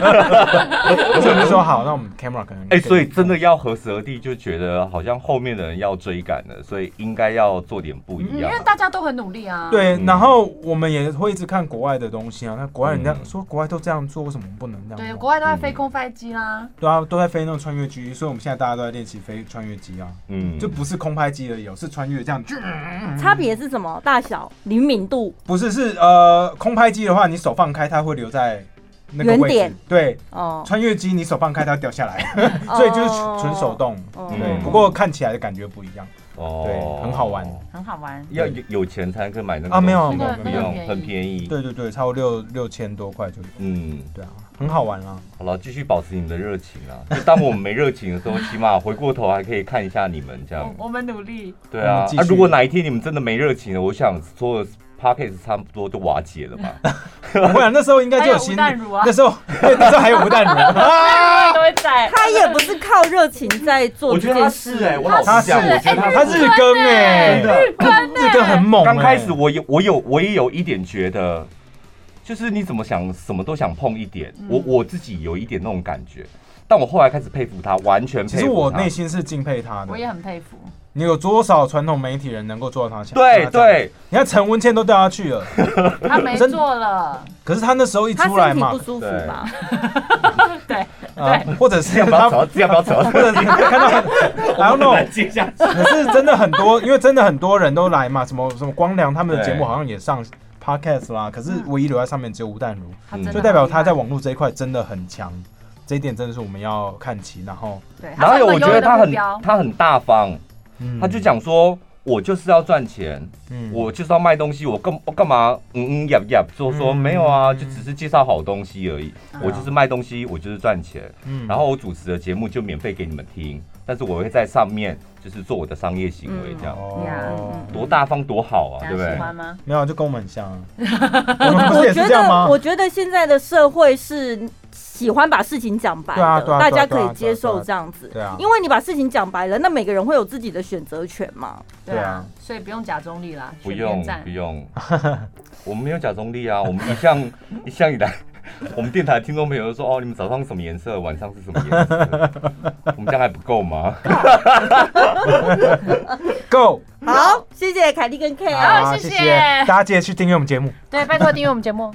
Speaker 2: 所以我们就说好，那我们 camera 可能
Speaker 3: 哎、所以真的要何时何地，就觉得好像后面的人要追赶了，所以应该要做点不一
Speaker 1: 嗯因
Speaker 3: 样
Speaker 1: 为。大家都很努力啊。，
Speaker 2: 对。
Speaker 3: 嗯
Speaker 2: 然后我们也会一直看国外的东西啊，那国外人家
Speaker 3: 嗯
Speaker 2: 说国外都这样做，为什么我们不能这
Speaker 1: 对，
Speaker 2: 样
Speaker 1: 国
Speaker 2: 做？
Speaker 1: 外都在飞空飞机啦。
Speaker 2: 对啊，都在飞那种穿越机，所以我们现在大家都在练习飞穿越机啊，
Speaker 3: 嗯
Speaker 2: 就不是空拍机而已、哦，是穿越这样。
Speaker 4: 差别是什么？大小、灵敏度
Speaker 2: 不是，是呃，空拍机的话，你手放开，它会留在那个
Speaker 4: 原
Speaker 2: 位置
Speaker 4: 点。
Speaker 2: 对，
Speaker 4: 哦。
Speaker 2: 穿越机你手放开，它掉下来，所以就是纯手动。
Speaker 4: 哦
Speaker 2: 对，
Speaker 3: 嗯
Speaker 2: 不过看起来的感觉不一样。
Speaker 3: 哦
Speaker 2: 对很好玩
Speaker 1: 很好玩。
Speaker 3: 要有有钱才可以买那个
Speaker 2: 啊没有
Speaker 3: 东西吗
Speaker 1: 对那
Speaker 3: 不
Speaker 1: 个
Speaker 3: 用
Speaker 1: 便宜
Speaker 3: 很便宜。
Speaker 2: 对对对，超过六六千多块就有，
Speaker 3: 嗯，
Speaker 2: 对啊，很好玩 啊。
Speaker 3: 好了，继续保持你们的热情啊！ 就当我们没热情的时候，起码回过头还可以看一下你们这样
Speaker 1: 我。我们努力，
Speaker 3: 对啊
Speaker 2: 嗯，继续
Speaker 3: 啊，如果哪一天你们真的没热情了，我想所有 p o c k e t 差不多都瓦解了吧？
Speaker 2: 不啊然那时候应该就
Speaker 1: 还有
Speaker 2: 新
Speaker 1: 吴淡如啊
Speaker 2: 那时候对那时候还有吴淡如 啊，
Speaker 1: 都会在。
Speaker 4: 他也不是靠热情在做
Speaker 3: 我觉
Speaker 4: 这
Speaker 3: 得
Speaker 4: 件
Speaker 3: 他
Speaker 4: 事，
Speaker 3: 是哎，我老
Speaker 2: 他
Speaker 3: 实
Speaker 2: 是欸
Speaker 3: 讲，我觉
Speaker 1: 哎
Speaker 3: 得他
Speaker 1: 日
Speaker 2: 他日更哎，
Speaker 3: 真的
Speaker 2: 日更日更很猛欸。
Speaker 3: 刚开始我有我有我也有一点觉得，就是你怎么想什么都想碰一点，我我自己有一点那种感觉，但我后来开始佩服他，完全
Speaker 2: 其
Speaker 3: 佩服他。
Speaker 2: 实我内心是敬佩他的
Speaker 1: 我，也很佩服，
Speaker 2: 你有多少传统媒体人能够做到他强？
Speaker 3: 对
Speaker 2: 他这样，
Speaker 3: 对，
Speaker 2: 你看陈文茜都掉下去了，
Speaker 1: 他没做了，
Speaker 2: 可是他那时候一
Speaker 4: 他
Speaker 2: 出来
Speaker 4: 身体
Speaker 2: 嘛
Speaker 4: 不，舒服
Speaker 3: 对
Speaker 4: 吧？
Speaker 1: 对，
Speaker 2: 啊， 或者是
Speaker 3: 要不要
Speaker 2: 他， 或
Speaker 3: 扯？要 不要扯？
Speaker 2: 者是看到，I don't
Speaker 3: 不
Speaker 2: know，
Speaker 3: 能接下去。
Speaker 2: 可是真的很多，因为真的很多人都来嘛，什么什么光良他们的节目
Speaker 3: 对
Speaker 2: 好像也上 podcast
Speaker 3: 嗯
Speaker 2: 啦，可是唯一留在上面只有吴淡如，
Speaker 1: 他真的
Speaker 2: 就代表
Speaker 1: 很厉害
Speaker 2: 他在网络这一块真的很强，这一点真的是我们要看齐。然后，
Speaker 1: 对，
Speaker 3: 然后有我觉得他
Speaker 1: 目
Speaker 3: 很
Speaker 1: 标
Speaker 3: 他很大方，
Speaker 2: 嗯
Speaker 3: 他就，讲说。我就是要赚钱，
Speaker 2: 嗯
Speaker 3: 我就是要卖东西，我干我干嘛？嗯嗯呀呀，说说
Speaker 2: 嗯
Speaker 3: 没有啊，就只是介绍好东西而已。我就是卖东西，我就是赚钱。
Speaker 2: 嗯
Speaker 3: 然后我主持的节目就免费给你们听，但是我会在上面就是做我的商业行为，这样、
Speaker 1: 呀
Speaker 2: 哦，
Speaker 3: 多大方多好啊，
Speaker 1: 大
Speaker 3: 对不
Speaker 1: 家
Speaker 3: 对
Speaker 1: 嗯喜？欢吗？
Speaker 2: 没有啊就跟我们很像啊，我们不是也是
Speaker 4: 觉
Speaker 2: 这样
Speaker 4: 得，
Speaker 2: 吗？
Speaker 4: 我觉得现在的社会是喜欢把事情讲白
Speaker 2: 对啊
Speaker 4: 的，
Speaker 2: 对啊
Speaker 4: 大家
Speaker 2: 对
Speaker 4: 可
Speaker 2: 啊对啊
Speaker 4: 以接受这样子
Speaker 2: 对啊。
Speaker 4: 因为你把事情讲白了，那每个人会有自己的选择权嘛。
Speaker 1: 对
Speaker 2: 对
Speaker 1: 啊
Speaker 2: 啊，
Speaker 1: 所以不用假中立啦，
Speaker 3: 不
Speaker 1: 选
Speaker 3: 用
Speaker 1: 边站
Speaker 3: 不用， 我们没有假中立啊，我们一向 一向以来，我们电台听众朋友都说哦，你们早上什么颜色，晚上是什么颜色， 我们这样还不够吗？
Speaker 2: Go，
Speaker 4: 好，谢谢凯莉跟 K 啊。
Speaker 1: 好
Speaker 2: 好
Speaker 1: 谢谢
Speaker 2: 大家记得去订阅我们节目。
Speaker 1: 对，拜托订阅我们节目。